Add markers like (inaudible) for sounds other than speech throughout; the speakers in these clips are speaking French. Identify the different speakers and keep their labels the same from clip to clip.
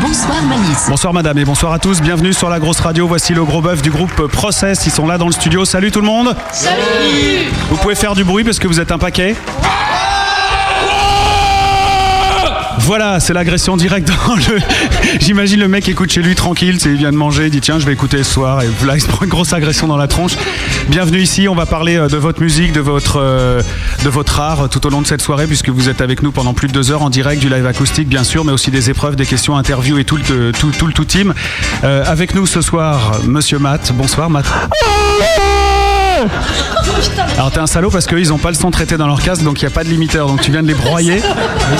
Speaker 1: Bonsoir Malice.
Speaker 2: Bonsoir madame et bonsoir à tous, bienvenue sur la grosse radio, voici le gros bœuf du groupe Process, ils sont là dans le studio, salut tout le monde Salut Vous pouvez faire du bruit parce que vous êtes un paquet Voilà, c'est l'agression directe dans le... (laughs) J'imagine le mec écoute chez lui tranquille, c'est- il vient de manger, il dit tiens je vais écouter ce soir et là il se prend une grosse agression dans la tronche. Bienvenue ici, on va parler euh, de votre musique, de votre, euh, de votre art euh, tout au long de cette soirée puisque vous êtes avec nous pendant plus de deux heures en direct, du live acoustique bien sûr, mais aussi des épreuves, des questions, interviews et tout le tout, tout, le tout team. Euh, avec nous ce soir, monsieur Matt, bonsoir Matt. Alors t'es un salaud parce qu'ils n'ont pas le son traité dans leur casque donc il n'y a pas de limiteur donc tu viens de les broyer.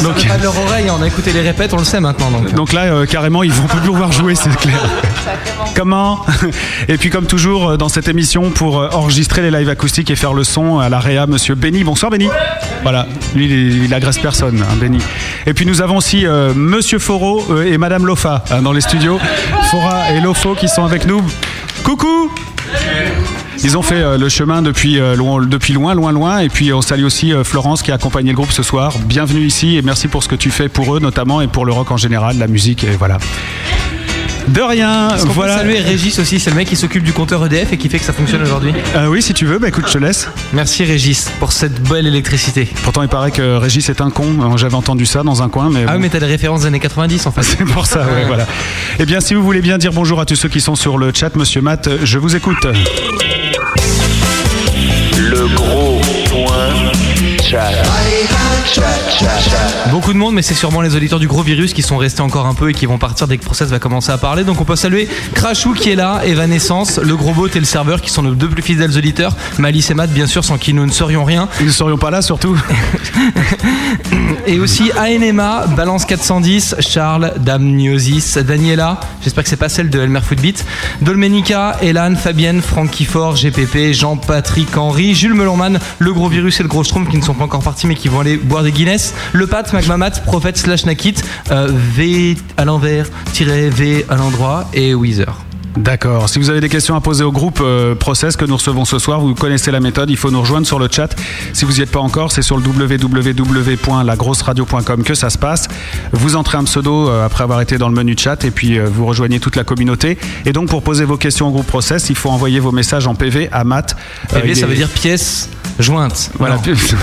Speaker 2: Donc,
Speaker 3: Pas de leur oreille, on a écouté les répètes, on le sait maintenant. Donc.
Speaker 2: donc là, euh, carrément, ils vont plus pouvoir jouer, c'est clair. Comment (laughs) Et puis, comme toujours, euh, dans cette émission, pour euh, enregistrer les lives acoustiques et faire le son à la réa, monsieur Benny. Bonsoir, Benny. Voilà, lui, il, il agresse personne, hein, Benny. Et puis, nous avons aussi euh, monsieur Foro euh, et madame Lofa hein, dans les studios. Fora et Lofo qui sont avec nous. Coucou ils ont fait euh, le chemin depuis, euh, loin, depuis loin, loin, loin. Et puis euh, on salue aussi euh, Florence qui a accompagné le groupe ce soir. Bienvenue ici et merci pour ce que tu fais pour eux notamment et pour le rock en général, la musique et voilà. De rien,
Speaker 3: Est-ce qu'on peut
Speaker 2: voilà.
Speaker 3: saluer Régis aussi, c'est le mec qui s'occupe du compteur EDF et qui fait que ça fonctionne aujourd'hui.
Speaker 2: Euh, oui, si tu veux, bah écoute, je te laisse.
Speaker 3: Merci Régis pour cette belle électricité.
Speaker 2: Pourtant, il paraît que Régis est un con. Euh, J'avais entendu ça dans un coin, mais.
Speaker 3: Ah oui,
Speaker 2: bon.
Speaker 3: mais t'as des références des années 90 en
Speaker 2: (laughs)
Speaker 3: fait.
Speaker 2: C'est pour ça, ouais, voilà. Eh bien, si vous voulez bien dire bonjour à tous ceux qui sont sur le chat, monsieur Matt, je vous écoute.
Speaker 4: Le gros point chat. Chat, chat, chat.
Speaker 3: (laughs) Beaucoup de monde, mais c'est sûrement les auditeurs du gros virus qui sont restés encore un peu et qui vont partir dès que Process va commencer à parler. Donc on peut saluer Crashou qui est là, Evanescence, le gros bot et le serveur qui sont nos deux plus fidèles auditeurs, Malice et Matt bien sûr, sans qui nous ne serions rien.
Speaker 2: Ils ne serions pas là, surtout.
Speaker 3: Et aussi ANMA, Balance 410, Charles, Damniosis, Daniela, j'espère que c'est pas celle de Elmer Footbeat, Dolmenica, Elan, Fabienne, Francky Fort, GPP, Jean-Patrick Henry, Jules Melonman, le gros virus et le gros Schtroumpf qui ne sont pas encore partis mais qui vont aller boire des Guinness, le Pat, Magmamat, Prophète slash Nakit, euh, V à l'envers, tiré V à l'endroit et Weezer.
Speaker 2: D'accord. Si vous avez des questions à poser au groupe euh, Process que nous recevons ce soir, vous connaissez la méthode, il faut nous rejoindre sur le chat. Si vous n'y êtes pas encore, c'est sur le www.lagrosseradio.com que ça se passe. Vous entrez un pseudo euh, après avoir été dans le menu chat et puis euh, vous rejoignez toute la communauté. Et donc pour poser vos questions au groupe Process, il faut envoyer vos messages en PV à Matt. Euh,
Speaker 3: PV
Speaker 2: il
Speaker 3: ça
Speaker 2: est- Ah,
Speaker 3: veut dire pièce jointe.
Speaker 2: voilà,
Speaker 3: Non.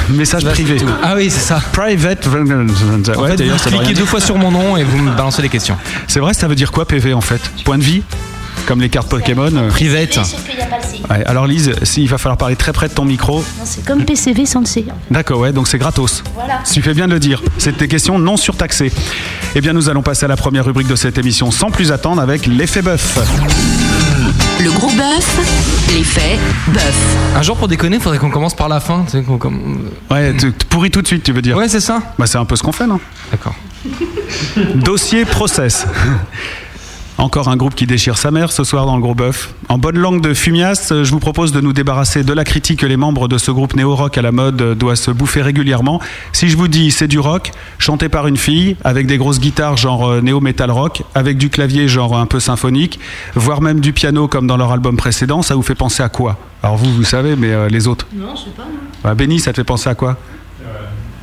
Speaker 2: (laughs) message
Speaker 3: Là, c'est
Speaker 2: privé.
Speaker 3: tout. Ah oui, c'est ça.
Speaker 2: Private.
Speaker 3: En
Speaker 2: Ouais,
Speaker 3: fait,
Speaker 2: d'ailleurs,
Speaker 3: vous
Speaker 2: ça veut
Speaker 3: cliquez
Speaker 2: rien
Speaker 3: deux fois sur mon nom et vous me balancez les questions.
Speaker 2: dire. C'est vrai, ça veut dire quoi PV en fait Point de vie Comme les cartes Pokémon euh.
Speaker 3: Private.
Speaker 5: Sauf qu'il n'y a pas le C.
Speaker 2: Ouais, alors Lise, si, il va falloir parler très près de ton micro,
Speaker 5: Non, c'est comme PCV sans le C.
Speaker 2: D'accord, ouais, donc c'est gratos.
Speaker 5: Voilà.
Speaker 2: Tu fais bien de le dire. C'est des questions non surtaxées. Eh bien, nous allons passer à la première rubrique de cette émission sans plus attendre avec l'effet bœuf.
Speaker 1: Le gros bœuf, l'effet bœuf.
Speaker 3: Un jour pour déconner, faudrait qu'on commence par la fin. tu sais, qu'on comm-
Speaker 2: Ouais, tu- tu pourris tout de suite, tu veux dire
Speaker 3: Ouais, c'est ça.
Speaker 2: Bah, c'est un peu ce qu'on fait, non
Speaker 3: D'accord.
Speaker 2: Dossier process. (laughs) Encore un groupe qui déchire sa mère ce soir dans le gros bœuf. En bonne langue de fumias, euh, je vous propose de nous débarrasser de la critique que les membres de ce groupe néo-rock à la mode euh, doivent se bouffer régulièrement. Si je vous dis c'est du rock, chanté par une fille, avec des grosses guitares genre euh, néo-metal rock, avec du clavier genre euh, un peu symphonique, voire même du piano comme dans leur album précédent, ça vous fait penser à quoi Alors vous, vous savez, mais euh, les autres Non, je sais pas. Benny, ça te fait penser à quoi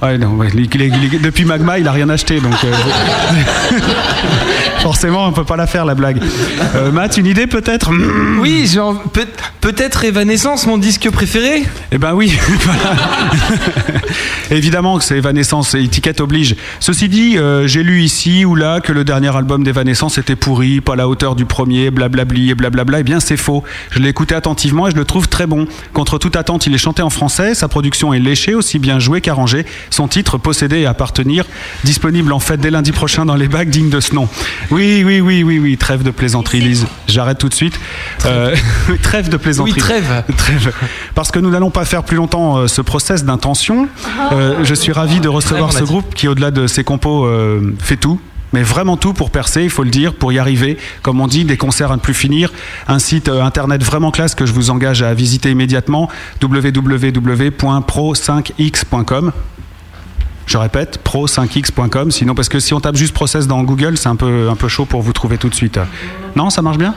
Speaker 2: Ouais, non, ouais, il- il- il- depuis Magma, il a rien acheté, donc euh, (laughs) forcément, on peut pas la faire la blague. Euh, Matt, une idée peut-être
Speaker 3: Oui, j'ai envie- peut- Peut-être Evanescence, mon disque préféré
Speaker 2: Eh ben oui, (laughs) voilà. Évidemment que c'est Evanescence, et étiquette oblige. Ceci dit, euh, j'ai lu ici ou là que le dernier album d'Evanescence était pourri, pas à la hauteur du premier, blablabli et blablabla. Eh bien, c'est faux. Je l'ai écouté attentivement et je le trouve très bon. Contre toute attente, il est chanté en français, sa production est léchée, aussi bien jouée qu'arrangée. Son titre, Posséder et appartenir, disponible en fait dès lundi prochain dans les bacs dignes de ce nom. Oui, oui, oui, oui, oui, trêve de plaisanterie, Lise. J'arrête tout de suite. Euh, (laughs) trêve de plaisanterie.
Speaker 3: Oui, trêve.
Speaker 2: Trêve. Parce que nous n'allons pas faire plus longtemps euh, ce process d'intention. Euh, je suis ravi de recevoir
Speaker 3: Trêve, on a
Speaker 2: ce
Speaker 3: dit.
Speaker 2: groupe qui, au-delà de ses compos, euh, fait tout. Mais vraiment tout pour percer, il faut le dire, pour y arriver. Comme on dit, des concerts à ne plus finir. Un site euh, internet vraiment classe que je vous engage à visiter immédiatement www.pro5x.com. Je répète, pro5x.com. Sinon, parce que si on tape juste process dans Google, c'est un peu, un peu chaud pour vous trouver tout de suite. Non, ça marche bien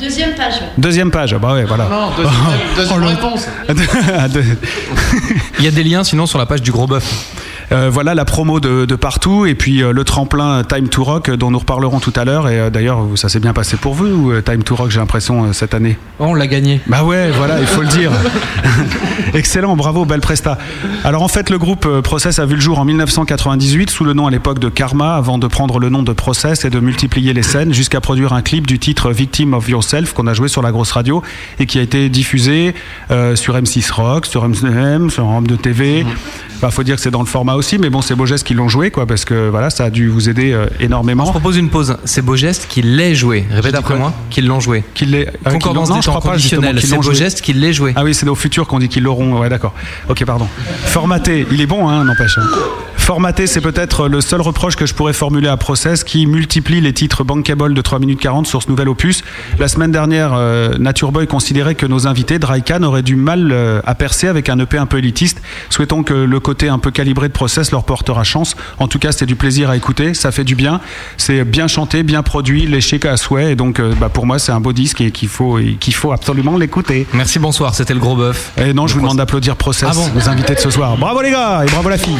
Speaker 5: Deuxième page.
Speaker 2: Deuxième page, ah bah ouais, voilà. Ah,
Speaker 6: Non, deuxième, deuxième
Speaker 2: (laughs)
Speaker 6: réponse. (laughs)
Speaker 3: Il y a des liens sinon sur la page du gros bœuf.
Speaker 2: Euh, voilà la promo de, de partout et puis euh, le tremplin Time to Rock euh, dont nous reparlerons tout à l'heure et euh, d'ailleurs vous- ça s'est bien passé pour vous ou, euh, Time to Rock j'ai l'impression euh, cette année
Speaker 3: Oh, on l'a gagné.
Speaker 2: bah ouais, voilà, il faut le dire. (laughs) Excellent, bravo, belle presta. Alors en fait, le groupe euh, Process a vu le jour en 1998 sous le nom à l'époque de Karma, avant de prendre le nom de Process et de multiplier les scènes jusqu'à produire un clip du titre Victim of Yourself qu'on a joué sur la grosse radio et qui a été diffusé euh, sur M6 Rock, sur M, sur Rome de TV.
Speaker 3: Mm.
Speaker 2: Bah, faut dire que c'est dans le format aussi, mais bon, c'est Beau Geste qui l'ont joué, quoi, parce que voilà, ça a dû vous aider euh,
Speaker 3: On
Speaker 2: énormément.
Speaker 3: propose une pause. C'est Beaugest qui l'ait joué. Répète après moi. Qui l'ont joué.
Speaker 2: Qu'il l'ait- euh, qu'il
Speaker 3: Concordance
Speaker 2: l'ont- non,
Speaker 3: des
Speaker 2: je
Speaker 3: temps
Speaker 2: crois pas, justement,
Speaker 3: conditionnels.
Speaker 2: qu'ils
Speaker 3: C'est
Speaker 2: l'ont joué.
Speaker 3: Beaugest qui l'ait joué.
Speaker 2: Ah oui, c'est au futur qu'on dit qu'ils l'auront. Ouais, d'accord. Ok, pardon. Formaté, il est bon, hein, n'empêche. Formaté, c'est peut-être le seul reproche que je pourrais formuler à Process qui multiplie les titres bankable de 3 minutes 40 sur ce nouvel opus. La semaine dernière, euh, Nature Boy considérait que nos invités, Drycan, auraient du mal euh, à percer avec un EP un peu élitiste. Souhaitons que le côté un peu calibré de Process leur portera chance. En tout cas, c'est du plaisir à écouter, ça fait du bien. C'est bien chanté, bien produit, léché à souhait. Et donc, euh, bah, pour moi, c'est un beau disque et qu'il faut, et qu'il faut absolument l'écouter.
Speaker 3: Merci, bonsoir. C'était le gros bœuf.
Speaker 2: Et Eh non, je vous demande d'applaudir Process,
Speaker 3: Ah bon
Speaker 2: nos invités de ce soir. Bravo les gars et bravo la fille.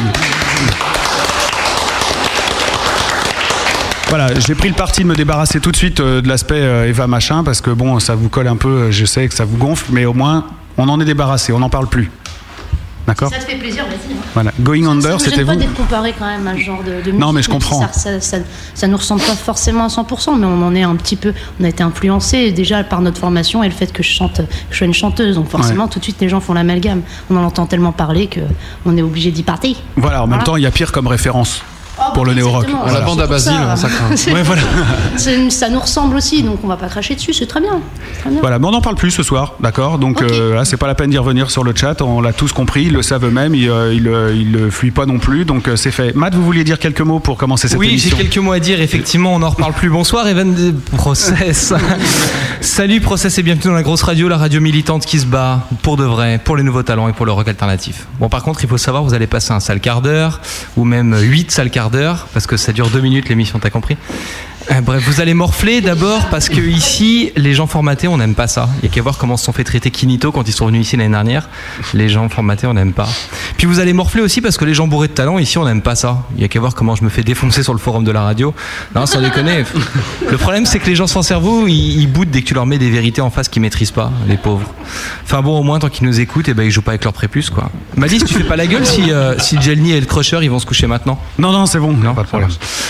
Speaker 2: Voilà, j'ai pris le parti de me débarrasser tout de suite euh, de l'aspect euh, Eva machin parce que bon, ça vous colle un peu, euh, je sais que ça vous gonfle, mais au moins on en est débarrassé, on n'en parle plus. D'accord
Speaker 5: Ça te fait plaisir, vas-y. hein.
Speaker 2: Voilà. Going
Speaker 5: Ça
Speaker 2: Under,
Speaker 5: ne me
Speaker 2: c'était
Speaker 5: gêne pas
Speaker 2: vous.
Speaker 5: d'être comparé quand même à ce genre de, de musique.
Speaker 2: Non, mais je
Speaker 5: même si
Speaker 2: comprends.
Speaker 5: Ça, ça, ça- ça nous ressemble pas forcément à 100%, mais on en est un petit peu. On a été influencé déjà par notre formation et le fait que je chante, que je sois une chanteuse. Donc forcément, tout de suite, les gens font l'amalgame. On en entend tellement parler que on est obligé d'y partir.
Speaker 2: Voilà, en même
Speaker 5: Voilà.
Speaker 2: temps, il y a pire comme référence pour le néo-rock.
Speaker 5: Exactement.
Speaker 2: Voilà.
Speaker 6: La bande à Basile,
Speaker 5: Ça,
Speaker 6: ça craint.
Speaker 5: (laughs) c'est-
Speaker 2: hein. Ouais, voilà.
Speaker 5: c'est- ça nous ressemble aussi, donc on va pas cracher dessus. C'est très bien. C'est très bien.
Speaker 2: Voilà, mais on n'en parle plus ce soir, d'accord Donc
Speaker 5: Ok.
Speaker 2: euh, là, c'est pas la peine d'y revenir sur le chat, on l'a tous compris, ils le savent eux-mêmes, ils, euh, ils, euh, ils le fuient pas non plus, donc euh, c'est fait. Matt, vous vouliez dire quelques mots pour commencer cette
Speaker 3: Oui, j'ai
Speaker 2: émission
Speaker 3: quelques mots à dire. Effectivement, on n'en reparle plus. Bonsoir, Evan de
Speaker 2: (laughs)
Speaker 3: Process. Salut, Process, et bienvenue dans la grosse radio, la radio militante qui se bat pour de vrai, pour les nouveaux talents et pour le rock alternatif. Bon, par contre, il faut savoir, vous allez passer un sale quart d'heure, ou même huit sales quarts d'heure, parce que ça dure deux minutes l'émission, t'as compris Euh, Bref, vous allez morfler d'abord parce que ici, les gens formatés, on n'aime pas ça. Il y a qu'à voir comment se sont fait traiter Kinito quand ils sont venus ici l'année dernière. Les gens formatés, on n'aime pas. Puis vous allez morfler aussi parce que les gens bourrés de talent, ici, on n'aime pas ça. Il y a qu'à voir comment je me fais défoncer sur le forum de la radio. Non, sans déconner. Le problème, c'est que les gens sans cerveau, ils, ils boutent dès que tu leur mets des vérités en face qu'ils maîtrisent pas, les pauvres. Enfin bon, au moins, tant qu'ils nous écoutent, et ben, ils jouent pas avec leur prépuce, quoi. Malice, tu fais pas la gueule si, euh, si Jelny et le Crusher, ils vont se coucher maintenant.
Speaker 2: Non, non, c'est bon,
Speaker 3: Non,
Speaker 2: pas de problème.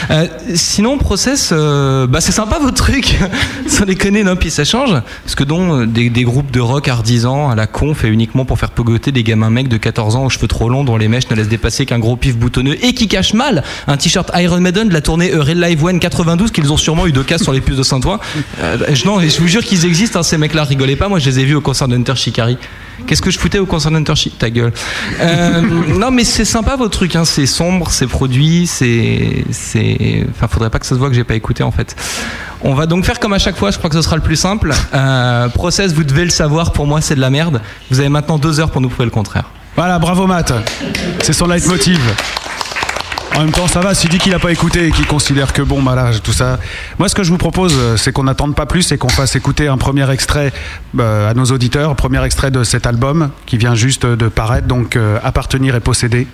Speaker 3: Euh, sinon, process, euh, bah, c'est sympa votre truc. (laughs) Sans déconner, non, puis ça change. Parce que donc, euh, des, des groupes de rock artisans à la con fait uniquement pour faire pogoter des gamins mecs de 14 ans aux cheveux trop longs dont les mèches ne laissent dépasser qu'un gros pif boutonneux et qui cachent mal un t-shirt Iron Maiden de la tournée euh, Red Live One 92 qu'ils ont sûrement eu de casse sur les puces de Saint-Ouen. Euh, je- non, je vous jure qu'ils existent, hein, ces mecs-là, rigolez pas. Moi, je les ai vus au concert d'Hunter Shikari. Qu'est-ce que je foutais au concert d'Hunter Shikari Ta gueule. Euh, non, mais c'est sympa votre truc, hein. c'est sombre, c'est produit, c'est. c'est- Enfin, faudrait pas que ça se voit que j'ai pas écouté en fait. On va donc faire comme à chaque fois, je crois que ce sera le plus simple. Euh, process, vous devez le savoir, pour moi c'est de la merde. Vous avez maintenant deux heures pour nous prouver le contraire.
Speaker 2: Voilà, bravo Matt, c'est son leitmotiv. En même temps, ça va, s'il dit qu'il n'a pas écouté et qu'il considère que bon, bah là, tout ça. Moi, ce que je vous propose, euh, c'est qu'on n'attende pas plus et qu'on fasse écouter un premier extrait euh, à nos auditeurs, premier extrait de cet album qui vient juste de paraître, donc euh, Appartenir et posséder.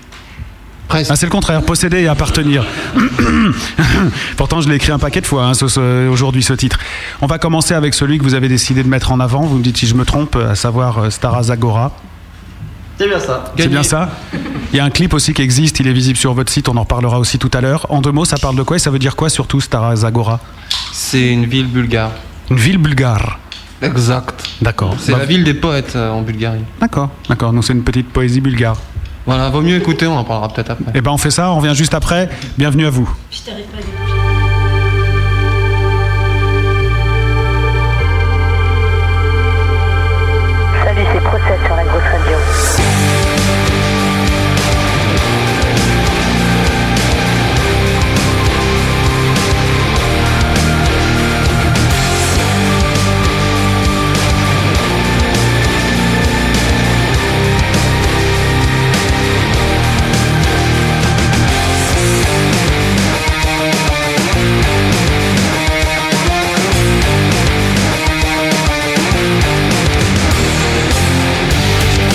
Speaker 2: Ah, c'est le contraire, posséder et appartenir. (coughs) Pourtant, je l'ai écrit un paquet de fois hein, ce- ce- aujourd'hui, ce titre. On va commencer avec celui que vous avez décidé de mettre en avant. Vous me dites si je me trompe, à savoir euh, Stara Zagora.
Speaker 7: C'est bien ça.
Speaker 2: C'est bien ça Il y a un clip aussi qui existe, il est visible sur votre site, on en reparlera aussi tout à l'heure. En deux mots, ça parle de quoi et ça veut dire quoi surtout, Stara Zagora
Speaker 7: C'est une ville bulgare.
Speaker 2: Une ville bulgare.
Speaker 7: Exact.
Speaker 2: D'accord.
Speaker 7: C'est
Speaker 2: Bah,
Speaker 7: la ville des poètes euh, en Bulgarie.
Speaker 2: D'accord, d'accord. Donc c'est une petite poésie bulgare.
Speaker 7: Voilà, vaut mieux écouter, on en parlera peut-être après.
Speaker 2: Eh ben on fait ça, on revient juste après. Bienvenue à vous.
Speaker 8: Salut, c'est Process sur la grosse radio.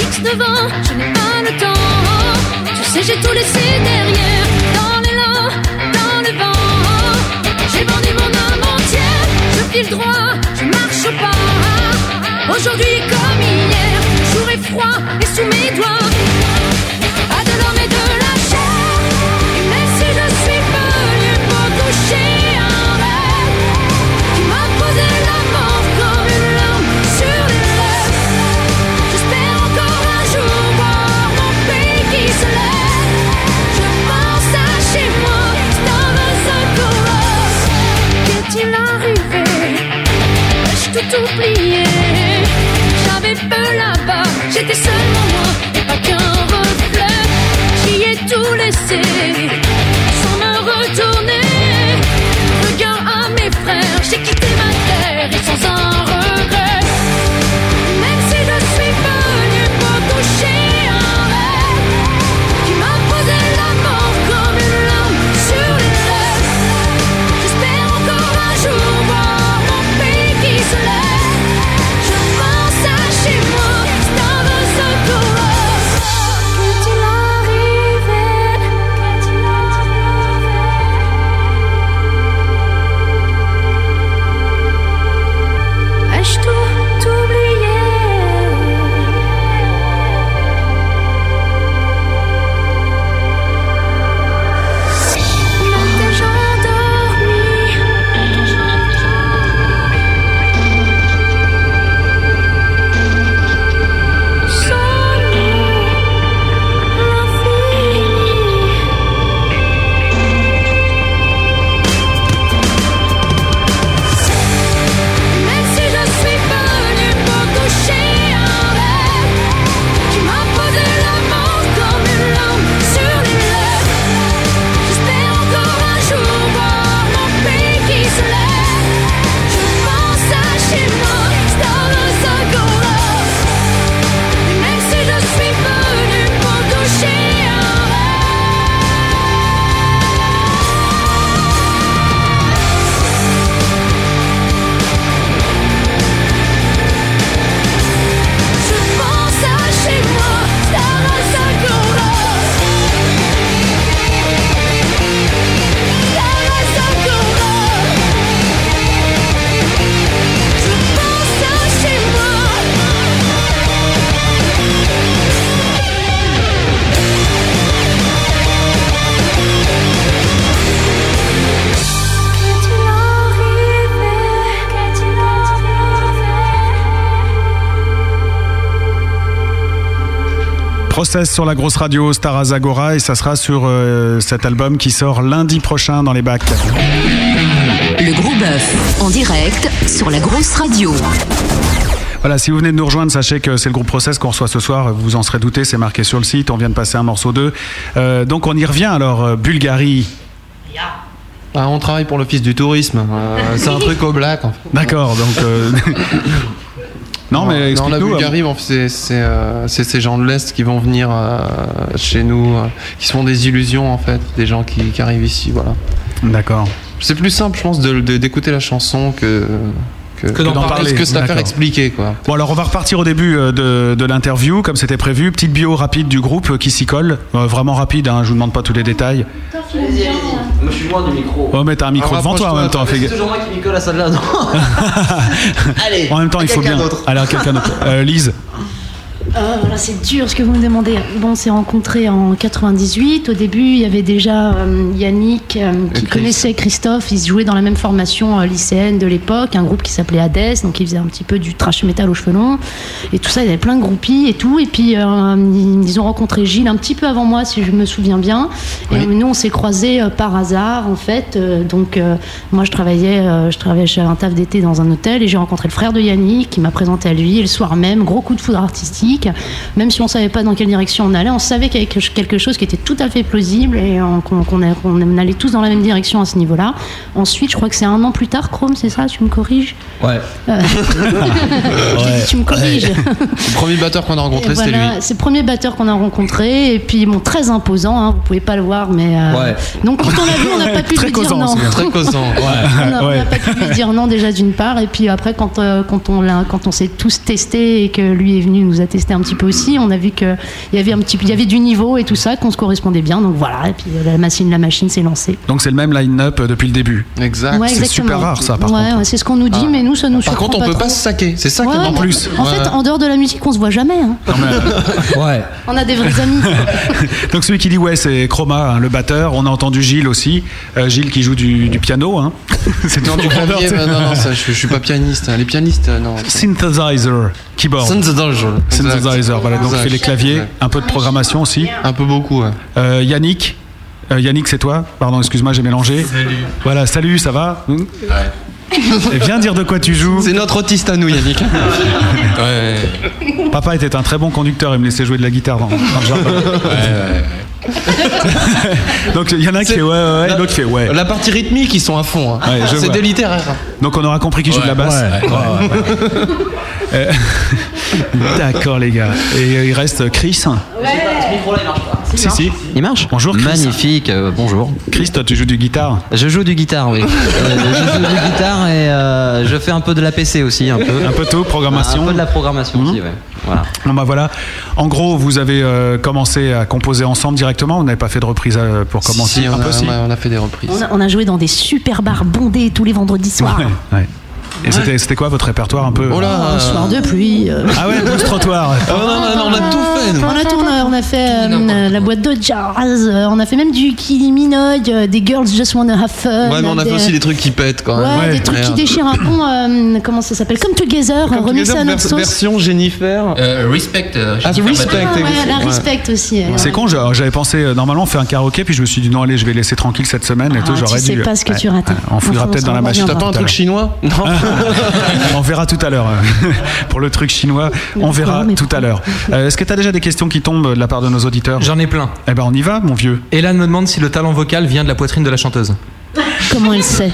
Speaker 1: X devant, je n'ai pas le temps. Tu sais, j'ai tout laissé derrière. Dans l'élan, dans le vent. J'ai vendu mon âme entière. Je file droit, je marche au pas. Aujourd'hui comme hier, jour est froid et sous mes doigts. À de l'homme et de la chair. Et même si je suis venu pour toucher un rêve qui m'a posé la mort comme une lame sur les lèvres. J'espère encore un jour voir mon pays qui se lève. Je pense à chez moi, dans un coros. Qu'est-il arrivé Ai-je tout oublié J'avais peu là-bas, j'étais seulement moi et pas qu'un reflet. J'y ai tout laissé sans me retourner. Regard à mes frères, j'ai quitté ma terre et sans un regret. Même si je suis venu pour toucher un rêve qui m'a posé la mort comme une lame sur les lèvres. J'espère encore un jour voir mon pays qui se lève. Je pense à chez moi, dans un colosse. Qu'est-il arrivé Qu'est-il arrivé Ai-je tout oublié Même déjà dormi Sans nous, l'infini Même si je suis venu pour toucher un rêve Qui m'a posé la mort comme une lame sur les lèvres J'espère encore un jour voir mon pays qui se lève Je pense à chez moi, dans un color Et même si je suis venu pour toucher un rêve Je pense à chez moi, dans un Je pense à chez
Speaker 2: Process sur la grosse radio Stara Zagora et ça sera sur euh, cet album qui sort lundi prochain dans les bacs.
Speaker 9: Le gros bœuf en direct sur la grosse radio.
Speaker 2: Voilà, si vous venez de nous rejoindre, sachez que c'est le groupe Process qu'on reçoit ce soir. Vous vous en serez douté, c'est marqué sur le site. On vient de passer un morceau d'eux. Euh, donc on y revient alors, euh, Bulgarie.
Speaker 7: Ah, on travaille pour l'office du tourisme. euh, c'est un truc au black. En fait.
Speaker 2: D'accord, donc. euh, (laughs) non, mais
Speaker 7: Non, la
Speaker 2: explique-nous. hein.
Speaker 7: Bulgarie, bon, c'est c'est, euh, c'est ces gens de l'Est qui vont venir euh, chez nous, euh, qui sont des illusions en fait, des gens qui, qui arrivent ici, voilà.
Speaker 2: euh, D'accord.
Speaker 7: C'est plus simple, je pense, de- de- d'écouter la chanson que, que, que d'en parler. Que cette affaire
Speaker 2: D'accord.
Speaker 7: expliquée, quoi.
Speaker 2: Bon, alors on va repartir au début euh, de, de l'interview, comme c'était prévu. Petite bio rapide du groupe euh, qui s'y colle. Euh, vraiment rapide, hein, je vous demande pas tous les détails.
Speaker 10: Allez-y, allez-y. Moi, je suis loin du micro.
Speaker 2: Oh, mais t'as un micro devant toi en même temps. fais
Speaker 10: C'est
Speaker 2: gaffe.
Speaker 10: toujours moi qui m'y colle à ça de là. non Allez.
Speaker 2: en même temps,
Speaker 10: à
Speaker 2: il faut
Speaker 10: quelqu'un
Speaker 2: bien.
Speaker 10: d'autre.
Speaker 2: Alors, quelqu'un
Speaker 7: (laughs)
Speaker 2: d'autre. Euh, Lise,
Speaker 5: Euh, voilà, c'est dur ce que vous me demandez. Bon, on s'est rencontrés en 98. Au début, il y avait déjà euh, Yannick euh, qui
Speaker 11: Chris.
Speaker 5: connaissait Christophe. Ils se jouaient dans la même formation euh, lycéenne de l'époque, un groupe qui s'appelait Hades. Donc, ils faisaient un petit peu du trash metal aux cheveux longs. Et tout ça, il y avait plein de groupies et tout. Et puis, euh, ils ils ont rencontré Gilles un petit peu avant moi, si je me souviens bien. Et nous, on s'est croisés euh, par hasard, en fait. Euh, donc, euh, moi, je travaillais, euh, je travaillais chez un taf d'été dans un hôtel et j'ai rencontré le frère de Yannick qui m'a présenté à lui. Et le soir même, gros coup de foudre artistique. Même si on savait pas dans quelle direction on allait, on savait qu'il y avait quelque- quelque chose qui était tout à fait plausible et euh, qu'on qu'on a- qu'on allait tous dans la même direction à ce niveau-là. Ensuite, je crois que c'est un an plus tard, Chrome, c'est ça Tu me corriges
Speaker 3: Ouais.
Speaker 5: Euh, je dis, Tu me
Speaker 7: (laughs)
Speaker 5: corriges
Speaker 7: Le premier batteur qu'on a rencontré,
Speaker 5: Et
Speaker 7: c'était
Speaker 5: voilà,
Speaker 7: lui.
Speaker 5: C'est le premier batteur qu'on a rencontré et puis bon très imposant, hein, vous pouvez pas le voir mais euh,
Speaker 7: Ouais.
Speaker 5: donc quand on l'a vu on
Speaker 7: (laughs)
Speaker 5: n'a pas pu
Speaker 7: Très
Speaker 5: lui dire
Speaker 7: causant,
Speaker 5: non.
Speaker 7: c'est bien. Très causant, ouais.
Speaker 5: on n'a on n'a
Speaker 7: Ouais.
Speaker 5: pas pu lui dire non déjà d'une part et puis après quand euh, quand on l'a quand on s'est tous testés et que lui est venu nous a testé un petit peu aussi, on a vu que il y avait un petit peu- il y avait du niveau et tout ça qu'on se correspondait bien donc voilà et puis euh, la machine la machine s'est lancée.
Speaker 2: donc c'est le même line-up euh, depuis le début. (laughs)
Speaker 7: Exact.
Speaker 5: Ouais,
Speaker 2: c'est
Speaker 5: exactement.
Speaker 2: super rare ça, par
Speaker 5: Ouais,
Speaker 2: contre.
Speaker 5: ouais, c'est ce qu'on nous dit
Speaker 2: Ah.
Speaker 5: mais nous ça nous
Speaker 7: Par
Speaker 5: surprend
Speaker 7: contre, on peut pas
Speaker 5: trop.
Speaker 7: se saquer. C'est ça
Speaker 5: Ouais,
Speaker 7: qui est en
Speaker 5: mais
Speaker 7: plus.
Speaker 5: En fait, en dehors de la musique, on se voit jamais. hein.
Speaker 3: Ouais.
Speaker 5: On a des vrais amis.
Speaker 2: Donc celui qui dit ouais c'est Chroma, hein, le batteur. On a entendu Gilles aussi. Euh, Gilles qui joue du, du piano. Hein. (laughs) c'est
Speaker 7: Non, du clavier, bah, non, non, ça, je, je suis pas pianiste. hein. Les pianistes, euh, non.
Speaker 2: Synthesizer, keyboard.
Speaker 7: Synthesizer.
Speaker 2: Synthesizer, voilà, donc
Speaker 7: Exact.
Speaker 2: fait les claviers, un peu de programmation aussi.
Speaker 7: Un peu beaucoup,
Speaker 2: Yannick Euh, Yannick, c'est toi Pardon, excuse-moi, j'ai mélangé.
Speaker 7: Salut.
Speaker 2: Voilà, salut, ça va Et viens dire de quoi tu joues.
Speaker 7: (laughs) C'est notre autiste à
Speaker 3: (laughs)
Speaker 7: nous, Yannick.
Speaker 2: Papa était un très bon conducteur, il me laissait jouer de la guitare dans, dans le jardin. (laughs) Donc il y en a qui fait ouais, ouais, ouais, et l'autre qui fait ouais.
Speaker 7: La partie rythmique, ils sont à fond. hein.
Speaker 2: Ouais, je
Speaker 7: c'est
Speaker 2: vois.
Speaker 7: des littéraires.
Speaker 2: Donc on aura compris qui joue de la basse.
Speaker 7: Ouais, ouais,
Speaker 3: Ah.
Speaker 7: ouais.
Speaker 2: Euh, D'accord les gars. Et euh, il reste Chris.
Speaker 10: Ce micro-là, il marche pas.
Speaker 2: Si, si.
Speaker 12: Il marche
Speaker 2: Bonjour Chris.
Speaker 12: Magnifique, euh, bonjour.
Speaker 2: Chris, toi tu joues du guitare
Speaker 12: Je joue du guitare, oui. Euh, je joue du guitare et euh, je fais un peu de l'APC aussi, un peu.
Speaker 2: Un peu tout, programmation.
Speaker 12: Un peu de la programmation Mhm. aussi, ouais. Voilà.
Speaker 2: Bon bah voilà. En gros, vous avez euh, commencé à composer ensemble directement. On n'avait pas fait de reprise euh, pour
Speaker 7: Si,
Speaker 2: commencer.
Speaker 7: si,
Speaker 2: Un
Speaker 7: on,
Speaker 2: peu,
Speaker 7: a,
Speaker 2: si.
Speaker 7: on a- on a fait des reprises.
Speaker 5: On a, on a joué dans des super bars bondés tous les vendredis soirs.
Speaker 2: Ouais, ouais. Et c'était- c'était quoi votre répertoire un peu
Speaker 7: Oh là, Oh
Speaker 5: Un soir de pluie. euh.
Speaker 2: Ah ouais, blues trottoir.
Speaker 7: on a tout fait.
Speaker 5: On a tourné, on a fait euh, euh, la boîte de jazz, euh, on a fait même du Kylie Minogue, euh, des Girls Just Wanna Have Fun.
Speaker 7: Ouais, mais on a
Speaker 5: des-
Speaker 7: fait aussi des trucs qui pètent quand
Speaker 5: Ouais,
Speaker 7: même.
Speaker 5: des trucs qui
Speaker 7: Merde.
Speaker 5: déchirent un pont, euh, comment ça s'appelle Comme Together, euh, remixé à notre
Speaker 7: Vers-
Speaker 5: sauce.
Speaker 7: version Jennifer.
Speaker 10: respect.
Speaker 7: Ah, respect.
Speaker 5: Ah, ouais, la
Speaker 7: Ouais.
Speaker 5: respect aussi. euh,
Speaker 2: C'est
Speaker 5: ouais.
Speaker 2: con, j'a- j'avais pensé euh, normalement faire un karaoké, puis je me suis dit non, allez, je vais laisser tranquille cette semaine et
Speaker 5: Ah,
Speaker 2: tout.
Speaker 5: tu
Speaker 2: J'aurais
Speaker 5: sais
Speaker 2: dû.
Speaker 5: pas ce que tu rates.
Speaker 2: On fouillera
Speaker 5: Enfin,
Speaker 2: peut-être
Speaker 5: on
Speaker 2: dans la
Speaker 5: s'en
Speaker 2: machine.
Speaker 5: reviendra. T'as pas un truc
Speaker 7: chinois
Speaker 3: Ah.
Speaker 2: On verra tout à l'heure. euh, (laughs) Pour le truc chinois, on verra tout à l'heure. Euh, Est-ce que tu as déjà des questions qui tombent de la part de nos auditeurs
Speaker 3: J'en ai plein.
Speaker 2: Eh ben on y va, mon vieux.
Speaker 3: Elan me demande si le talent vocal vient de la poitrine de la chanteuse.
Speaker 5: Comment elle sait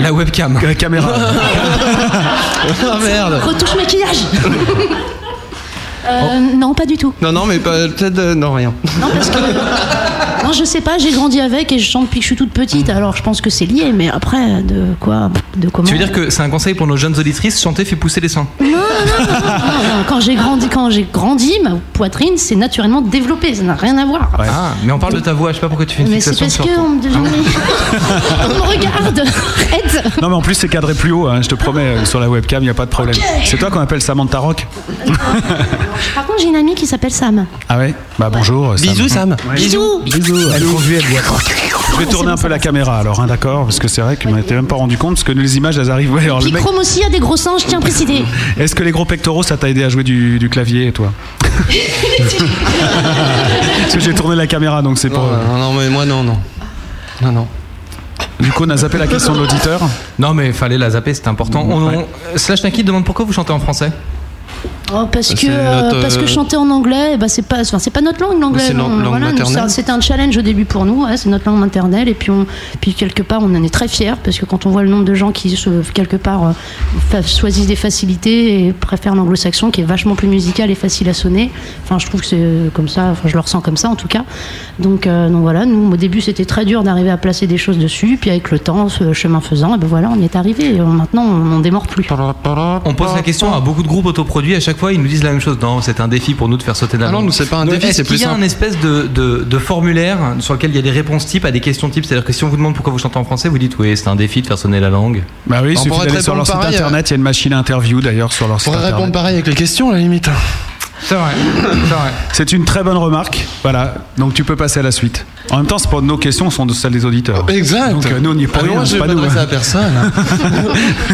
Speaker 3: La webcam.
Speaker 2: La caméra.
Speaker 3: (laughs)
Speaker 7: Ah merde.
Speaker 5: Retouche
Speaker 7: (laughs)
Speaker 5: maquillage Euh,
Speaker 7: Oh.
Speaker 5: Non, pas du tout.
Speaker 7: Non, non, mais pas- peut-être. euh, non, rien.
Speaker 5: Non, parce que.
Speaker 7: (laughs)
Speaker 5: Non, je sais pas, j'ai grandi avec et je chante depuis que je suis toute petite, alors je pense que c'est lié, mais après, de quoi De comment
Speaker 3: Tu veux dire que c'est un conseil pour nos jeunes auditrices chanter fait pousser les seins
Speaker 5: Non, non, non, non, non, non, Quand j'ai grandi, quand j'ai grandi, ma poitrine s'est naturellement développée, ça n'a rien à voir.
Speaker 3: Ah, mais on parle de ta voix, je sais pas pourquoi tu fais une
Speaker 5: Mais c'est
Speaker 3: fixation
Speaker 5: parce
Speaker 3: sur
Speaker 5: que on me, je me- (laughs) on me regarde. Aide.
Speaker 2: Non, mais en plus, c'est cadré plus haut, hein, je te promets, euh, sur la webcam, il n'y a pas de problème. C'est toi qu'on appelle Samantha Rock
Speaker 5: Par contre, j'ai une amie qui s'appelle Sam.
Speaker 2: Ah ouais Bah bonjour. euh,
Speaker 7: Bisous, Sam.
Speaker 2: Ouais.
Speaker 5: Bisous.
Speaker 2: Bisous. Elle conduit, elle boit. Je vais tourner un peu la caméra alors, hein, d'accord Parce que c'est vrai que je m'étais même pas rendu compte, parce que les images, elles arrivent. Ouais, alors, le
Speaker 5: Puis
Speaker 2: mec-
Speaker 5: Chrome aussi a des gros seins, je tiens à préciser.
Speaker 2: Est-ce que les gros pectoraux, ça t'a aidé à jouer du, du clavier, toi Parce que j'ai tourné la caméra, donc c'est pour. euh,
Speaker 7: Non, non, mais moi, non, non. Non, non.
Speaker 2: Du coup, on a zappé la question de l'auditeur.
Speaker 3: Non, mais fallait la zapper, c'était important. On, on- Slash Naki demande pourquoi vous chantez en français
Speaker 5: Oh, parce, que,
Speaker 7: Bah, C'est notre,
Speaker 5: euh, parce que
Speaker 7: euh,
Speaker 5: chanter en anglais, eh ben, c'est pas, enfin, c'est pas notre langue l'anglais.
Speaker 7: C'est notre
Speaker 5: non,
Speaker 7: langue
Speaker 5: voilà, nous,
Speaker 7: maternelle.
Speaker 5: ça- C'était un challenge au début pour nous, ouais, c'est notre langue maternelle. Et puis, on, puis quelque part, on en est très fiers parce que quand on voit le nombre de gens qui, se- quelque part, euh, fa- choisissent des facilités et préfèrent l'anglo-saxon qui est vachement plus musical et facile à sonner, enfin, je trouve que c'est euh, comme ça, enfin, je le ressens comme ça en tout cas. Donc, euh, donc voilà, nous au début, c'était très dur d'arriver à placer des choses dessus. Puis avec le temps, ce chemin faisant, et ben voilà, on y est arrivé. Et on- Maintenant, on n'en démord plus.
Speaker 3: On pose la question à beaucoup de groupes autoproduits, à chaque fois ils nous disent la même chose. Non, c'est un défi pour nous de faire sauter la
Speaker 7: Ah non,
Speaker 3: langue.
Speaker 7: nous, c'est pas un
Speaker 3: Donc,
Speaker 7: défi,
Speaker 3: est-ce
Speaker 7: c'est
Speaker 3: qu'il
Speaker 7: plus
Speaker 3: y a un
Speaker 7: simple.
Speaker 3: espèce de, de- de formulaire sur lequel il y a des réponses types à des questions types. C'est-à-dire que si on vous demande pourquoi vous chantez en français, vous dites oui, c'est un défi de faire sonner la langue.
Speaker 2: Bah oui, il suffit d'aller sur leur site
Speaker 7: pareil,
Speaker 2: internet, il y a une machine à interview d'ailleurs sur leur site
Speaker 7: hein. pourrait répondre
Speaker 2: internet.
Speaker 7: pareil avec les questions, à la limite.
Speaker 3: C'est vrai.
Speaker 2: C'est une très bonne remarque, voilà, donc tu peux passer à la suite. En même temps, c'est pas nos questions, sont de celles des auditeurs.
Speaker 7: Exact.
Speaker 2: Donc euh, nous, on n'y est pas
Speaker 7: Ah, mais
Speaker 2: rien,
Speaker 7: moi,
Speaker 2: c'est
Speaker 7: je vais
Speaker 2: pas
Speaker 7: pas
Speaker 2: nous.
Speaker 7: m'adresser à personne. hein.
Speaker 2: (laughs)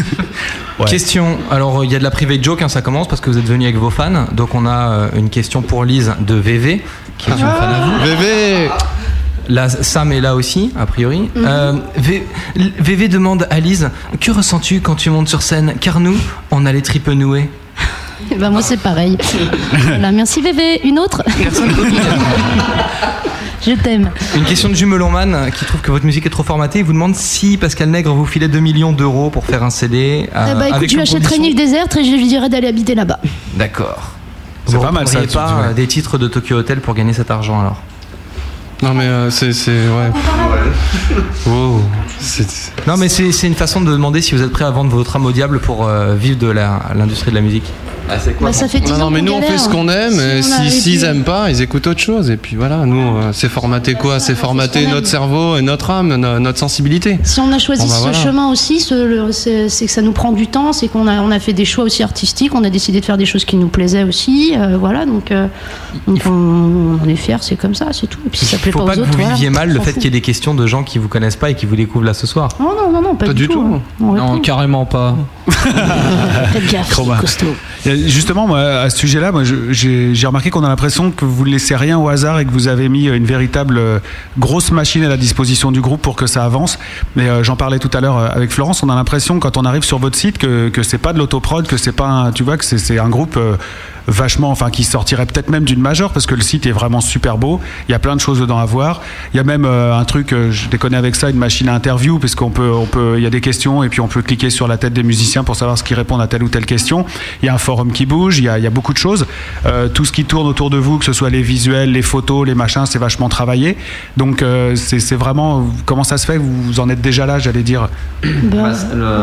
Speaker 3: Question. Alors, il y a de la private joke, hein, ça commence parce que vous êtes venu avec vos fans. Donc, on a euh, une question pour Lise de VV, qui est
Speaker 2: Ah.
Speaker 3: une fan à vous. VV Là, Sam est là aussi, a priori.
Speaker 2: Mhm.
Speaker 3: Euh, V- L- VV demande à Lise Que ressens-tu quand tu montes sur scène Car nous, on a les tripes nouées.
Speaker 5: Eh ben, moi, c'est pareil. Voilà, merci bébé. Une autre (laughs) Je t'aime.
Speaker 3: Une question de Jumelonman qui trouve que votre musique est trop formatée. Il vous demande si Pascal Nègre vous filait 2 millions d'euros pour faire un CD. euh,
Speaker 5: Eh ben, écoute,
Speaker 3: avec
Speaker 5: je
Speaker 3: une
Speaker 5: lui achèterai une
Speaker 3: condition-
Speaker 5: île déserte et je lui dirai d'aller habiter là-bas.
Speaker 3: D'accord.
Speaker 2: C'est pas mal, ça,
Speaker 3: reprendriez
Speaker 2: tout de
Speaker 3: pas
Speaker 2: suite.
Speaker 3: euh, des titres de Tokyo Hotel pour gagner cet argent alors
Speaker 7: Non mais euh, c'est c'est ouais. Wow. C'est-
Speaker 3: Non, mais c'est c'est une façon de demander si vous êtes prêt à vendre votre âme au diable pour euh, vivre de la- l'industrie de la musique. Ah, c'est
Speaker 5: quoi, Bah, ça bon fait dix
Speaker 7: non,
Speaker 5: ans
Speaker 7: non, mais
Speaker 5: qu'on
Speaker 7: nous on
Speaker 5: galère. hein.
Speaker 7: fait ce qu'on aime.
Speaker 5: Si
Speaker 7: et
Speaker 5: on
Speaker 7: si-
Speaker 5: avait
Speaker 7: S'ils
Speaker 5: pu-
Speaker 7: aiment pas, ils écoutent autre chose. Et puis voilà, nous euh, c'est formaté quoi C'est formaté notre cerveau et notre âme, no- notre sensibilité.
Speaker 5: Si on a choisi
Speaker 7: Bon, bah,
Speaker 5: ce
Speaker 7: voilà.
Speaker 5: chemin aussi, ce- le- c'est c'est que ça nous prend du temps, c'est qu'on a, on a fait des choix aussi artistiques, on a décidé de faire des choses qui nous plaisaient aussi, euh, voilà, donc, euh, donc on, on est fiers, c'est comme ça, c'est tout. Et puis si ça plaît
Speaker 3: Faut
Speaker 5: pas
Speaker 3: pas
Speaker 5: aux
Speaker 3: que
Speaker 5: autres,
Speaker 3: vous
Speaker 5: voilà,
Speaker 3: viviez mal le
Speaker 5: on
Speaker 3: fait
Speaker 5: s'en
Speaker 3: qu'il y ait des questions de gens qui vous connaissent pas et qui vous découvrent là ce soir.
Speaker 5: fout. Non, non, non, non, pas, du tout. hein. On répond.
Speaker 3: carrément pas.
Speaker 5: Faites gaffe,
Speaker 2: Romain.
Speaker 5: c'est costaud.
Speaker 2: Et Justement, moi, à ce sujet-là, moi, je- j'ai j'ai remarqué qu'on a l'impression que vous ne laissez rien au hasard et que vous avez mis une véritable euh, grosse machine à la disposition du groupe pour que ça avance. Mais euh, j'en parlais tout à l'heure euh, avec Florence, on a l'impression quand on arrive sur votre site que, que c'est pas de l'autoprod, que c'est pas, un- tu vois, que c'est- c'est un groupe euh, vachement, enfin, qui sortirait peut-être même d'une majeure parce que le site est vraiment super beau. Il y a plein de choses dedans à voir. Il y a même euh, un truc, euh, je déconne avec ça, une machine à interview parce qu'on peut, on peut, il y a des questions et puis on peut cliquer sur la tête des musiciens pour savoir ce qu'ils répondent à telle ou telle question. Il y a un forum qui bouge, il y a, il y a beaucoup de choses. Euh, tout ce qui tourne autour de vous, que ce soit les visuels, les photos, les machins, c'est vachement travaillé. Donc euh, c'est c'est vraiment comment ça se fait que vous en êtes déjà là, j'allais dire.
Speaker 12: Bah, c'est le-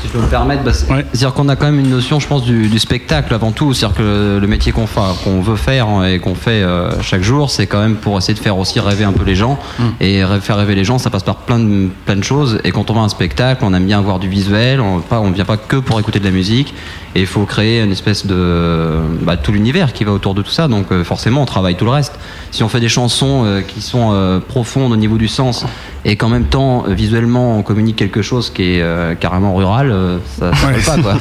Speaker 12: si je peux me permettre, bah, c'est- c'est-à-dire qu'on a quand même une notion, je pense, du, du spectacle avant tout. C'est-à-dire que le, le métier qu'on fa- qu'on veut faire hein, et qu'on fait euh, chaque jour, c'est quand même pour essayer de faire aussi rêver un peu les gens. Et rê- faire rêver les gens, ça passe par plein de, plein de choses. Et quand on va à un spectacle, on aime bien voir du visuel. On pas- on vient pas que pour écouter de la musique. Et il faut créer une espèce de bah, tout l'univers qui va autour de tout ça. Donc euh, forcément, on travaille tout le reste. Si on fait des chansons euh, qui sont euh, profondes au niveau du sens et qu'en même temps euh, visuellement on communique quelque chose qui est euh, carrément rural, euh, ça, ça
Speaker 2: Ouais.
Speaker 12: peut pas
Speaker 2: (laughs)
Speaker 12: quoi.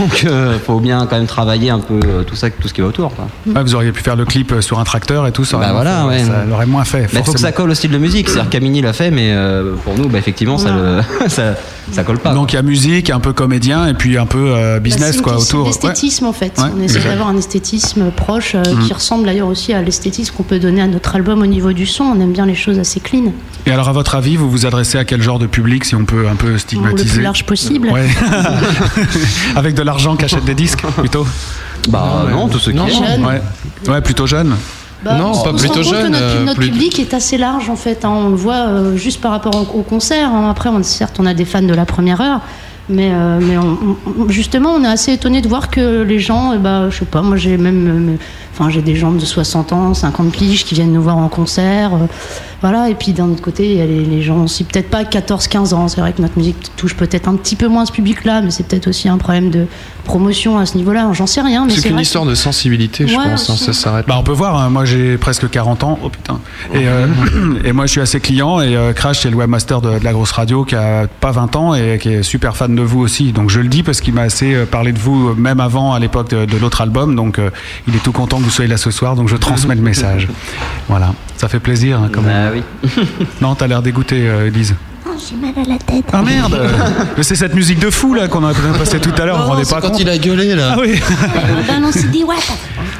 Speaker 12: Donc euh, faut bien quand même travailler un peu euh, tout ça, tout ce qui va autour. Quoi.
Speaker 2: Ouais, vous auriez pu faire le clip euh, sur un tracteur et tout, ça aurait,
Speaker 12: Mm. Bah
Speaker 2: moins
Speaker 12: voilà,
Speaker 2: fait,
Speaker 12: ouais.
Speaker 2: ça l'aurait moins fait.
Speaker 12: Mais faut que
Speaker 2: forcément.
Speaker 12: ça colle au style de musique. C'est-à-dire Camini l'a fait, mais euh, pour nous, bah, effectivement, ça, le- (laughs) ça, ça colle pas.
Speaker 2: Donc il y a musique, un peu comédien et puis un peu euh, business
Speaker 5: Bah,
Speaker 2: quoi
Speaker 5: c'est une question
Speaker 2: autour.
Speaker 5: d'esthétisme en fait.
Speaker 2: Ouais,
Speaker 5: on essaie
Speaker 2: exact.
Speaker 5: d'avoir un esthétisme proche euh,
Speaker 2: Mhm.
Speaker 5: qui ressemble d'ailleurs aussi à l'esthétisme qu'on peut donner à notre album au niveau du son. On aime bien les choses assez clean.
Speaker 2: Et alors, à votre avis, vous vous adressez à quel genre de public, si on peut un peu stigmatiser
Speaker 5: Le plus large possible.
Speaker 2: Ouais. (laughs) Avec de l'argent qu'achètent des disques, plutôt
Speaker 12: Bah non, tout ce qui
Speaker 5: Non, est. jeune.
Speaker 2: Ouais. Ouais, plutôt jeune.
Speaker 5: Bah, on se- on se rend compte que notre,
Speaker 7: euh,
Speaker 5: notre public est assez large en fait. hein. On le voit euh, juste par rapport au, au concert. hein. Après, on, certes, on a des fans de la première heure. Mais, euh, mais on- on- justement, on est assez étonné de voir que les gens, eh ben, je sais pas, moi j'ai même, euh, mais- enfin j'ai des gens de 60 ans, 50 piges qui viennent nous voir en concert, euh, voilà. Et puis d'un autre côté, il y a les, les gens aussi peut-être pas 14-15 ans. C'est vrai que notre musique touche peut-être un petit peu moins ce public-là, mais c'est peut-être aussi un problème de promotion à ce niveau-là. J'en sais rien, mais
Speaker 7: C'est
Speaker 5: c'est
Speaker 7: qu'une
Speaker 5: vrai
Speaker 7: histoire de sensibilité, je
Speaker 5: Ouais,
Speaker 7: pense. hein,
Speaker 5: aussi.
Speaker 7: ça s'arrête.
Speaker 2: Bah, on peut voir, hein, moi j'ai presque 40 ans, oh putain. Et, euh,
Speaker 12: Mhm.
Speaker 2: et moi je suis assez client, et euh, Crash c'est le webmaster de, de la grosse radio qui a pas 20 ans et qui est super fan de vous aussi. Donc je le dis parce qu'il m'a assez euh, parlé de vous euh, même avant à l'époque de, de l'autre album. Donc euh, il est tout content que vous soyez là ce soir, donc je transmets
Speaker 12: (laughs)
Speaker 2: le message. Voilà, ça fait plaisir hein, quand même.
Speaker 12: Bah, oui.
Speaker 2: non, t'as l'air dégoûté, euh, Elise.
Speaker 13: Oh, J'ai mal à la tête.
Speaker 2: Ah merde Mais c'est cette musique de fou là qu'on a passé tout à l'heure, vous vous rendez
Speaker 11: Oh, c'est
Speaker 2: pas
Speaker 11: quand
Speaker 2: compte
Speaker 11: il a gueulé là.
Speaker 2: Ah oui
Speaker 13: Ben non, c'est dit, ouais.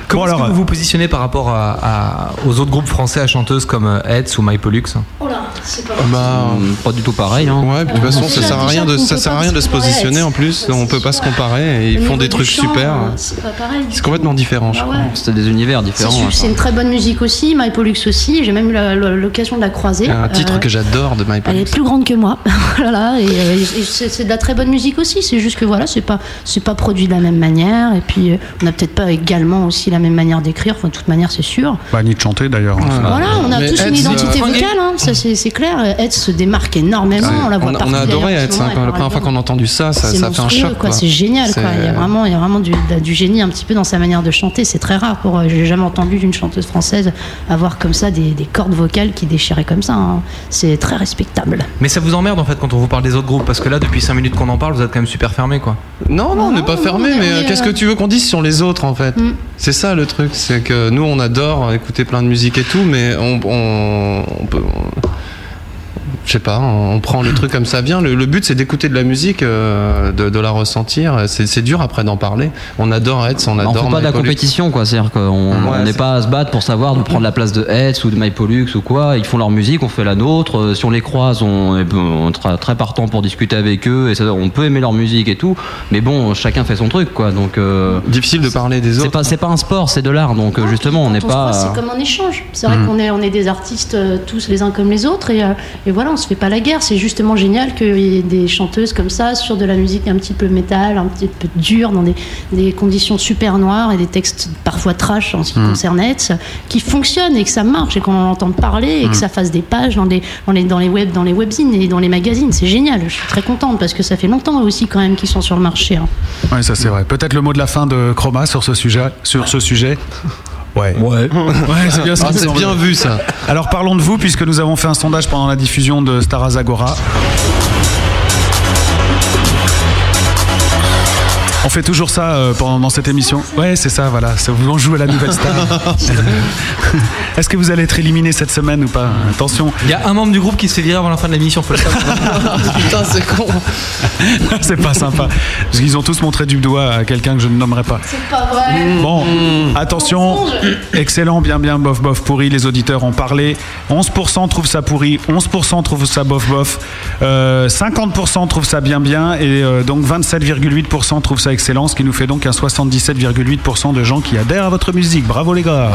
Speaker 3: Comment est-ce que vous vous positionnez par rapport à- à- aux autres groupes français à chanteuses comme euh, Heads ou My Pollux
Speaker 13: Oh là, c'est pas
Speaker 7: Bah,
Speaker 12: pas du tout pareil. hein.
Speaker 7: Ouais, puis de toute façon, ça sert à rien de, ça sert à rien de se positionner en plus. On peut pas se comparer et ils font des trucs super.
Speaker 5: hein.
Speaker 7: hein.
Speaker 5: C'est pas pareil.
Speaker 7: C'est complètement différent, je
Speaker 5: Ah ouais.
Speaker 7: crois.
Speaker 12: C'est des univers hein,
Speaker 5: C'est su- C'est une très bonne musique aussi, My Pollux aussi. J'ai même eu la- la- l'occasion de la croiser.
Speaker 7: Un titre
Speaker 5: Euh,
Speaker 7: que j'adore de My
Speaker 5: Elle est
Speaker 7: Police.
Speaker 5: plus grande que moi, (laughs) voilà, et, euh, et c'est c'est de la très bonne musique aussi. C'est juste que voilà, c'est pas c'est pas produit de la même manière, et puis euh, on n'a peut-être pas également aussi la même manière d'écrire. Enfin, de toute manière, c'est sûr.
Speaker 2: Bah, ni de chanter d'ailleurs.
Speaker 5: Voilà, on a
Speaker 7: Ah, Mais
Speaker 5: tous une
Speaker 7: Eds,
Speaker 5: identité
Speaker 7: euh,
Speaker 5: vocale, hein, ça c'est c'est clair. Ed se démarque énormément, on la voit
Speaker 7: on, a-
Speaker 5: partout.
Speaker 7: on a adoré
Speaker 5: d'ailleurs, en
Speaker 7: être
Speaker 5: ce moment, elle
Speaker 7: sympa. La
Speaker 5: parle
Speaker 7: première fois qu'on a entendu ça, ça,
Speaker 5: c'est
Speaker 7: ça fait un
Speaker 5: monstrueux,
Speaker 7: choc. euh,
Speaker 5: quoi. C'est génial, quoi. Il y a vraiment, il y a vraiment du, de- du génie un petit peu dans sa manière de chanter. C'est très rare. Pour, euh, j'ai jamais entendu d'une chanteuse française avoir comme ça des, des cordes vocales qui déchiraient comme ça. hein. C'est très respectable.
Speaker 3: Mais ça vous emmerde en fait quand on vous parle des autres groupes parce que là depuis 5 minutes qu'on en parle vous êtes quand même super fermé quoi.
Speaker 7: Non, non, on n'est pas fermé, mais euh, qu'est-ce que tu veux qu'on dise sur les autres en fait
Speaker 5: Mm.
Speaker 7: C'est ça le truc, c'est que nous on adore écouter plein de musique et tout, mais on. on, on peut- on- je sais pas, on on prend le truc comme ça vient. Le, le but c'est d'écouter de la musique, euh, de, de la ressentir. C'est c'est dur après d'en parler. On adore être, on
Speaker 12: Bah, on
Speaker 7: adore.
Speaker 12: fait pas de la
Speaker 7: Michael Luke.
Speaker 12: compétition, quoi. C'est-à-dire qu'on
Speaker 7: Ouais,
Speaker 12: on n'est
Speaker 7: c'est-
Speaker 12: pas à se battre pour savoir de prendre la place de Hetz ou de MyPolux ou quoi. Ils font leur musique, on fait la nôtre. Euh, Si on les croise, on est on est très- très partant pour discuter avec eux. Et ça, on peut aimer leur musique et tout. Mais bon, chacun fait son truc, quoi. Donc
Speaker 7: difficile de parler des
Speaker 12: autres. C'est pas, c'est pas un sport, c'est de l'art. Donc euh, justement, on n'est
Speaker 5: Ah, Quand on se
Speaker 12: pas.
Speaker 5: croise, c'est comme un échange. C'est vrai
Speaker 12: Mhm.
Speaker 5: qu'on est, on est des artistes euh, tous les uns comme les autres et, euh, et voilà, on se fait pas la guerre. C'est justement génial qu'il y ait des chanteuses comme ça sur de la musique un petit peu métal, un petit peu dure, dans des, des conditions super noires et des textes parfois trash en ce qui
Speaker 13: Mhm.
Speaker 5: concerne Hetz, qui fonctionnent et que ça marche et qu'on en entende parler et
Speaker 13: Mhm.
Speaker 5: que ça fasse des pages dans les, dans les, dans les web, dans les webzines et dans les magazines. C'est génial. Je suis très contente parce que ça fait longtemps aussi quand même qu'ils sont sur le marché. hein.
Speaker 2: Ouais, ça c'est vrai. Peut-être le mot de la fin de Chroma sur ce sujet. Sur ce sujet. Ouais. Ouais. c'est bien, ce
Speaker 7: Ah,
Speaker 2: qu'ils
Speaker 7: c'est
Speaker 2: ont
Speaker 7: bien
Speaker 2: envie.
Speaker 7: vu, ça.
Speaker 2: (laughs) Alors parlons de vous puisque nous avons fait un sondage pendant la diffusion de Star Azagora. On fait toujours ça euh, pendant dans cette émission. Ouais, c'est ça, voilà. Ça vous en joue à la nouvelle star. Est-ce que vous allez être éliminé cette semaine ou pas Attention.
Speaker 3: Il y a un membre du groupe qui se fait virer avant la fin de l'émission, faut le
Speaker 5: (laughs)
Speaker 3: savoir.
Speaker 7: Putain, c'est con.
Speaker 2: (laughs) c'est pas sympa. Parce qu'ils ont tous montré du doigt à quelqu'un que je ne nommerai pas. Mm.
Speaker 5: Pas vrai.
Speaker 2: Bon, attention, (clears throat) excellent, bien, bien, bof, bof, pourri, les auditeurs ont parlé. 11% trouvent ça pourri, 11% trouvent ça bof, bof, Euh, 50% trouvent ça bien, bien, et euh, donc 27,8% trouvent ça excellent, ce qui nous fait donc un 77,8% de gens qui adhèrent à votre musique. Bravo les gars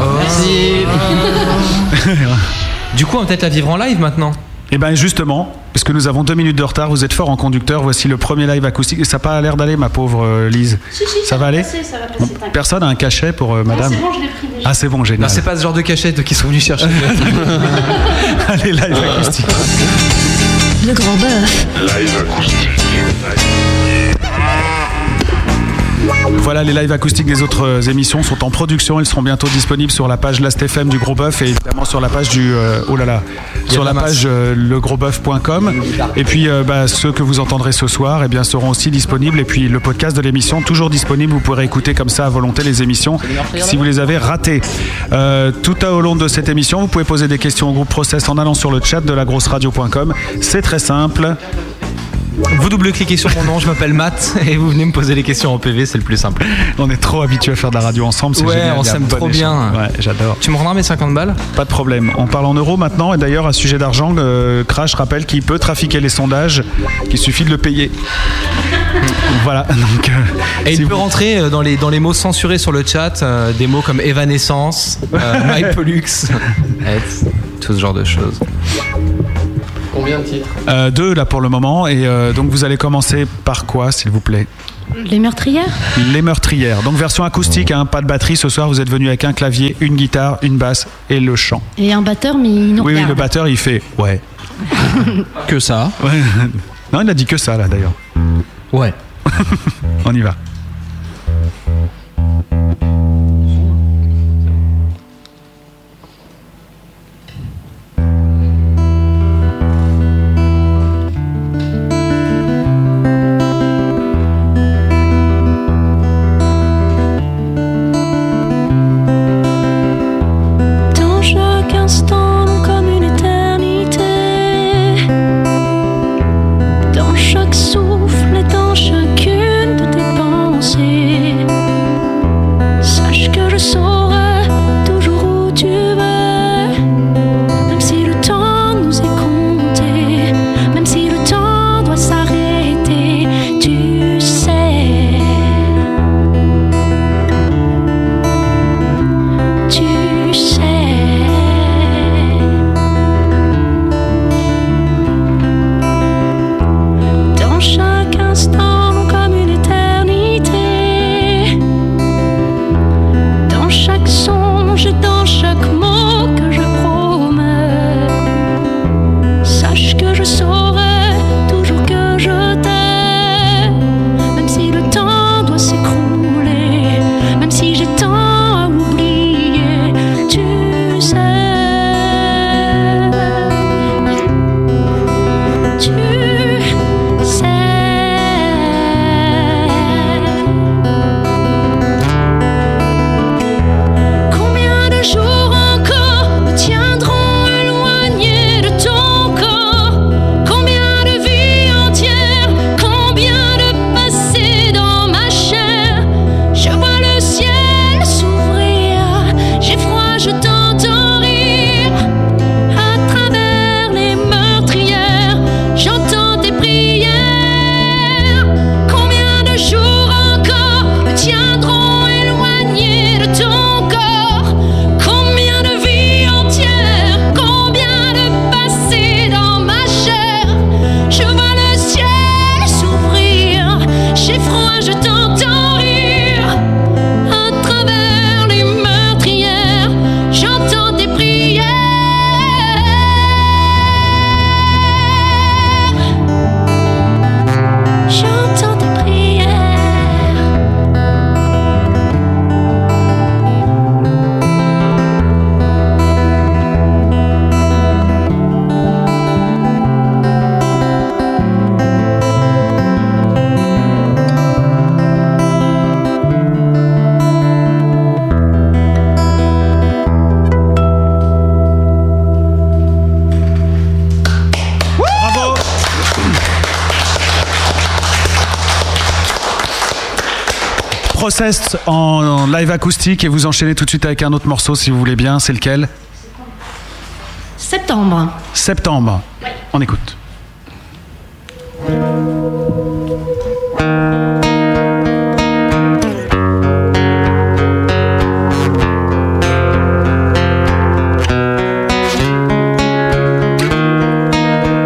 Speaker 3: (laughs) Du coup, on va peut-être la vivre en live maintenant
Speaker 2: Eh bien justement, parce que nous avons deux minutes de retard, vous êtes fort en conducteur, voici le premier live acoustique, et ça n'a pas l'air d'aller ma pauvre euh, Lise. ça va aller
Speaker 5: ça va
Speaker 2: Bon, Personne a un cachet pour euh, madame
Speaker 5: Ah, c'est bon, je l'ai pris déjà.
Speaker 2: Ah c'est bon, génial.
Speaker 3: Non, c'est pas ce genre de cachette qui sont venus chercher.
Speaker 2: (laughs) Allez, live acoustique.
Speaker 1: Le grand bœuf.
Speaker 2: Voilà, les lives acoustiques des autres euh, émissions sont en production. Ils seront bientôt disponibles sur la page Last FM du Gros Bœuf et évidemment sur la page du euh, oh là là,
Speaker 3: y a
Speaker 2: sur
Speaker 3: de
Speaker 2: la
Speaker 3: la masse.
Speaker 2: page euh, legrosboeuf.com. Et puis euh, bah, ceux que vous entendrez ce soir, eh bien seront aussi disponibles. Et puis le podcast de l'émission toujours disponible. Vous pourrez écouter comme ça à volonté les émissions si vous les avez ratées. Euh, tout à- au long de cette émission, vous pouvez poser des questions au groupe Process en allant sur le chat de lagrosseradio.com. C'est très simple.
Speaker 3: Vous double-cliquez sur mon nom, je m'appelle Matt, et vous venez me poser les questions en PV, c'est le plus simple.
Speaker 2: On est trop habitués à faire de la radio ensemble, c'est
Speaker 3: Ouais,
Speaker 2: génial,
Speaker 3: on
Speaker 2: il y a
Speaker 3: s'aime
Speaker 2: un bon
Speaker 3: trop
Speaker 2: échange.
Speaker 3: bien.
Speaker 2: Ouais, j'adore.
Speaker 3: Tu me rendras mes 50 balles
Speaker 2: Pas de problème. On parle en euros maintenant. Et d'ailleurs, à ce sujet d'argent, le Crash rappelle qu'il peut trafiquer les sondages, qu'il suffit de le
Speaker 3: (laughs)
Speaker 2: payer. voilà. Donc, euh,
Speaker 3: Et il peut rentrer euh, dans les, dans les mots censurés sur le chat, euh, des mots comme évanescence, euh,
Speaker 14: (laughs)
Speaker 3: My Pollux, Hetz, tout ce genre de choses.
Speaker 7: Combien de titres
Speaker 2: euh, deux là pour le moment. Et euh, donc, vous allez commencer par quoi, s'il vous plaît
Speaker 5: Les meurtrières
Speaker 2: Les meurtrières. Donc, version acoustique, hein, pas de batterie. Ce soir, vous êtes venu avec un clavier, une guitare, une basse et le chant.
Speaker 5: et un batteur, mais il nous
Speaker 2: Oui, oui,
Speaker 5: regarde.
Speaker 2: le batteur, il fait ouais.
Speaker 3: que ça.
Speaker 2: Ouais. Non, il a dit que ça là d'ailleurs.
Speaker 3: Ouais.
Speaker 2: On y va.
Speaker 15: Dans chaque instant, comme une éternité,
Speaker 2: Process en, en live acoustique et vous enchaînez tout de suite avec un autre morceau si vous voulez bien. C'est lequel
Speaker 16: Septembre.
Speaker 2: Septembre. On écoute.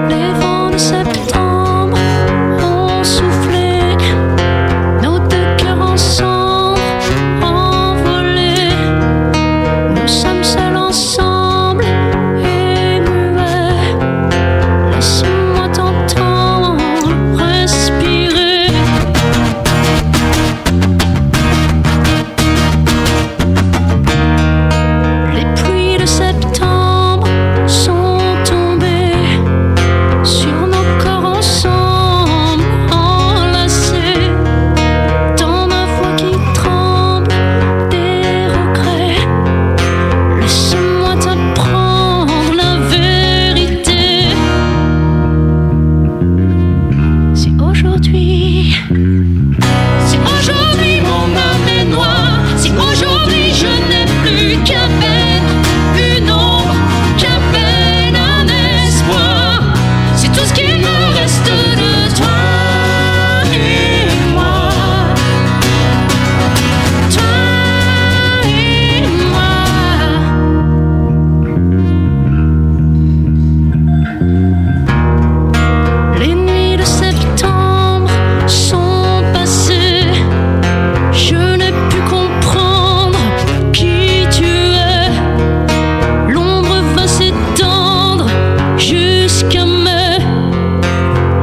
Speaker 5: Les vents de septembre ont soufflé, nos deux cœurs ensemble envolés. Nous sommes seuls ensemble et muets. Laisse-moi t'entendre respirer. Les pluies de septembre sont tombées. Sur nos corps ensemble, enlacés, dans ma voix qui tremble, des regrets. Laisse-moi t'apprendre la vérité. C'est aujourd'hui, c'est aujourd'hui mon âme est noire. C'est aujourd'hui je n'ai plus qu'à peine une ombre, qu'à peine un espoir. C'est tout ce qu'il me reste de toi et moi. Toi et moi. Les nuits de septembre sont passées. Je n'ai pu comprendre qui tu es. L'ombre va s'étendre jusqu'à mai.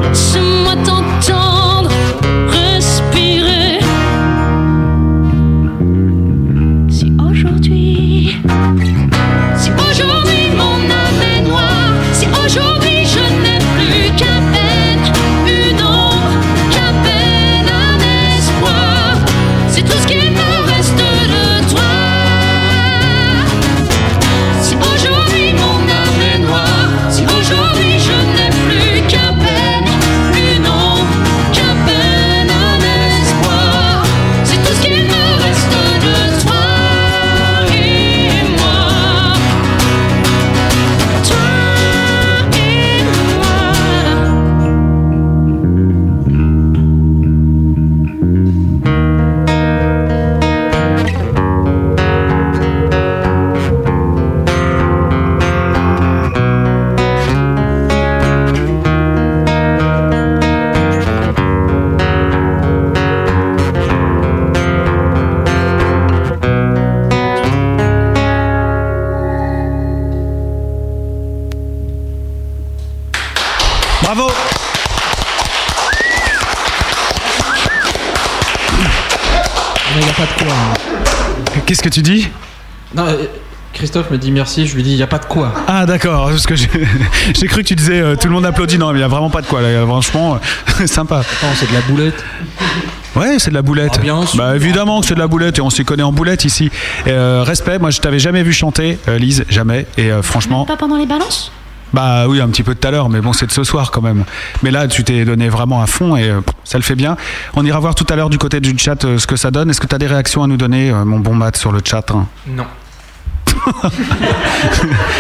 Speaker 5: Laisse-moi t'entendre respirer. C'est aujourd'hui. C'est aujourd'hui mon âme est noire. C'est aujourd'hui je n'ai plus qu'à peine une ombre, qu'à peine un espoir. C'est tout ce qu'il me reste de toi. C'est aujourd'hui mon âme est noire. C'est aujourd'hui je n'ai plus qu'à peine une ombre, qu'à peine un espoir. C'est tout ce qu'il me reste de toi et moi. Toi et moi.
Speaker 2: Bravo
Speaker 14: Il n'y a pas de quoi. hein.
Speaker 2: Qu'est-ce que tu dis
Speaker 14: Non, euh, Christophe me dit merci, je lui dis il n'y a pas de quoi.
Speaker 2: Ah d'accord, parce que j'ai (laughs) j'ai cru que tu disais euh, tout le monde applaudit. Non, mais il n'y a vraiment pas de quoi là, franchement, euh, (laughs) sympa.
Speaker 14: c'est de la boulette.
Speaker 2: Ouais, c'est de la boulette. Bah évidemment que c'est de la boulette et on s'y connaît en boulette ici. Et, euh, respect, moi je t'avais jamais vu chanter, euh, Lise, jamais. Et euh, franchement,
Speaker 16: Pas pendant les balances
Speaker 2: bah oui, un petit peu tout à l'heure, mais bon, c'est de ce soir quand même. Mais là, tu t'es donné vraiment à fond et euh, ça le fait bien. On ira voir tout à l'heure du côté du chat euh, ce que ça donne. Est-ce que tu as des réactions à nous donner, euh, mon bon Matt, sur le chat hein
Speaker 14: Non.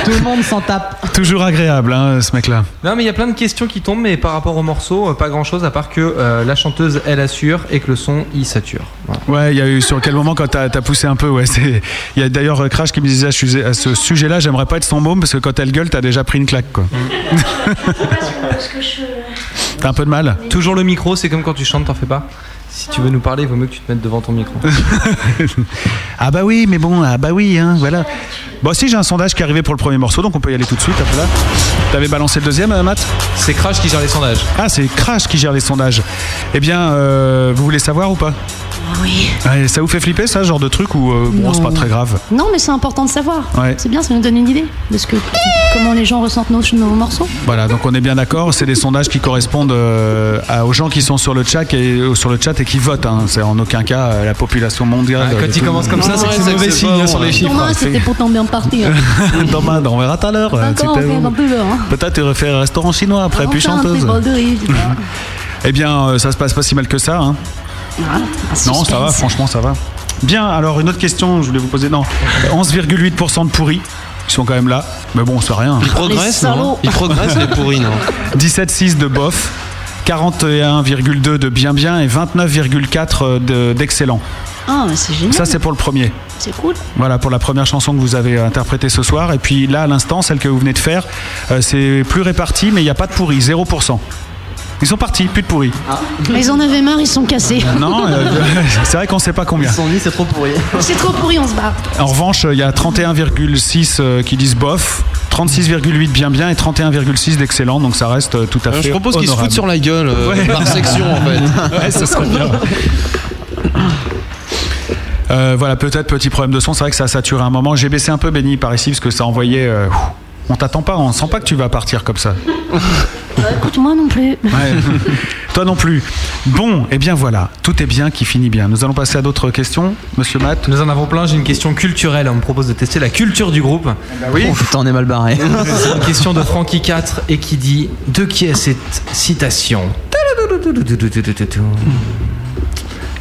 Speaker 2: Tout le monde s'en tape. Toujours agréable, hein, ce mec-là.
Speaker 3: Non, mais il y a plein de questions qui tombent, mais par rapport au morceau, euh, pas grand chose à part que euh, la chanteuse elle assure et que le son il sature.
Speaker 2: Ouais, il y a eu sur quel moment quand t'as as poussé un peu, ouais. c'est- Il y a d'ailleurs euh, Crash qui me disait à ce- à ce sujet-là, j'aimerais pas être son môme parce que quand elle gueule, t'as déjà pris une claque, quoi. T'as un peu de mal
Speaker 3: Toujours le micro, c'est comme quand tu chantes, t'en fais pas. Si tu veux nous parler, il vaut mieux que tu te mettes devant ton micro.
Speaker 2: ah bah oui, mais bon, ah bah oui, hein, voilà. Bon, si j'ai un sondage qui est arrivé pour le premier morceau, donc on peut y aller tout de suite après là. T'avais balancé le deuxième, euh, Matt
Speaker 3: (laughs) C'est Crash qui gère les sondages.
Speaker 2: Ah, c'est Crash qui gère les sondages. Eh bien, euh, vous voulez savoir ou pas
Speaker 16: Oui.
Speaker 2: ça vous fait flipper ça, genre de truc ou euh, bon, c'est
Speaker 16: Non.
Speaker 2: pas très grave
Speaker 16: Non, mais c'est important de savoir.
Speaker 2: Ouais.
Speaker 16: C'est bien, ça nous donne une idée de ce que, comment les gens ressentent nos, nos morceaux.
Speaker 2: Voilà, donc on est bien d'accord, c'est des sondages qui correspondent euh, à- aux gens qui sont sur le chat et, sur le chat et qui votent. hein. C'est en aucun cas euh, la population mondiale.
Speaker 3: Ah,
Speaker 2: de
Speaker 3: quand ils
Speaker 2: tout-
Speaker 3: commencent comme ça, c'est que c'est mauvais signe, hein, sur les
Speaker 16: Pour moi, c'était pour tomber en partie.
Speaker 2: (laughs)
Speaker 16: hein.
Speaker 2: Demain, on verra tout à l'heure. euh,
Speaker 16: Encore,
Speaker 2: si
Speaker 16: on
Speaker 2: t'as-
Speaker 16: fait un peu l'heure. hein. Ah,
Speaker 2: Peut-être tu refais un restaurant chinois après, puis
Speaker 16: Enfin, un
Speaker 2: chanteuse.
Speaker 16: peu bordelais, tu vois.
Speaker 2: Eh bien, euh, ça se passe pas si mal que ça. hein.
Speaker 5: Voilà, un
Speaker 2: (laughs) Non, ça va,
Speaker 5: suspense.
Speaker 2: franchement, ça va. Bien, alors une autre question, je voulais vous poser. Non, 11,8% de pourris qui sont quand même là. Mais bon, c'est rien. Ils
Speaker 7: progressent, Les non salauds. Ils progressent, hein. les
Speaker 2: (laughs)
Speaker 7: pourris, non
Speaker 2: 17,6 de bof, 41,2 de bien bien et 29,4 euh, de- d'excellent.
Speaker 5: Ah, mais c'est génial.
Speaker 2: Ça, c'est pour le premier.
Speaker 5: C'est cool.
Speaker 2: Voilà pour la première chanson que vous avez euh, interprétée ce soir. Et puis là, à l'instant, celle que vous venez de faire, euh, c'est plus réparti, mais il n'y a pas de pourri, 0%. Ils sont partis, plus de pourri.
Speaker 5: Mais ils en avaient marre, ils sont cassés.
Speaker 2: Non, euh, (laughs) c'est vrai qu'on ne sait pas combien.
Speaker 12: c'est trop pourri.
Speaker 5: (laughs) C'est trop pourri, on se barre.
Speaker 2: En revanche, il y a 31,6 euh, qui disent bof, 36,8 bien bien et 31,6 d'excellent, donc ça reste euh, tout à
Speaker 7: Euh,
Speaker 2: fait.
Speaker 7: je propose qu'ils se
Speaker 2: honorable.
Speaker 7: foutent sur la gueule euh,
Speaker 2: Ouais.
Speaker 7: par section en fait.
Speaker 2: (laughs) Ouais, ça serait bien. Euh, voilà, peut-être petit problème de son, c'est vrai que ça a saturé un moment. J'ai baissé un peu Benny par ici parce que ça envoyait. euh, ouf. on t'attend pas, on sent pas que tu vas partir comme ça.
Speaker 5: Bah, écoute, moi non plus.
Speaker 7: (laughs)
Speaker 2: Ouais. Toi non plus. Bon, et bien voilà, tout est bien qui finit bien. Nous allons passer à d'autres questions, monsieur Matt.
Speaker 3: Nous en avons plein, j'ai une question culturelle. On me propose de tester la culture du groupe.
Speaker 2: oui.
Speaker 3: t'en es mal
Speaker 7: (laughs)
Speaker 3: barré. C'est une question de Francky 4 et qui dit De qui est cette citation (laughs)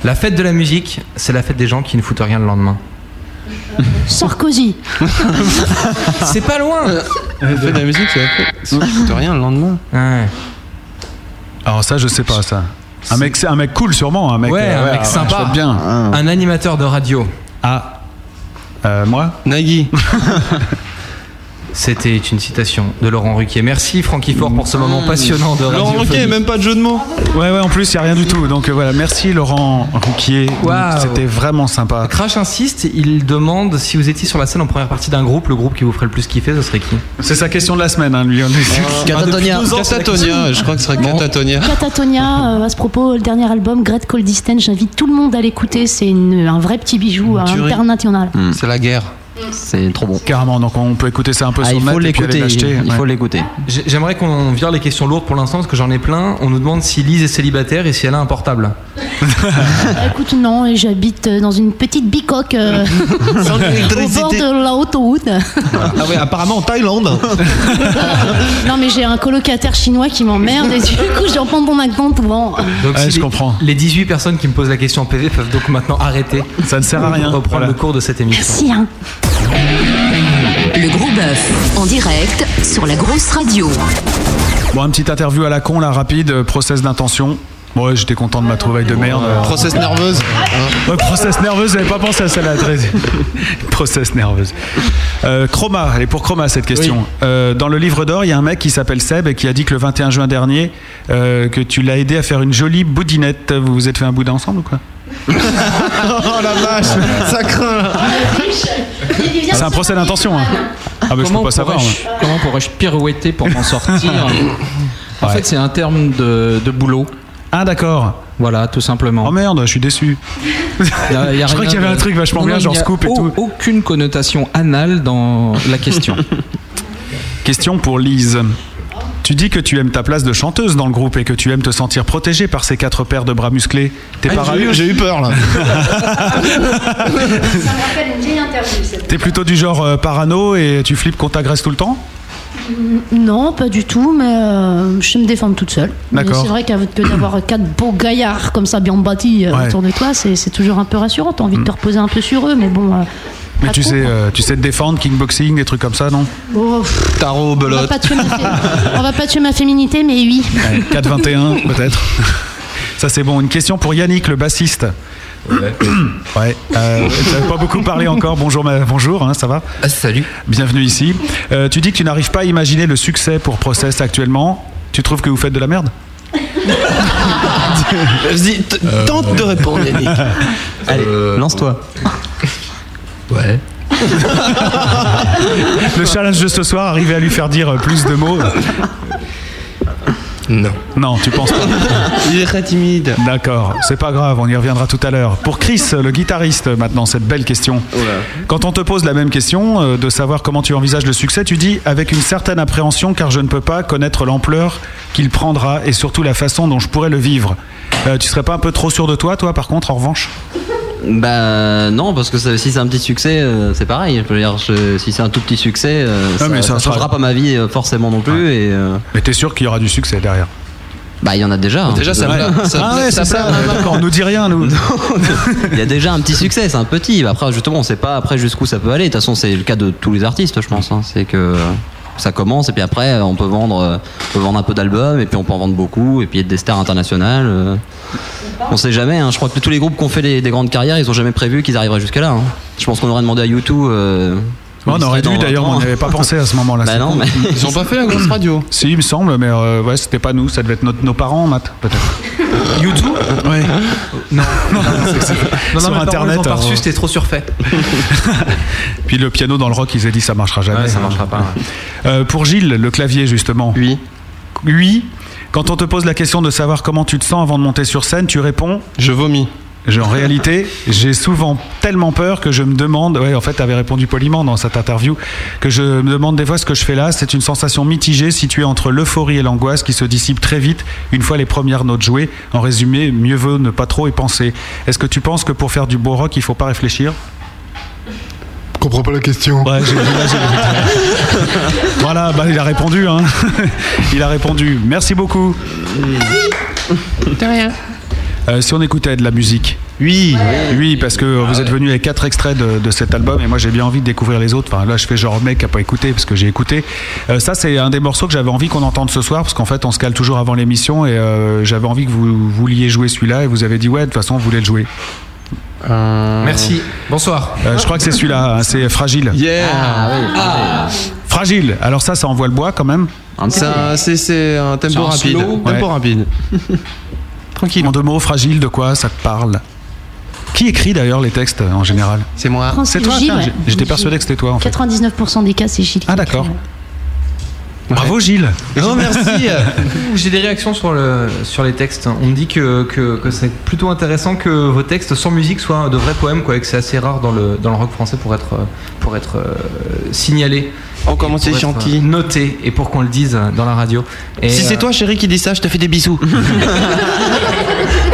Speaker 3: La fête de la musique, c'est la fête des gens qui ne foutent rien le lendemain.
Speaker 5: Sarkozy.
Speaker 3: C'est pas loin.
Speaker 7: Fais de la musique, c'est la fête. Sinon, tu fais rien le lendemain.
Speaker 2: Alors ça, je sais pas ça. Un mec, un mec cool sûrement, un mec,
Speaker 3: Ouais,
Speaker 2: euh,
Speaker 3: un mec
Speaker 2: ouais, je
Speaker 3: sympa.
Speaker 2: vois bien.
Speaker 3: Un animateur de radio.
Speaker 2: Ah. moi
Speaker 7: Nagui.
Speaker 3: C'était une citation de Laurent Ruquier. Merci Francky Fort pour ce
Speaker 2: Mmh.
Speaker 3: moment passionnant de radio.
Speaker 7: Laurent Ruquier, même pas de jeu de mots.
Speaker 2: Ouais, ouais, en plus, il n'y a rien du tout. Donc euh, voilà, merci Laurent Rouquier.
Speaker 3: Waouh.
Speaker 2: C'était vraiment sympa.
Speaker 3: Crash insiste, il demande si vous étiez sur la scène en première partie d'un groupe, le groupe qui vous ferait le plus kiffer, ce serait qui
Speaker 2: C'est sa question de la semaine, hein, lui. on est-
Speaker 12: Euh,
Speaker 3: Catatonia.
Speaker 2: Depuis deux ans, c'est la
Speaker 7: Catatonia, je crois que ce serait Catatonia.
Speaker 5: Catatonia, euh, à ce propos, le dernier album, Great Cold Distance, j'invite tout le monde à l'écouter. C'est une- un vrai petit bijou euh,
Speaker 2: tuerie.
Speaker 5: international.
Speaker 7: C'est la guerre.
Speaker 12: C'est trop bon.
Speaker 2: Carrément, donc on peut écouter ça un peu
Speaker 12: Ah,
Speaker 2: sur
Speaker 12: il
Speaker 2: le
Speaker 12: faut
Speaker 2: net et puis aller
Speaker 12: l'écouter.
Speaker 2: l'acheter.
Speaker 12: Il
Speaker 2: Ouais.
Speaker 12: faut l'écouter.
Speaker 3: J'ai- J'aimerais qu'on vire les questions lourdes pour l'instant parce que j'en ai plein. On nous demande si Lise est célibataire et si elle a un portable.
Speaker 5: Bah, écoute, non, et j'habite euh, dans une petite bicoque
Speaker 2: (laughs)
Speaker 5: euh, (laughs) au bord de la autoroute.
Speaker 7: Ah oui, apparemment en Thaïlande.
Speaker 5: non, mais j'ai un colocataire chinois qui m'emmerde et du coup, j'en prends mon accent souvent.
Speaker 3: Donc,
Speaker 2: Ouais,
Speaker 3: si
Speaker 2: je
Speaker 3: les,
Speaker 2: comprends.
Speaker 3: Les 18 personnes qui me posent la question en PV peuvent donc maintenant arrêter.
Speaker 2: Ça ne sert à rien.
Speaker 3: Reprendre
Speaker 2: Voilà.
Speaker 3: le cours de cette émission.
Speaker 1: Merci, hein. Le gros bœuf, en direct sur la grosse radio.
Speaker 2: Bon, une petite interview à la con, là, rapide, euh, process d'intention. Bon, Ouais, j'étais content de ma trouvaille de merde.
Speaker 7: Process nerveuse.
Speaker 2: Ouais, process nerveuse, j'avais pas pensé à celle-là. très- (laughs) process nerveuse. Euh, Chroma, elle est pour Chroma cette question. Euh, dans le livre d'or, il y a un mec qui s'appelle Seb et qui a dit que le 21 juin dernier, euh, que tu l'as aidé à faire une jolie boudinette. Vous vous êtes fait un boudin ensemble ou quoi
Speaker 7: oh la vache, ça craint. là.
Speaker 2: C'est un procès d'intention. hein. Ah, bah, je peux
Speaker 11: Comment
Speaker 2: pas savoir.
Speaker 11: pourrais-je-
Speaker 2: moi.
Speaker 11: Comment pourrais-je pirouetter pour m'en
Speaker 2: (laughs)
Speaker 11: sortir En fait, c'est un terme de, de boulot.
Speaker 2: Ah, d'accord.
Speaker 11: Voilà, tout simplement.
Speaker 2: Oh merde, je suis déçu.
Speaker 11: Il y a
Speaker 2: Je crois
Speaker 11: rien
Speaker 2: qu'il y avait
Speaker 11: de-
Speaker 2: un truc vachement
Speaker 11: Non,
Speaker 2: bien,
Speaker 11: non,
Speaker 2: genre
Speaker 11: il y a
Speaker 2: scoop et
Speaker 11: au-
Speaker 2: tout.
Speaker 11: Aucune connotation anale dans la
Speaker 2: (laughs)
Speaker 11: question.
Speaker 2: Question pour Lise. Tu dis que tu aimes ta place de chanteuse dans le groupe et que tu aimes te sentir protégée par ces quatre paires de bras musclés. T'es
Speaker 7: Ah,
Speaker 2: pas
Speaker 7: j'ai eu-
Speaker 2: râleux
Speaker 7: J'ai eu peur là.
Speaker 5: Ça me rappelle une vieille interview, cette
Speaker 2: T'es plutôt du genre euh, parano et tu flippes qu'on t'agresse tout le temps
Speaker 5: Mm, Non, pas du tout, mais euh, je sais me défendre toute seule. Mais
Speaker 2: D'accord.
Speaker 5: C'est vrai qu'avec que d'avoir quatre beaux gaillards comme ça, bien bâtis euh,
Speaker 2: Ouais. Mm.
Speaker 5: autour de toi, c'est c'est toujours un peu rassurant. T'as envie de te reposer un peu sur eux, mais bon. euh,
Speaker 2: Mais
Speaker 5: pas
Speaker 2: tu
Speaker 5: trop,
Speaker 2: sais,
Speaker 5: quoi.
Speaker 2: euh, tu sais te défendre, kickboxing, des trucs comme ça, non
Speaker 5: Oh, pff,
Speaker 7: Tarot,
Speaker 5: on, va pas tuer ma fé- on va pas tuer ma féminité, mais oui.
Speaker 2: Ouais, (laughs) 4-21 peut-être. Ça c'est bon. Une question pour Yannick, le bassiste. Ouais. Euh, t'as pas beaucoup parlé encore. Bonjour, ma- bonjour. hein, ça va
Speaker 17: Salut.
Speaker 2: Bienvenue ici. Euh, tu dis que tu n'arrives pas à imaginer le succès pour Process actuellement. Tu trouves que vous faites de la merde
Speaker 17: Vas-y, t- tente de répondre, Yannick.
Speaker 12: Allez,
Speaker 7: Euh,
Speaker 12: lance-toi.
Speaker 17: Ouais.
Speaker 2: Le challenge de ce soir, arriver à lui faire dire euh, plus de mots.
Speaker 17: Non.
Speaker 2: Non, tu penses pas.
Speaker 7: Il est très timide.
Speaker 2: D'accord, c'est pas grave, on y reviendra tout à l'heure. Pour Chris, le guitariste, maintenant, cette belle question. Quand on te pose la même question, euh, de savoir comment tu envisages le succès, tu dis avec une certaine appréhension car je ne peux pas connaître l'ampleur qu'il prendra et surtout la façon dont je pourrais le vivre. Euh, tu serais pas un peu trop sûr de toi, toi, par contre, en revanche
Speaker 12: Bah non, parce que ça- si c'est un petit succès, euh, c'est pareil. Je veux dire, je- si c'est un tout petit succès, euh,
Speaker 2: Ah,
Speaker 12: ça,
Speaker 2: mais ça
Speaker 12: ça
Speaker 2: sera-
Speaker 12: changera pas ma vie euh, forcément non plus. Et, euh,
Speaker 2: Mais t'es sûr qu'il y aura du succès derrière
Speaker 12: Bah, il y en a déjà. hein.
Speaker 7: Déjà, ça
Speaker 12: Ouais.
Speaker 7: plaît. Ça
Speaker 12: Ah
Speaker 7: plaît-
Speaker 12: ouais,
Speaker 7: ça
Speaker 12: c'est (laughs)
Speaker 7: plaît
Speaker 12: ça.
Speaker 7: à ma maman.
Speaker 2: On nous dit rien, nous.
Speaker 12: Il y a déjà un petit succès, c'est un petit. Après, justement, on sait pas après jusqu'où ça peut aller. De toute façon, c'est le cas de tous les artistes, je pense. hein. C'est que ça commence et puis après, on peut vendre, euh, on peut vendre un peu d'albums et puis on peut en vendre beaucoup et puis être des stars internationales. euh. On sait jamais. hein. Je crois que tous les groupes qui ont fait des, des grandes carrières, ils ont jamais prévu qu'ils arriveraient jusqu'à là. hein. Je pense qu'on aurait demandé à euh, YouTube.
Speaker 2: On aurait dû d'ailleurs, mais on n'avait pas pensé à ce moment-là.
Speaker 12: Bah
Speaker 2: c'est
Speaker 12: non,
Speaker 2: con.
Speaker 12: mais-
Speaker 2: (laughs)
Speaker 12: Ils ont pas fait la grosse radio
Speaker 2: Si, il me semble, mais euh, ouais, c'était pas nous, ça devait être notre- nos parents, Matt, peut-être. (laughs) YouTube Oui. (laughs) Non,
Speaker 3: Non, non,
Speaker 2: Sur
Speaker 3: mes parents,
Speaker 2: Internet.
Speaker 3: ils ont pas reçu,
Speaker 2: euh,
Speaker 3: c'était trop surfait.
Speaker 2: Puis le piano dans le rock, ils ont dit ça marchera jamais.
Speaker 3: Ouais, ça marchera pas, ouais.
Speaker 2: Euh, pour Gilles, le clavier justement.
Speaker 7: Oui.
Speaker 2: Oui. Quand on te pose la question de savoir comment tu te sens avant de monter sur scène, tu réponds
Speaker 7: Je vomis.
Speaker 2: en réalité, j'ai souvent tellement peur que je me demande, ouais, en fait, tu avais répondu poliment dans cette interview, que je me demande des fois ce que je fais là. C'est une sensation mitigée située entre l'euphorie et l'angoisse qui se dissipe très vite une fois les premières notes jouées. En résumé, mieux vaut ne pas trop y penser. Est-ce que tu penses que pour faire du beau rock, il faut pas réfléchir
Speaker 18: Je comprends pas la question.
Speaker 2: Ouais, j'ai- là,
Speaker 18: (laughs)
Speaker 2: j'ai- voilà, bah, il a répondu. hein. (laughs) Il a répondu. Merci beaucoup.
Speaker 10: De rien.
Speaker 2: Euh, si on écoutait de la musique. Oui, oui, Ah parce que vous êtes venu avec quatre extraits de, de cet album et moi j'ai bien envie de découvrir les autres. Enfin là, je fais genre mec qui a pas écouté parce que j'ai écouté. Euh, ça, c'est un des morceaux que j'avais envie qu'on entende ce soir parce qu'en fait, on se cale toujours avant l'émission et euh, j'avais envie que vous vouliez jouer celui-là et vous avez dit ouais, de toute façon, vous voulez le jouer.
Speaker 7: Euh,
Speaker 3: Merci. Bonsoir.
Speaker 2: Euh, je crois que c'est celui-là, hein, c'est fragile.
Speaker 7: Ah, oui.
Speaker 2: Fragile. Alors ça, ça envoie le bois quand même.
Speaker 7: C'est un- C'est c'est un tempo
Speaker 2: C'est un
Speaker 7: rapide.
Speaker 2: slow.
Speaker 7: Tempo
Speaker 2: Ouais.
Speaker 7: rapide.
Speaker 2: Tranquille. En deux mots, fragile, de quoi ça te parle Qui écrit d'ailleurs les textes euh, en général
Speaker 7: C'est moi.
Speaker 5: France,
Speaker 2: C'est toi
Speaker 5: Gilles,
Speaker 2: tiens,
Speaker 5: ouais.
Speaker 2: j'- J'étais persuadé que c'était toi en fait.
Speaker 5: 99% des cas, c'est Gilles.
Speaker 2: Ah d'accord. Bravo Gilles.
Speaker 3: Oh
Speaker 2: (laughs)
Speaker 3: merci J'ai des réactions sur, le, sur les textes. On me dit que, que, que c'est plutôt intéressant que vos textes sans musique soient de vrais poèmes, quoi, et que c'est assez rare dans le, dans le rock français pour être, euh, pour être euh, signalé.
Speaker 7: Oh, comment
Speaker 3: Et pour
Speaker 7: c'est
Speaker 3: être,
Speaker 7: gentil.
Speaker 3: euh, Noté, et pour qu'on le dise euh, dans la radio. Et,
Speaker 7: si
Speaker 3: euh,
Speaker 7: c'est toi, chérie, qui dis ça, je te fais des (laughs) bisous.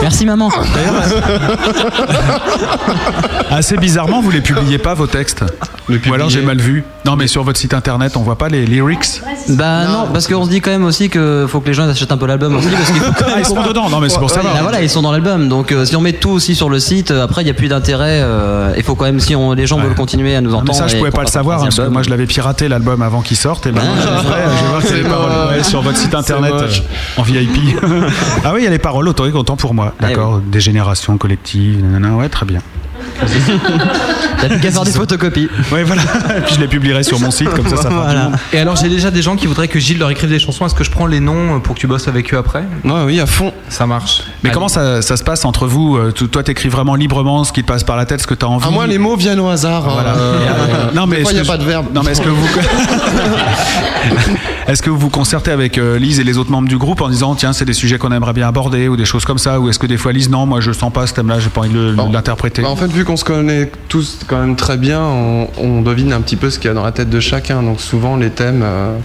Speaker 12: Merci maman.
Speaker 2: Assez bizarrement, vous les publiez pas vos textes. Ou alors j'ai mal vu. Non mais sur votre site internet, on voit pas les lyrics.
Speaker 12: Bah non, parce qu'on se dit quand même aussi que faut que les gens achètent un peu l'album aussi parce qu'il faut
Speaker 2: (laughs) Ah, ils sont dedans. Non, mais c'est pour
Speaker 12: Ouais,
Speaker 2: savoir. hein.
Speaker 12: bah voilà, ils sont dans l'album. Donc euh, si on met tout aussi sur le site, euh, après il n'y a plus d'intérêt. euh, Il faut quand même si on, les gens veulent continuer à nous
Speaker 2: Ah,
Speaker 12: entendre.
Speaker 2: mais ça, je
Speaker 12: et
Speaker 2: pouvais
Speaker 12: qu'on
Speaker 2: pas le
Speaker 12: fasse
Speaker 2: savoir,
Speaker 12: un Ah,
Speaker 2: hein, parce que
Speaker 12: album.
Speaker 2: moi je l'avais piraté l'album avant qu'il sorte, et maintenant après, je vois que c'est les paroles ouais, sur votre site internet euh, en VIP. ah oui, il y a les paroles autoriques autant pour
Speaker 12: Eh
Speaker 2: moi. D'accord, des générations collectives, nanana, ouais, très bien.
Speaker 12: T'as plus
Speaker 2: (laughs)
Speaker 12: qu'à faire des photocopies.
Speaker 2: Ouais, voilà. Et (laughs) puis je les publierai sur mon site, comme ça, ça fera tout le monde.
Speaker 3: Et alors j'ai déjà des gens qui voudraient que Gilles leur écrive des chansons. Est-ce que je prends les noms euh, pour que tu bosses avec eux après
Speaker 7: Ouais, oui, à fond.
Speaker 3: Ça marche.
Speaker 2: Mais comment ça, ça se passe entre vous euh, tu- Toi, t'écris vraiment librement ce qui te passe par la tête, ce que t'as envie
Speaker 7: À Ah, moi, les mots viennent au hasard.
Speaker 2: Voilà.
Speaker 7: (laughs) euh,
Speaker 2: Non, mais
Speaker 7: des
Speaker 2: est-ce
Speaker 7: fois, il n'y a
Speaker 2: que
Speaker 7: pas
Speaker 2: je-
Speaker 7: de verbe.
Speaker 2: Non, mais est-ce que
Speaker 7: (laughs)
Speaker 2: vous. Est-ce que vous vous concertez avec euh, Lise et les autres membres du groupe en disant tiens c'est des sujets qu'on aimerait bien aborder ou des choses comme ça ou est-ce que des fois Lise non moi je sens pas ce thème-là j'ai pas envie de le- de l'interpréter
Speaker 7: Bah, en fait, vu qu'on se connaît tous quand même très bien, on, on devine un petit peu ce qu'il y a dans la tête de chacun. Donc souvent, les thèmes, euh,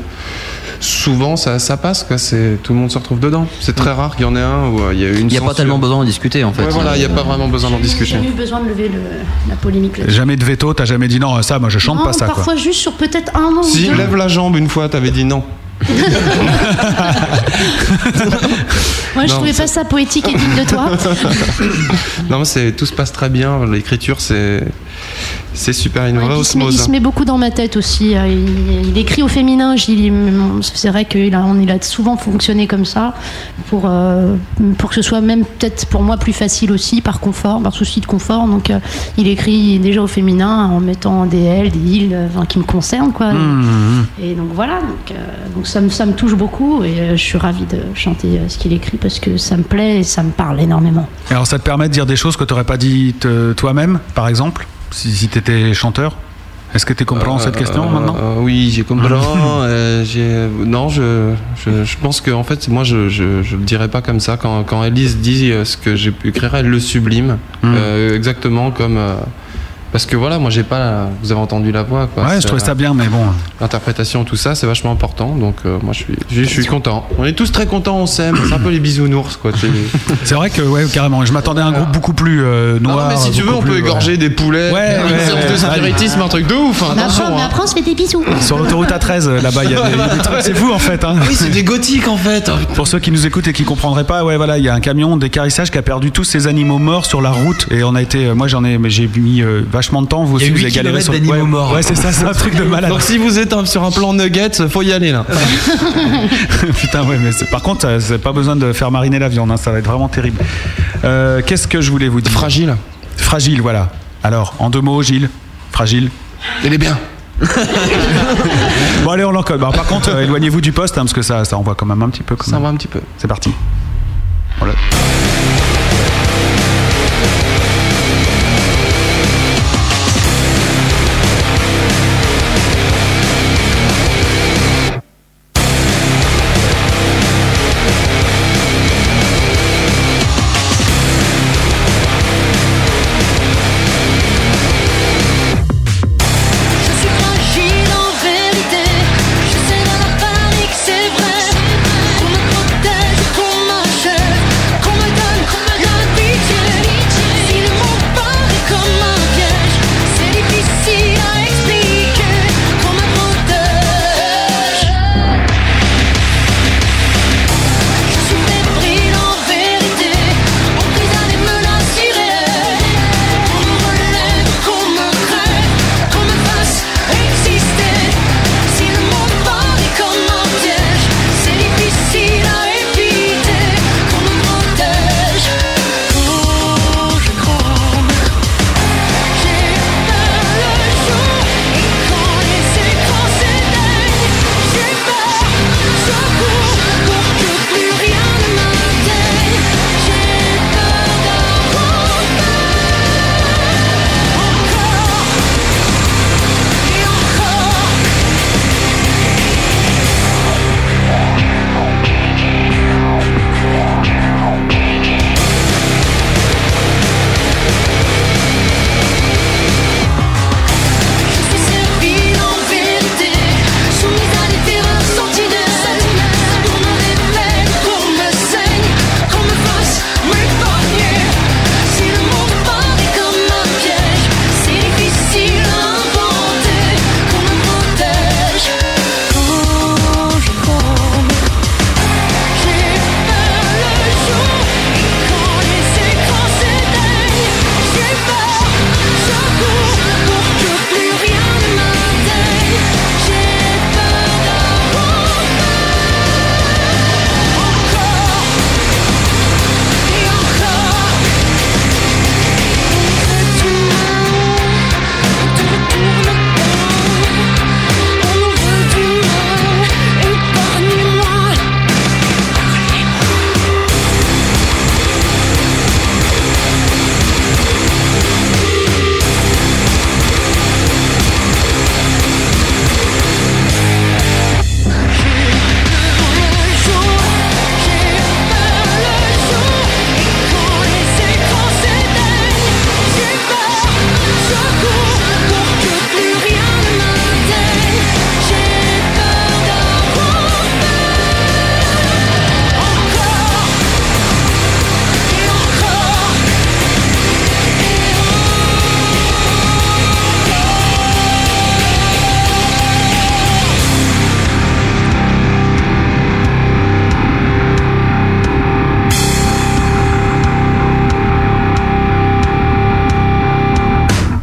Speaker 7: souvent ça, ça passe. Quoi. C'est tout le monde se retrouve dedans. C'est très rare qu'il y en ait un où euh, il y a une.
Speaker 12: Il n'y a pas tellement besoin d'en discuter en fait.
Speaker 7: Ouais, voilà, il n'y a pas vraiment besoin d'en
Speaker 5: J'ai
Speaker 7: discuter.
Speaker 5: jamais eu besoin de lever le- la polémique là-dessus.
Speaker 2: jamais de veto t'as jamais dit non ça moi je chante
Speaker 5: Non,
Speaker 2: pas ça
Speaker 5: Ah, parfois
Speaker 2: quoi
Speaker 5: juste sur peut-être un nom
Speaker 7: Si
Speaker 5: ou deux.
Speaker 7: lève la jambe une fois, t'avais dit non.
Speaker 5: Moi, je
Speaker 7: Non,
Speaker 5: trouvais
Speaker 7: ça-
Speaker 5: pas ça poétique et digne de
Speaker 7: (laughs)
Speaker 5: toi.
Speaker 7: (laughs) non, mais c'est tout se passe très bien. L'écriture, c'est c'est super, une vraie
Speaker 5: Il se, met, il
Speaker 7: osmose.
Speaker 5: se met beaucoup dans ma tête aussi. euh, Il, il écrit au féminin, Gilles. il- mm, C'est vrai qu'il a, on- il a souvent fonctionné comme ça pour, euh, pour que ce soit même peut-être pour moi plus facile aussi par confort, par souci de confort. Donc euh, il écrit déjà au féminin en mettant des L, des il, euh, enfin, qui me concernent quoi.
Speaker 7: Mmh,
Speaker 5: Et donc voilà, donc, euh, donc ça, me, ça me touche beaucoup et euh, je suis ravie de chanter euh, ce qu'il écrit parce que ça me plaît et ça me parle énormément.
Speaker 2: alors ça te permet de dire des choses que t'aurais pas dit euh, toi-même par exemple si, si t'étais chanteur est-ce que t'es compréhensible cette question
Speaker 7: Euh,
Speaker 2: maintenant Ah.
Speaker 7: euh, Oui, j'ai compris. Euh, j'ai- non, je, je, je pense que en fait, moi, je, je, je le dirais pas comme ça. Quand,
Speaker 2: Hmm.
Speaker 7: quand Elise dit euh, ce que j'ai pu écrire, elle le sublime. Euh, exactement comme. euh,
Speaker 19: Parce que voilà, moi j'ai pas. la- Vous avez entendu la voix. Quoi.
Speaker 2: Ouais, je
Speaker 19: C'est,
Speaker 2: trouvais
Speaker 19: euh,
Speaker 2: ça bien, mais bon.
Speaker 19: L'interprétation, tout ça, c'est vachement important. Donc euh, moi je suis, je, suis content. On est tous très contents, on s'aime. C'est un peu les bisounours quoi.
Speaker 2: (laughs)
Speaker 19: tu sais.
Speaker 2: C'est vrai que, ouais, carrément. Je m'attendais à un groupe beaucoup plus euh,
Speaker 19: Ah. Non,
Speaker 2: noir.
Speaker 19: mais si tu veux,
Speaker 2: beaucoup
Speaker 19: on peut
Speaker 2: plus,
Speaker 19: égorger
Speaker 2: ouais.
Speaker 19: des poulets.
Speaker 2: Ouais,
Speaker 19: une
Speaker 2: ouais,
Speaker 19: sorte
Speaker 2: ouais.
Speaker 19: de spiritisme, un truc de ouf.
Speaker 2: Ah,
Speaker 19: hein,
Speaker 5: Mais après,
Speaker 19: attention,
Speaker 5: mais
Speaker 19: hein.
Speaker 5: après, on se fait des bisous.
Speaker 2: Sur l'autoroute A13, euh, là-bas, il y a des, des trucs. C'est fou en fait. Hein.
Speaker 3: Oui, c'est des gothiques en fait.
Speaker 2: Pour ceux qui nous écoutent et qui comprendraient pas, ouais, voilà, il y a un camion d'écarissage qui a perdu tous ses animaux morts sur la route. Et on a été, euh, moi j'en ai, mais j'ai mis euh, vachement de temps. Vous
Speaker 3: Il y a
Speaker 2: aussi, vous
Speaker 3: 8
Speaker 2: avez galéré
Speaker 3: kilomètres
Speaker 2: sur
Speaker 3: d'animaux
Speaker 2: ouais,
Speaker 3: morts.
Speaker 2: Ouais, c'est ça, c'est un truc
Speaker 3: (laughs)
Speaker 2: de malade. (laughs)
Speaker 19: Donc si vous êtes un- sur un plan nugget, faut y aller là.
Speaker 2: Putain, ouais, mais c'est- par contre, ça- c'est pas besoin de faire mariner la viande, hein, ça va être vraiment terrible. Euh, Qu'est-ce que je voulais vous dire
Speaker 19: Fragile.
Speaker 2: Fragile, voilà. Alors, en deux mots, Gilles, fragile.
Speaker 19: Il est bien.
Speaker 2: bon, allez, on l'encode. Bah, par contre, euh, éloignez-vous du poste, hein, parce que ça, ça envoie quand même un petit peu.
Speaker 19: Ça va un petit peu.
Speaker 2: C'est parti. Voilà.
Speaker 7: Je suis fragile en vérité, je sais dans la panique, c'est vrai Qu'on me protège, qu'on m'achève, qu'on me donne la pitié Si le monde paraît comme un piège, c'est difficile à expliquer Qu'on me protège Je suis fébrile en vérité, emprise à des menaces irréelles Qu'on me relève, qu'on me crève qu'on me fasse exister Si le monde paraît comme un piège C'est difficile à éviter Qu'on me protège Oh, je tremble J'ai peur le jour Et quand les écrans s'éteignent J'ai peur, je cours Pour que plus rien ne m'atteigne J'ai peur d'avoir Je suis servile en vérité, soumise à des terreurs sentinelles Qu'on me révèle, qu'on me saigne, qu'on me fasse m'épargner Si le monde paraît comme un piège, c'est difficile à inventer Qu'on me protège quand je tombe J'ai peur le jour et quand les écrans s'éteignent J'ai peur, je cours pour que plus rien ne m'atteigne J'ai peur d'avoir peur Encore et encore On se tourne, tout tourne On nous veut du mal, épargnez-moi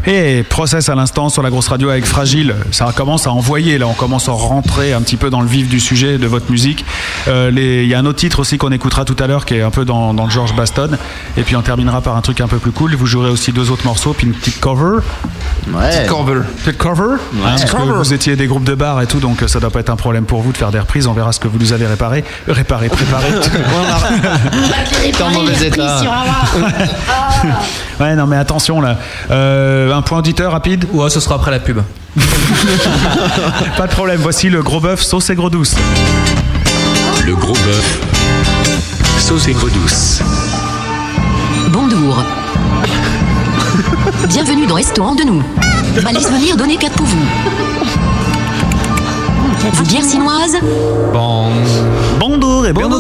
Speaker 2: Et process à l'instant sur la grosse radio avec Fragile. Ça commence à envoyer, là, on commence à rentrer un petit peu dans le vif du sujet de votre musique. Euh, les- Il y a un autre titre aussi qu'on écoutera tout à l'heure qui est un peu dans, dans le George Baston. Et puis on terminera par un truc un peu plus cool. Vous jouerez aussi deux autres morceaux, puis une petite cover.
Speaker 19: Petite cover.
Speaker 2: Petite cover. hein, parce que
Speaker 19: Cover.
Speaker 2: vous étiez des groupes de bars et tout, donc euh, ça doit pas être un problème pour vous de faire des reprises. On verra ce que vous nous avez réparé. Euh,
Speaker 19: (laughs)
Speaker 2: Réparé, préparé. (laughs)
Speaker 5: T'es en mauvais état.
Speaker 2: ouais, non, mais attention là. Euh, un point auditeur rapide
Speaker 20: Ouais, ce sera après la pub.
Speaker 2: (laughs) Pas de problème, voici le gros bœuf sauce et gros douce.
Speaker 21: Le gros bœuf. Sauce et gros douce.
Speaker 1: Bonjour. Bienvenue bienvenue dans Restaurant de nous. Alice venir donner 4 pour vous. Vous dire chinoise
Speaker 2: Bon. Bonjour et bonjour.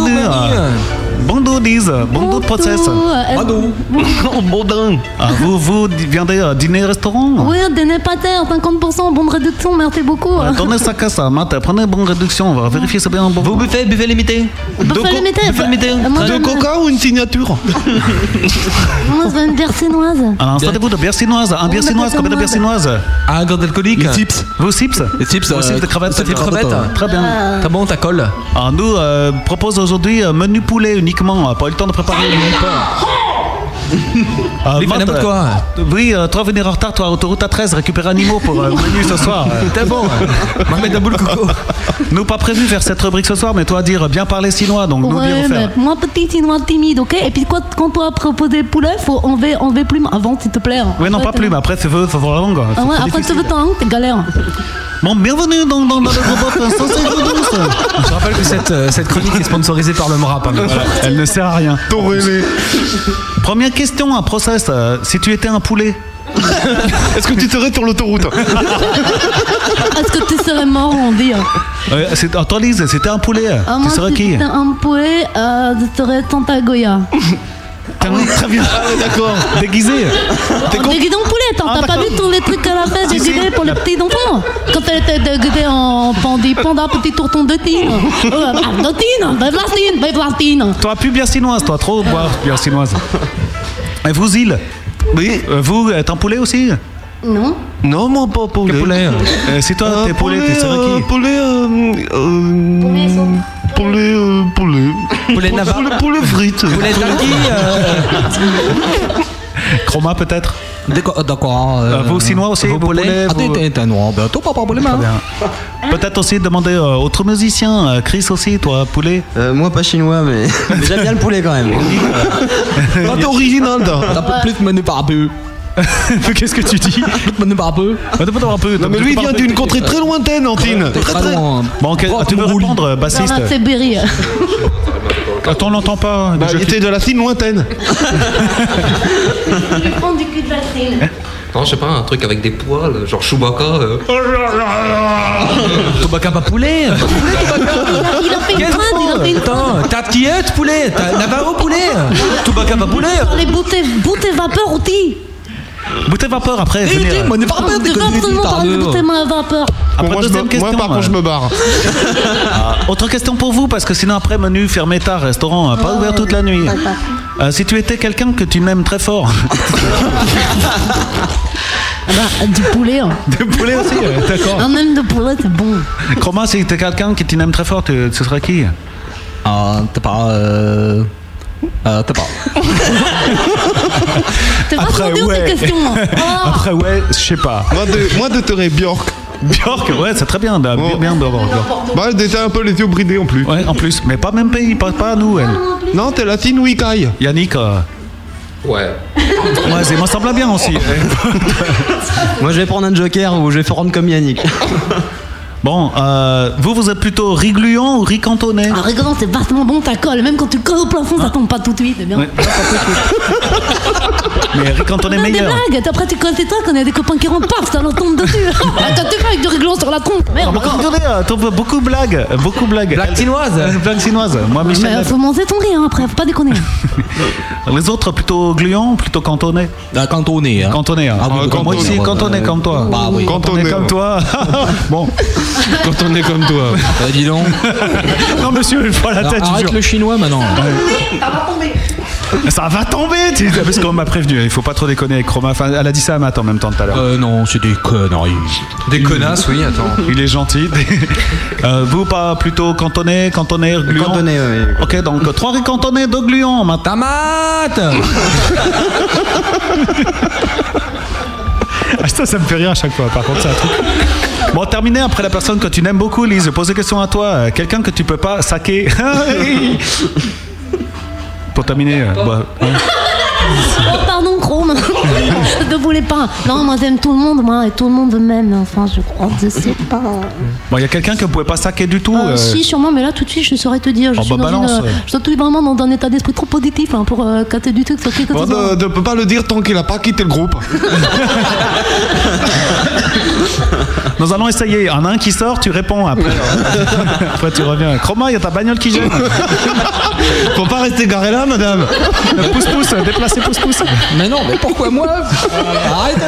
Speaker 2: Bonjour, Lise. Bonjour, process.
Speaker 5: Bonjour.
Speaker 2: Bonjour. Ah, Vous, vous viendez euh, dîner restaurant
Speaker 5: Oui, dîner pas terre, 50%, bonne réduction, merci beaucoup. hein.
Speaker 2: Euh, Donnez ça à ça, Matt. Prenez bonne réduction, on va vérifier c'est bien bon. Vous buffet, buffet limité
Speaker 5: Buffet co- limité, buffet bah, limité. euh, moi, je-
Speaker 2: ou une signature
Speaker 5: Moi, je veux une bière chinoise.
Speaker 2: Alors, installez-vous de bière chinoise, un bière
Speaker 5: mais
Speaker 2: chinoise,
Speaker 5: pas
Speaker 2: combien de bière chinoise
Speaker 3: Ah, un grand alcoolique
Speaker 2: Les tips. Vos tips Les tips, Vos
Speaker 3: euh,
Speaker 2: chips de crevette
Speaker 3: chips de crevettes.
Speaker 2: Très bien.
Speaker 3: Ah. Très
Speaker 2: bon, ta colle. Alors, nous euh, propose aujourd'hui euh, menu poulet uniquement, Euh, pas eu le temps de préparer le menu pain. Ah,
Speaker 3: Il fait n'importe quoi.
Speaker 2: Oui, euh, toi venir en retard, toi autoroute à 13, récupérer animaux pour euh, le menu ce soir.
Speaker 3: T'es bon.
Speaker 2: (laughs) Mohamed Aboul Coco. Nous pas prévu faire cette rubrique ce soir, mais toi dire euh, bien parler chinois, donc nous
Speaker 5: Ouais,
Speaker 2: bien
Speaker 5: mais
Speaker 2: faire.
Speaker 5: moi petit chinois timide, ok Et puis quand, quand on a proposé poulet, faut enlever, enlever plume avant, s'il te plaît.
Speaker 2: Oui, non,
Speaker 5: Après,
Speaker 2: pas
Speaker 5: t'as-
Speaker 2: plume, après c'est veux, faut voir la langue.
Speaker 5: Ah ouais,
Speaker 2: C'est
Speaker 5: après tu
Speaker 2: difficile.
Speaker 5: veux ta langue, t'es galère.
Speaker 2: Bon, bienvenue dans, dans, dans le robot Euh,
Speaker 3: Je rappelle que cette, euh, cette chronique est sponsorisée par le MRAP. hein, donc voilà.
Speaker 2: Elle ne sert à rien. Première question, un process. euh, si tu étais un poulet. Est-ce que tu serais sur l'autoroute hein
Speaker 5: Est-ce que tu serais mort ou en vie hein
Speaker 2: Attends, Lise, oh, c'était un poulet.
Speaker 5: Ah,
Speaker 2: tu
Speaker 5: moi,
Speaker 2: serais
Speaker 5: si
Speaker 2: qui
Speaker 5: j'étais un poulet, euh, je serais Santa Goya.
Speaker 2: T'as- Très bien. Ah, d'accord. Déguisé. T'es con- Ah,
Speaker 5: Déguisé en poulet, attends, hein, t'as pas vu tous les trucs qu'elle a fait
Speaker 2: Si, si.
Speaker 5: déguisé pour les petits enfants hein. Quand elle était déguisée en pandi, panda, petit tourton de
Speaker 2: (laughs)
Speaker 5: tine. Euh, ah, de tine, de plastine, de plastine.
Speaker 2: Toi, plus bière chinoise, toi, trop boire
Speaker 3: Ah.
Speaker 2: bière (laughs) chinoise. Et vous, île Oui. vous, êtes un poulet aussi
Speaker 5: Non
Speaker 2: Non, moi, pas Oh, poulet. poulet Euh, Si toi, t'es poulet, t'es serais qui
Speaker 18: Poulet. euh, euh, Poulet. euh, Poulet.
Speaker 3: Poulet
Speaker 18: Pou-
Speaker 3: Nava-
Speaker 18: Poulet poulet frites.
Speaker 3: Poulet Tanguy,
Speaker 2: euh. Chroma peut-être
Speaker 3: D'accord. d'accord, euh,
Speaker 2: vous, Sinois aussi,
Speaker 3: Vous
Speaker 2: vous, poulet,
Speaker 3: poulet Ah,
Speaker 2: vous-
Speaker 3: t'es- t'es un noir. Ben, toi, pas pas poulet,
Speaker 2: Très
Speaker 3: mais-
Speaker 2: bien. Peut-être aussi demander euh, autre musicien, euh, Chris aussi, toi, poulet.
Speaker 7: Ah.
Speaker 2: moi pas chinois, mais, j'aime bien le poulet quand (laughs) même.
Speaker 3: Quand t'es original, t'as pas plus de menu par peu.
Speaker 2: (laughs) Qu'est-ce que tu dis
Speaker 3: Menu par
Speaker 2: Euh,
Speaker 3: peu.
Speaker 2: Non,
Speaker 7: mais lui il vient d'une contrée très lointaine, Antine. Très très
Speaker 3: loin.
Speaker 2: Bon, que- tu veux répondre, euh, bassiste
Speaker 5: Dans la Sibérie.
Speaker 2: Quand on l'entend pas.
Speaker 7: Bah, il était de la cime lointaine.
Speaker 5: Ils (laughs) font du cul de la tine.
Speaker 22: Eh, Non, je sais pas, un truc avec des poils, genre Chewbacca.
Speaker 2: (laughs)
Speaker 22: euh.
Speaker 3: Tobacca pas poulet.
Speaker 5: Il a fait une
Speaker 3: Qu'est-ce
Speaker 5: prod, il
Speaker 2: euh,
Speaker 5: a fait une
Speaker 3: Attends, t'as qui est poulet T'as Navarro poulet Tobacca pas poulet
Speaker 5: Dans les bouteilles, bouteilles vapeur aussi.
Speaker 2: Bouteille vapeur après. euh,
Speaker 3: Eh, dis, moi, ne parle pas
Speaker 5: On
Speaker 3: de
Speaker 5: devrait
Speaker 3: conneries,
Speaker 5: absolument parler de
Speaker 3: tardeux.
Speaker 5: bouteilles à vapeur.
Speaker 2: Après,
Speaker 7: Moi, je
Speaker 2: deuxième euh.
Speaker 7: me- moi, par contre, je me barre.
Speaker 2: Ah, autre question pour vous, parce que sinon après, menu fermé tard, restaurant euh, pas
Speaker 5: Ah,
Speaker 2: ouvert toute la nuit.
Speaker 5: sympa.
Speaker 2: Euh, si tu étais quelqu'un que tu n'aimes très fort. (laughs)
Speaker 5: Ah bah, du poulet. hein.
Speaker 2: De poulet aussi,
Speaker 3: Euh,
Speaker 2: ouais, d'accord.
Speaker 5: Un même de poulet, c'est bon.
Speaker 2: Chroma, si t'es quelqu'un qui tu n'aimes très fort, tu- ce serait qui
Speaker 3: Ah, t'as pas. Euh... euh, t'as pas.
Speaker 5: T'es pas
Speaker 2: Après,
Speaker 5: répondu aux tes
Speaker 2: ouais. (laughs)
Speaker 5: questions. hein. Oh.
Speaker 2: Après, ouais, je sais pas.
Speaker 7: Moi de, moi de Terre Bjork.
Speaker 2: Bjork, ouais, c'est très bien, bien, bien d'avoir.
Speaker 7: Bah, elle était un peu les yeux bridés en plus.
Speaker 2: Ouais, en plus. Mais pas même pays, pas, pas à nous, elle.
Speaker 7: Non, t'es latine ou Icaille
Speaker 2: Yannick. euh,
Speaker 22: Ouais.
Speaker 2: Ouais, c'est- moi, ça me semble bien aussi.
Speaker 12: Moi, je vais prendre un joker ou je vais prendre comme Yannick.
Speaker 2: Bon, euh, vous, vous êtes plutôt rigluant ou ricantonné
Speaker 5: Ah, regarde, c'est vachement bon ta colle. Même quand tu colles au plafond, ça tombe pas tout de suite. eh bien.
Speaker 2: Ah. Ouais. Mais ricantonné
Speaker 5: On a des
Speaker 2: meilleur.
Speaker 5: blagues. Après, tu colles tes trucs, on a des copains qui rentrent, paf, ça leur tombe
Speaker 2: (laughs)
Speaker 5: dessus. Ah, Quand tu fais avec du rigolo sur la trompe, merde.
Speaker 2: Beaucoup,
Speaker 5: regarde.
Speaker 2: regardez, euh, t'en- beaucoup de blagues, euh, beaucoup de blagues. Blague
Speaker 3: chinoise
Speaker 2: Blague chinoise. Moi, Michel,
Speaker 5: Mais faut monter ton rire hein, après, faut
Speaker 2: (laughs)
Speaker 5: pas déconner.
Speaker 2: les autres plutôt gluants, plutôt cantonnés
Speaker 3: Cantonné. Hein.
Speaker 2: Cantonné. hein.
Speaker 3: Ah oui,
Speaker 2: Euh,
Speaker 3: cantonné,
Speaker 2: moi aussi,
Speaker 3: ouais,
Speaker 2: cantonné
Speaker 3: ouais.
Speaker 2: comme toi.
Speaker 3: Bah oui.
Speaker 2: Cantonné
Speaker 3: Cantonné,
Speaker 2: comme
Speaker 3: ouais.
Speaker 2: toi. (laughs) bon.
Speaker 7: Cantonné comme toi.
Speaker 3: Ah, dis (laughs) donc.
Speaker 2: Non, monsieur, je prends la
Speaker 3: Alors,
Speaker 2: tête. je
Speaker 3: arrête
Speaker 2: jure.
Speaker 3: le chinois maintenant.
Speaker 2: Ça va tomber tu- Parce qu'on m'a prévenu, il faut pas trop déconner avec Chroma. Enfin, elle a dit ça à Matt en même temps tout à l'heure.
Speaker 3: Euh, non, c'est des conneries. Des connasses, oui, attends.
Speaker 2: Il est gentil. (laughs) Euh, vous, pas plutôt cantonné, cantonné, gluant Cantonné, oui. Ok, donc euh, trois ricantonés, deux gluants maintenant.
Speaker 3: Tomate
Speaker 2: Ah, ça, ça me fait rire à chaque fois, par contre, c'est un truc. (laughs) Bon, terminé après la personne que tu n'aimes beaucoup, Lise. Je pose des questions à toi. Euh, Quelqu'un que tu peux pas saquer. (laughs) Ah, Pour terminer, euh, bah, ouais. (laughs)
Speaker 5: Oh, pardon, Chrome. que vous les pas Non, moi j'aime tout le monde, moi, et tout le monde m'aime. Enfin, je crois, je sais pas.
Speaker 2: Bon, il y a quelqu'un que vous pouvez pas saquer du tout.
Speaker 5: Euh,
Speaker 2: euh,
Speaker 5: Si, sûrement, mais là tout de suite, je saurais te dire. Je
Speaker 2: Oh,
Speaker 5: suis
Speaker 2: bah,
Speaker 5: dans
Speaker 2: balance.
Speaker 5: une, euh, je suis vraiment dans un état d'esprit trop positif hein, pour euh, capter du truc. sortir quelque
Speaker 18: Bon,
Speaker 5: chose.
Speaker 18: ne,
Speaker 2: bah,
Speaker 18: ne peut pas le dire tant qu'il a pas quitté le groupe.
Speaker 2: (laughs) Nous allons essayer. En un qui sort, tu
Speaker 18: (laughs)
Speaker 2: réponds après. après, tu reviens. Chroma, il y a ta bagnole qui gêne. Faut pas rester garé là, madame. Pousse, pousse, déplacez, pousse, pousse.
Speaker 11: Mais non, mais pourquoi moi Arrête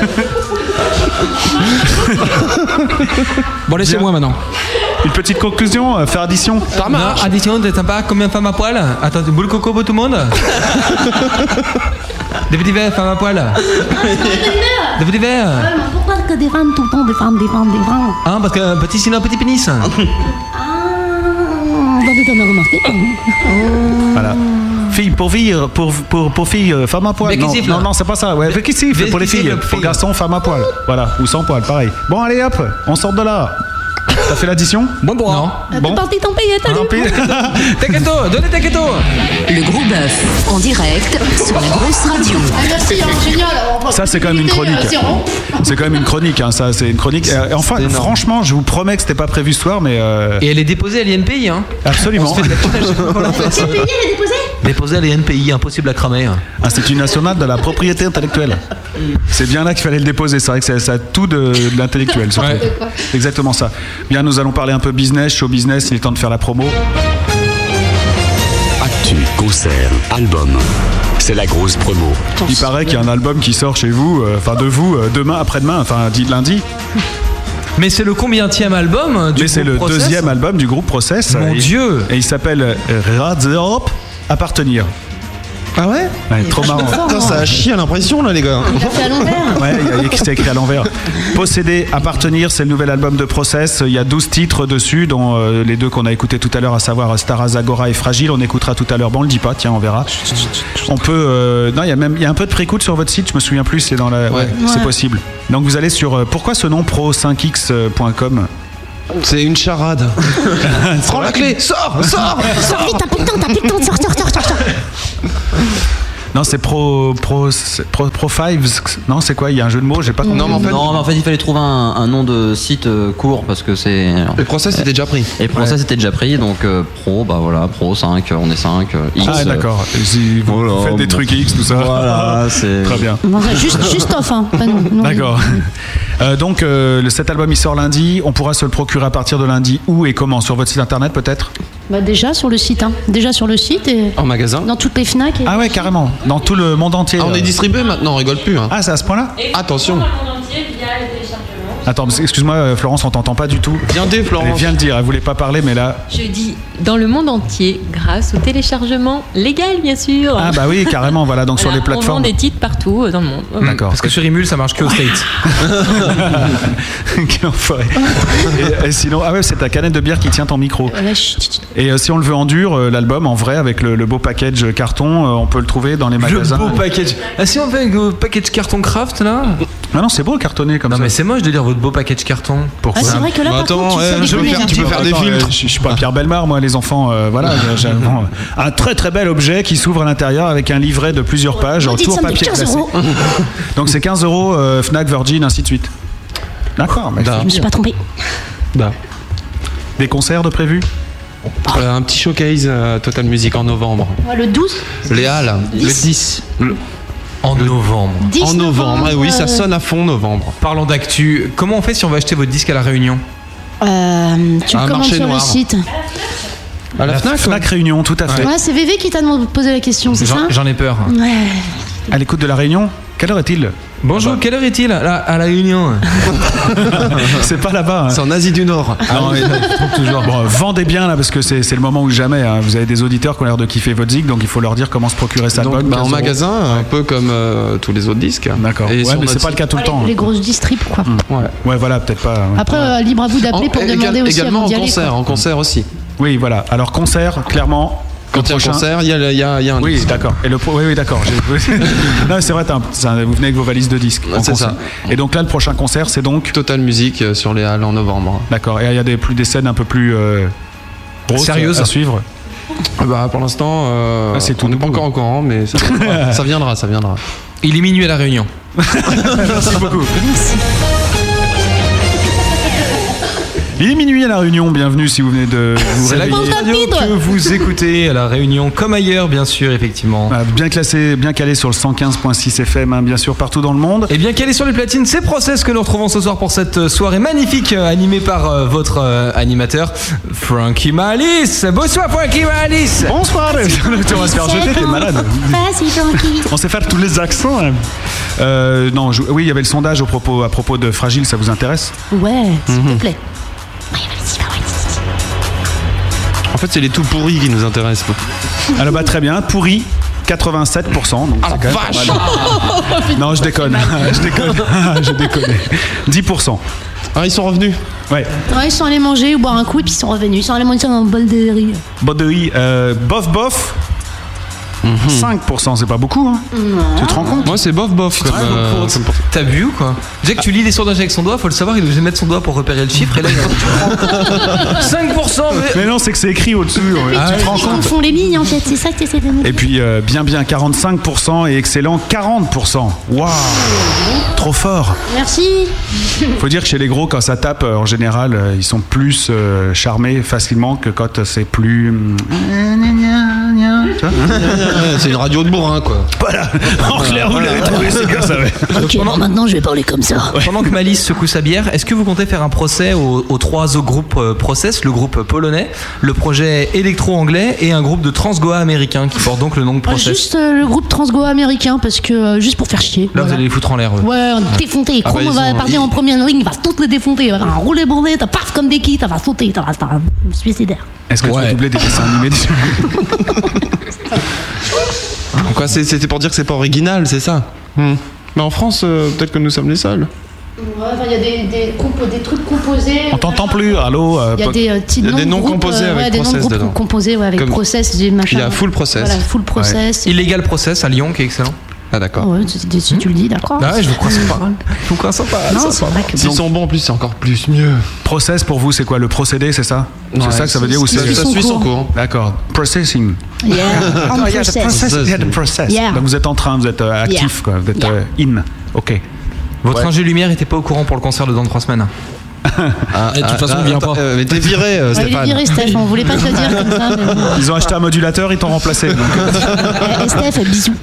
Speaker 11: Bon, laissez-moi maintenant.
Speaker 2: Une petite conclusion, euh, faire addition.
Speaker 3: Par marche. Addition, t'es sympa, combien de femmes à poil Attends, tu boules coco pour tout le (laughs) monde Des petits verres, femmes à poil Des petits verres
Speaker 5: Ouais, mais pourquoi que des femmes tout le temps, des femmes, des femmes, des femmes
Speaker 3: Hein, parce que petit sinon, petit pénis
Speaker 5: Ah, bah, vous avez remarqué.
Speaker 2: Voilà. Fille pour fille, euh, pour, pour, pour fille, euh, femme à poil.
Speaker 3: Mais
Speaker 2: Non,
Speaker 3: qui siffle.
Speaker 2: non, non, c'est pas ça. Ouais, mais qui siffle
Speaker 3: mais
Speaker 2: pour les
Speaker 3: qui
Speaker 2: filles.
Speaker 3: siffle,
Speaker 2: Pour garçon, femme à poil. Voilà, ou sans poil, pareil. Bon, allez hop, on sort de là. T'as fait l'addition
Speaker 3: Bon, bon.
Speaker 2: Bon.
Speaker 5: Parti, tant pis, t'as vu
Speaker 3: (laughs) Taketo, donnez taketo
Speaker 1: Le gros bœuf en direct sur la grosse radio.
Speaker 10: merci, hein, génial. alors, on va-
Speaker 2: Ça, c'est quand même une chronique.
Speaker 10: C'est rond.
Speaker 2: C'est quand même une chronique, hein, ça, c'est une chronique. Et, enfin, franchement, je vous promets que c'était pas prévu ce soir, mais. euh,
Speaker 3: Et elle est déposée à l'INPI, hein
Speaker 2: Absolument.
Speaker 3: On se fait de la potage, je sais pas comment on fait ça.
Speaker 10: Quel pays elle est déposée
Speaker 3: Déposée à l'INPI, impossible à
Speaker 2: (laughs)
Speaker 3: cramer.
Speaker 12: hein.
Speaker 2: Institut national de la propriété intellectuelle. C'est bien là qu'il fallait le déposer. C'est vrai que ça, ça a tout de, de l'intellectuel. surtout.
Speaker 3: Ouais.
Speaker 2: Exactement ça. Bien, nous allons parler un peu business, show business. Il est temps de faire la promo.
Speaker 21: Actu, concert, album. C'est la grosse promo.
Speaker 2: Il paraît qu'il y a un album qui sort chez vous, euh, enfin de vous, euh, demain, après-demain, enfin dit lundi.
Speaker 3: Mais c'est le combienième album euh, du
Speaker 2: Mais c'est
Speaker 3: groupe
Speaker 2: le
Speaker 3: Process
Speaker 2: deuxième album du groupe Process.
Speaker 3: Mon
Speaker 2: Et-
Speaker 3: Dieu.
Speaker 2: Et il s'appelle euh, Radio Appartenir.
Speaker 18: Ah ouais,
Speaker 2: Ouais, trop marrant.
Speaker 18: Putain, ça a chié à l'impression là, les gars.
Speaker 5: C'est à l'envers.
Speaker 2: Ouais, il y a- c'est écrit à l'envers. Posséder, appartenir, c'est le nouvel album de Process. Il y a 12 titres dessus, dont euh, les deux qu'on a écoutés tout à l'heure, à savoir Stara Zagora et Fragile. On écoutera tout à l'heure. Bon, on le dit pas, tiens, on verra. On peut. euh, non, il y a même il y a un peu de précoute sur votre site, je me souviens plus, c'est dans la. Ouais, c'est
Speaker 7: Ouais.
Speaker 2: possible. Donc vous allez sur. euh, pourquoi ce nom euh, pro5x.com
Speaker 7: (laughs) C'est une charade. Prends la clé, sors, sors,
Speaker 10: Sors
Speaker 7: sors.
Speaker 10: vite, t'as plus le temps, t'as plus le temps, sors, sors, sors, sors, sors.
Speaker 2: Non, c'est pro, pro, pro, pro Fives. Non, c'est quoi Il y a un jeu de mots, j'ai pas compris.
Speaker 12: Non, mais en fait, il fallait trouver un, un nom de site euh, court parce que c'est.
Speaker 7: Le process était déjà pris.
Speaker 12: Et le process était déjà pris, donc euh, pro, bah voilà, pro 5, on est 5, euh, X.
Speaker 2: Ah,
Speaker 12: euh,
Speaker 2: d'accord. Si Vous
Speaker 12: voilà,
Speaker 2: faites des
Speaker 12: bon.
Speaker 2: trucs X, tout ça.
Speaker 12: Voilà,
Speaker 2: (laughs)
Speaker 12: c'est.
Speaker 2: Très bien.
Speaker 5: Non, juste, juste off, hein. Pas nous, nous,
Speaker 2: D'accord. Euh, donc, euh, le- cet album, il sort lundi. On pourra se le procurer à partir de lundi. Où et comment Sur votre site internet, peut-être
Speaker 5: Bah déjà sur le site, hein. déjà sur le site et
Speaker 2: En magasin
Speaker 5: dans toutes les Fnac. Et...
Speaker 2: Ah ouais, carrément. Dans tout le monde entier.
Speaker 7: Ah, on est distribué maintenant, on rigole plus. Hein.
Speaker 2: Ah, c'est à ce point-là
Speaker 7: Attention.
Speaker 2: Attends, parce que- excuse-moi, euh, Florence, on t'entend pas du tout.
Speaker 7: Viens dès, Florence.
Speaker 2: Elle vient de dire, elle voulait pas parler, mais là...
Speaker 23: Je dis dans le monde entier grâce au téléchargement légal, bien sûr.
Speaker 2: Ah bah oui, carrément, voilà, donc sur
Speaker 23: Voilà,
Speaker 2: les
Speaker 23: On vend
Speaker 2: plateformes.
Speaker 23: des titres partout euh, dans le monde.
Speaker 2: D'accord.
Speaker 3: Parce que sur Imul, ça marche que aux
Speaker 12: (laughs)
Speaker 3: States.
Speaker 2: (laughs) Quel enfoiré. et, et sinon, ah ouais, c'est ta canette de bière qui tient ton micro.
Speaker 5: Voilà, chut, chut, chut.
Speaker 2: Et euh, si on le veut en dur, euh, l'album, en vrai, avec le, le beau package carton, euh, on peut le trouver dans les
Speaker 3: Le
Speaker 2: magasins.
Speaker 3: beau package. Ah, si on fait un beau package carton craft là
Speaker 2: Ah non, c'est beau cartonné comme
Speaker 3: non,
Speaker 2: ça.
Speaker 3: mais c'est moche de lire votre beau package carton.
Speaker 2: Pourquoi
Speaker 5: Ah, c'est vrai que là, par contre, tu fais des hein. comédies. Tu peux faire des
Speaker 2: Attends,
Speaker 5: filtres.
Speaker 2: euh, Je je suis pas Pierre Belmar, moi, les enfants. euh,
Speaker 3: (laughs)
Speaker 2: voilà, j'ai vraiment, euh, un très très bel objet qui s'ouvre à l'intérieur avec un livret de plusieurs pages en
Speaker 5: Maudite
Speaker 2: tour
Speaker 5: somme de
Speaker 2: papier
Speaker 5: 15
Speaker 2: glacé.
Speaker 5: euros.
Speaker 2: Donc c'est 15 euros, euh, Fnac, Virgin, ainsi de suite. D'accord, mais
Speaker 5: Je me suis pas trompée.
Speaker 2: Des concerts de prévus
Speaker 7: Euh, un petit showcase euh, Total Music en novembre.
Speaker 5: Ouais, le 12,
Speaker 7: Léa là, le 10.
Speaker 3: En novembre.
Speaker 5: 10
Speaker 7: en novembre,
Speaker 5: novembre,
Speaker 7: eh oui, ça
Speaker 5: euh,
Speaker 7: sonne à fond novembre.
Speaker 3: Parlons d'actu. Comment on fait si on va acheter votre disque à la Réunion
Speaker 5: euh, tu
Speaker 3: Un
Speaker 5: le commandes
Speaker 3: marché
Speaker 5: sur
Speaker 3: noir.
Speaker 5: le site.
Speaker 3: À la, Fnac,
Speaker 2: Réunion, tout à
Speaker 5: Ouais,
Speaker 2: fait.
Speaker 5: c'est VV qui t'a demandé- posé la question, c'est ça
Speaker 3: J'en j'en ai peur.
Speaker 5: Ouais.
Speaker 2: À l'écoute de la Réunion, quelle heure
Speaker 3: (laughs)
Speaker 2: est-il
Speaker 3: Bonjour, quelle heure est-il là, à la Réunion
Speaker 2: C'est pas là-bas. hein.
Speaker 7: C'est en Asie du Nord.
Speaker 2: Non, mais-
Speaker 7: (laughs)
Speaker 2: Bon, euh, vendez bien là parce que c'est c'est le moment ou jamais. hein. Vous avez des auditeurs qui ont l'air de kiffer votre zig, donc il faut leur dire comment se procurer ça.
Speaker 7: Donc, bah, en magasin, un peu comme euh, tous les autres disques.
Speaker 2: D'accord.
Speaker 7: Et
Speaker 2: Ouais,
Speaker 7: sur
Speaker 2: mais
Speaker 7: notre
Speaker 2: c'est pas le
Speaker 7: site.
Speaker 2: cas tout le temps. hein.
Speaker 5: Les grosses distribs, quoi.
Speaker 7: Ouais.
Speaker 2: Ouais, voilà, peut-être pas. hein. ouais.
Speaker 5: Après, euh, libre à vous d'appeler
Speaker 7: En-
Speaker 5: pour
Speaker 7: et-
Speaker 5: demander aussi
Speaker 7: également
Speaker 5: avant d'y
Speaker 7: en
Speaker 5: aller.
Speaker 7: concert,
Speaker 5: quoi.
Speaker 7: en concert aussi.
Speaker 2: Oui, voilà. Alors concert, clairement.
Speaker 7: Quand il y a un
Speaker 2: prochain-
Speaker 7: concert, il y a, le- il y a- il y a un
Speaker 2: Oui,
Speaker 7: disque.
Speaker 2: d'accord. Et le pro- oui, oui, d'accord. J'ai- (laughs) non, c'est vrai. t'as un- c'est un- Vous venez avec vos valises de disques. en
Speaker 7: C'est
Speaker 2: concert.
Speaker 7: ça.
Speaker 2: Et donc là, le prochain concert, c'est donc.
Speaker 7: Total Music euh, sur les Halles en novembre.
Speaker 2: D'accord. Et il y a des plus des scènes un peu plus euh, grosses
Speaker 3: Sérieuses.
Speaker 7: euh,
Speaker 2: à suivre.
Speaker 7: Bah, pour l'instant, euh,
Speaker 2: Ah, c'est tout
Speaker 7: on n'est pas
Speaker 2: nouveau.
Speaker 3: (laughs)
Speaker 7: encore au courant, mais ça viendra, ça viendra. ça viendra.
Speaker 3: Il est minuit à la Réunion.
Speaker 2: Merci beaucoup. Il est minuit à La Réunion, bienvenue si vous venez de vous
Speaker 3: C'est la
Speaker 2: réveiller.
Speaker 3: grande radio que vous écoutez à La Réunion, comme ailleurs, bien sûr, effectivement.
Speaker 2: Ah, Bien classé, bien calé sur le 115.6 FM, hein, bien sûr, partout dans le monde.
Speaker 3: Et Eh bien, quelle est sur les platines C'est Process que nous retrouvons ce soir pour cette soirée magnifique euh, animée par euh, votre euh, animateur, Frankie Malice. Bonsoir, Frankie Malice.
Speaker 2: Bonsoir. (laughs) tu vas se faire jeter, t'es malade. On sait faire tous les accents. hein. Euh, non, je- oui, il y avait le sondage au propos, à propos de Fragile, ça vous intéresse
Speaker 5: Ouais, s'il te plaît.
Speaker 2: En fait, c'est les tout pourris qui nous intéressent. Alors, bah, très bien, pourri. 87%, donc c'est quand même pas
Speaker 15: vache.
Speaker 2: mal. Non, je déconne, (laughs) je déconne, je déconne. 10%.
Speaker 7: Ah, ils sont revenus
Speaker 2: Ouais.
Speaker 5: Ouais, ils sont allés manger ou boire un coup et puis ils sont revenus. Ils sont allés manger dans le bol de riz.
Speaker 2: Bon, de riz, euh, bof, bof.
Speaker 7: Mhm.
Speaker 2: 5%, c'est pas beaucoup, hein Tu te rends compte
Speaker 7: Moi, c'est bof, bof.
Speaker 3: Comme, euh, comme pour- T'as bu ou quoi Dès que tu lis les sondages avec son doigt, faut le savoir, il est obligé de mettre son doigt pour repérer le chiffre. Et là, il (laughs) va- 5% mais...
Speaker 2: Mais non, c'est que c'est écrit au-dessus. ouais.
Speaker 7: Ah
Speaker 2: tu te rends
Speaker 5: ils
Speaker 2: compte
Speaker 5: confondent les billes en fait, c'est ça que t'essaies de nous
Speaker 2: Et puis euh, bien bien 45% et excellent 40%. Waouh Trop fort.
Speaker 5: Merci. Euh,
Speaker 2: Faut dire que chez les gros quand ça tape euh, en général, euh, ils sont plus euh, charmés facilement que quand euh, c'est plus hum,
Speaker 7: (laughs) C'est une radio de bourrin, quoi.
Speaker 2: Voilà. (laughs) En clair, vous l'avez trouvé, c'est comme ça.
Speaker 5: Ok, bon, maintenant je vais parler comme ça.
Speaker 3: Pendant que Malice secoue sa bière, est-ce que vous comptez faire un procès aux, aux trois autres groupes euh, Process, le groupe polonais, le projet électro-anglais et un groupe de transgoa américain qui porte donc le nom de
Speaker 5: Ah,
Speaker 3: Process
Speaker 5: Juste euh, le groupe Transgoa américain, parce que euh, juste pour faire chier.
Speaker 3: Là, vous
Speaker 5: voilà.
Speaker 3: allez les foutre en l'air. eux.
Speaker 5: Ouais, on est défonté.
Speaker 3: Ah
Speaker 5: Chrome
Speaker 3: bah, ils
Speaker 5: va
Speaker 3: ont-
Speaker 5: partir en première ligne, il va toutes les défonter. Il va faire un rouler bourré, t'as paf comme des kits, t'as va sauter, t'as va t'as- suicidaire.
Speaker 2: Est-ce que tu veux doubler des dessins animés
Speaker 5: (laughs)
Speaker 2: dessus
Speaker 7: Quoi, c'est- c'était pour dire que c'est pas original, c'est ça Hmm. Mais en France, euh, peut-être que nous sommes les seuls.
Speaker 5: Ouais, il y a des, trucs composés.
Speaker 2: On t'entend plus, allô euh,
Speaker 5: Il y a
Speaker 2: po-
Speaker 5: des euh, petits
Speaker 7: Il y a des
Speaker 5: noms de
Speaker 7: noms
Speaker 5: groupes,
Speaker 7: composés
Speaker 5: euh,
Speaker 7: avec
Speaker 5: ouais, des noms de
Speaker 7: process
Speaker 5: groupes
Speaker 7: dedans.
Speaker 5: composés ouais, avec
Speaker 7: Comme-
Speaker 5: process, des machins.
Speaker 7: Il y a full process.
Speaker 5: Voilà, full process.
Speaker 3: Illegal Process à Lyon qui est excellent. Ah d'accord.
Speaker 5: Ouais, tu, tu- tu- tu le dis, d'accord
Speaker 3: Ah ouais, je vous crois sympa.
Speaker 5: (laughs)
Speaker 3: Je vous crois sympa.
Speaker 5: Non,
Speaker 3: sympa.
Speaker 5: c'est vrai que
Speaker 7: S'ils sont bons, en plus, c'est encore plus mieux.
Speaker 2: Process pour vous, c'est quoi le procédé, c'est ça
Speaker 7: Ouais,
Speaker 2: C'est ça que ça veut dire ou
Speaker 7: ça
Speaker 2: c'est
Speaker 7: suit son Ça suit son cours.
Speaker 2: D'accord. Processing.
Speaker 5: Yeah, on
Speaker 2: Oh, yeah, the process.
Speaker 5: process.
Speaker 2: Yeah, the process.
Speaker 5: Yeah.
Speaker 2: Donc vous êtes en train, vous êtes euh, actif,
Speaker 5: Yeah.
Speaker 2: quoi. Vous êtes
Speaker 5: Yeah.
Speaker 2: euh, in. Ok.
Speaker 3: Votre
Speaker 2: Ouais.
Speaker 3: ingé lumière était pas au courant pour le concert de dans trois semaines.
Speaker 7: Et de toute façon, il vient pas. mais t'es viré, ah, euh,
Speaker 5: Ouais, il est viré, Steph, on voulait pas te le dire comme ça. Mais bon.
Speaker 2: Ils ont acheté un modulateur, ils t'ont remplacé. (laughs) donc.
Speaker 5: Eh, Steph, bisous.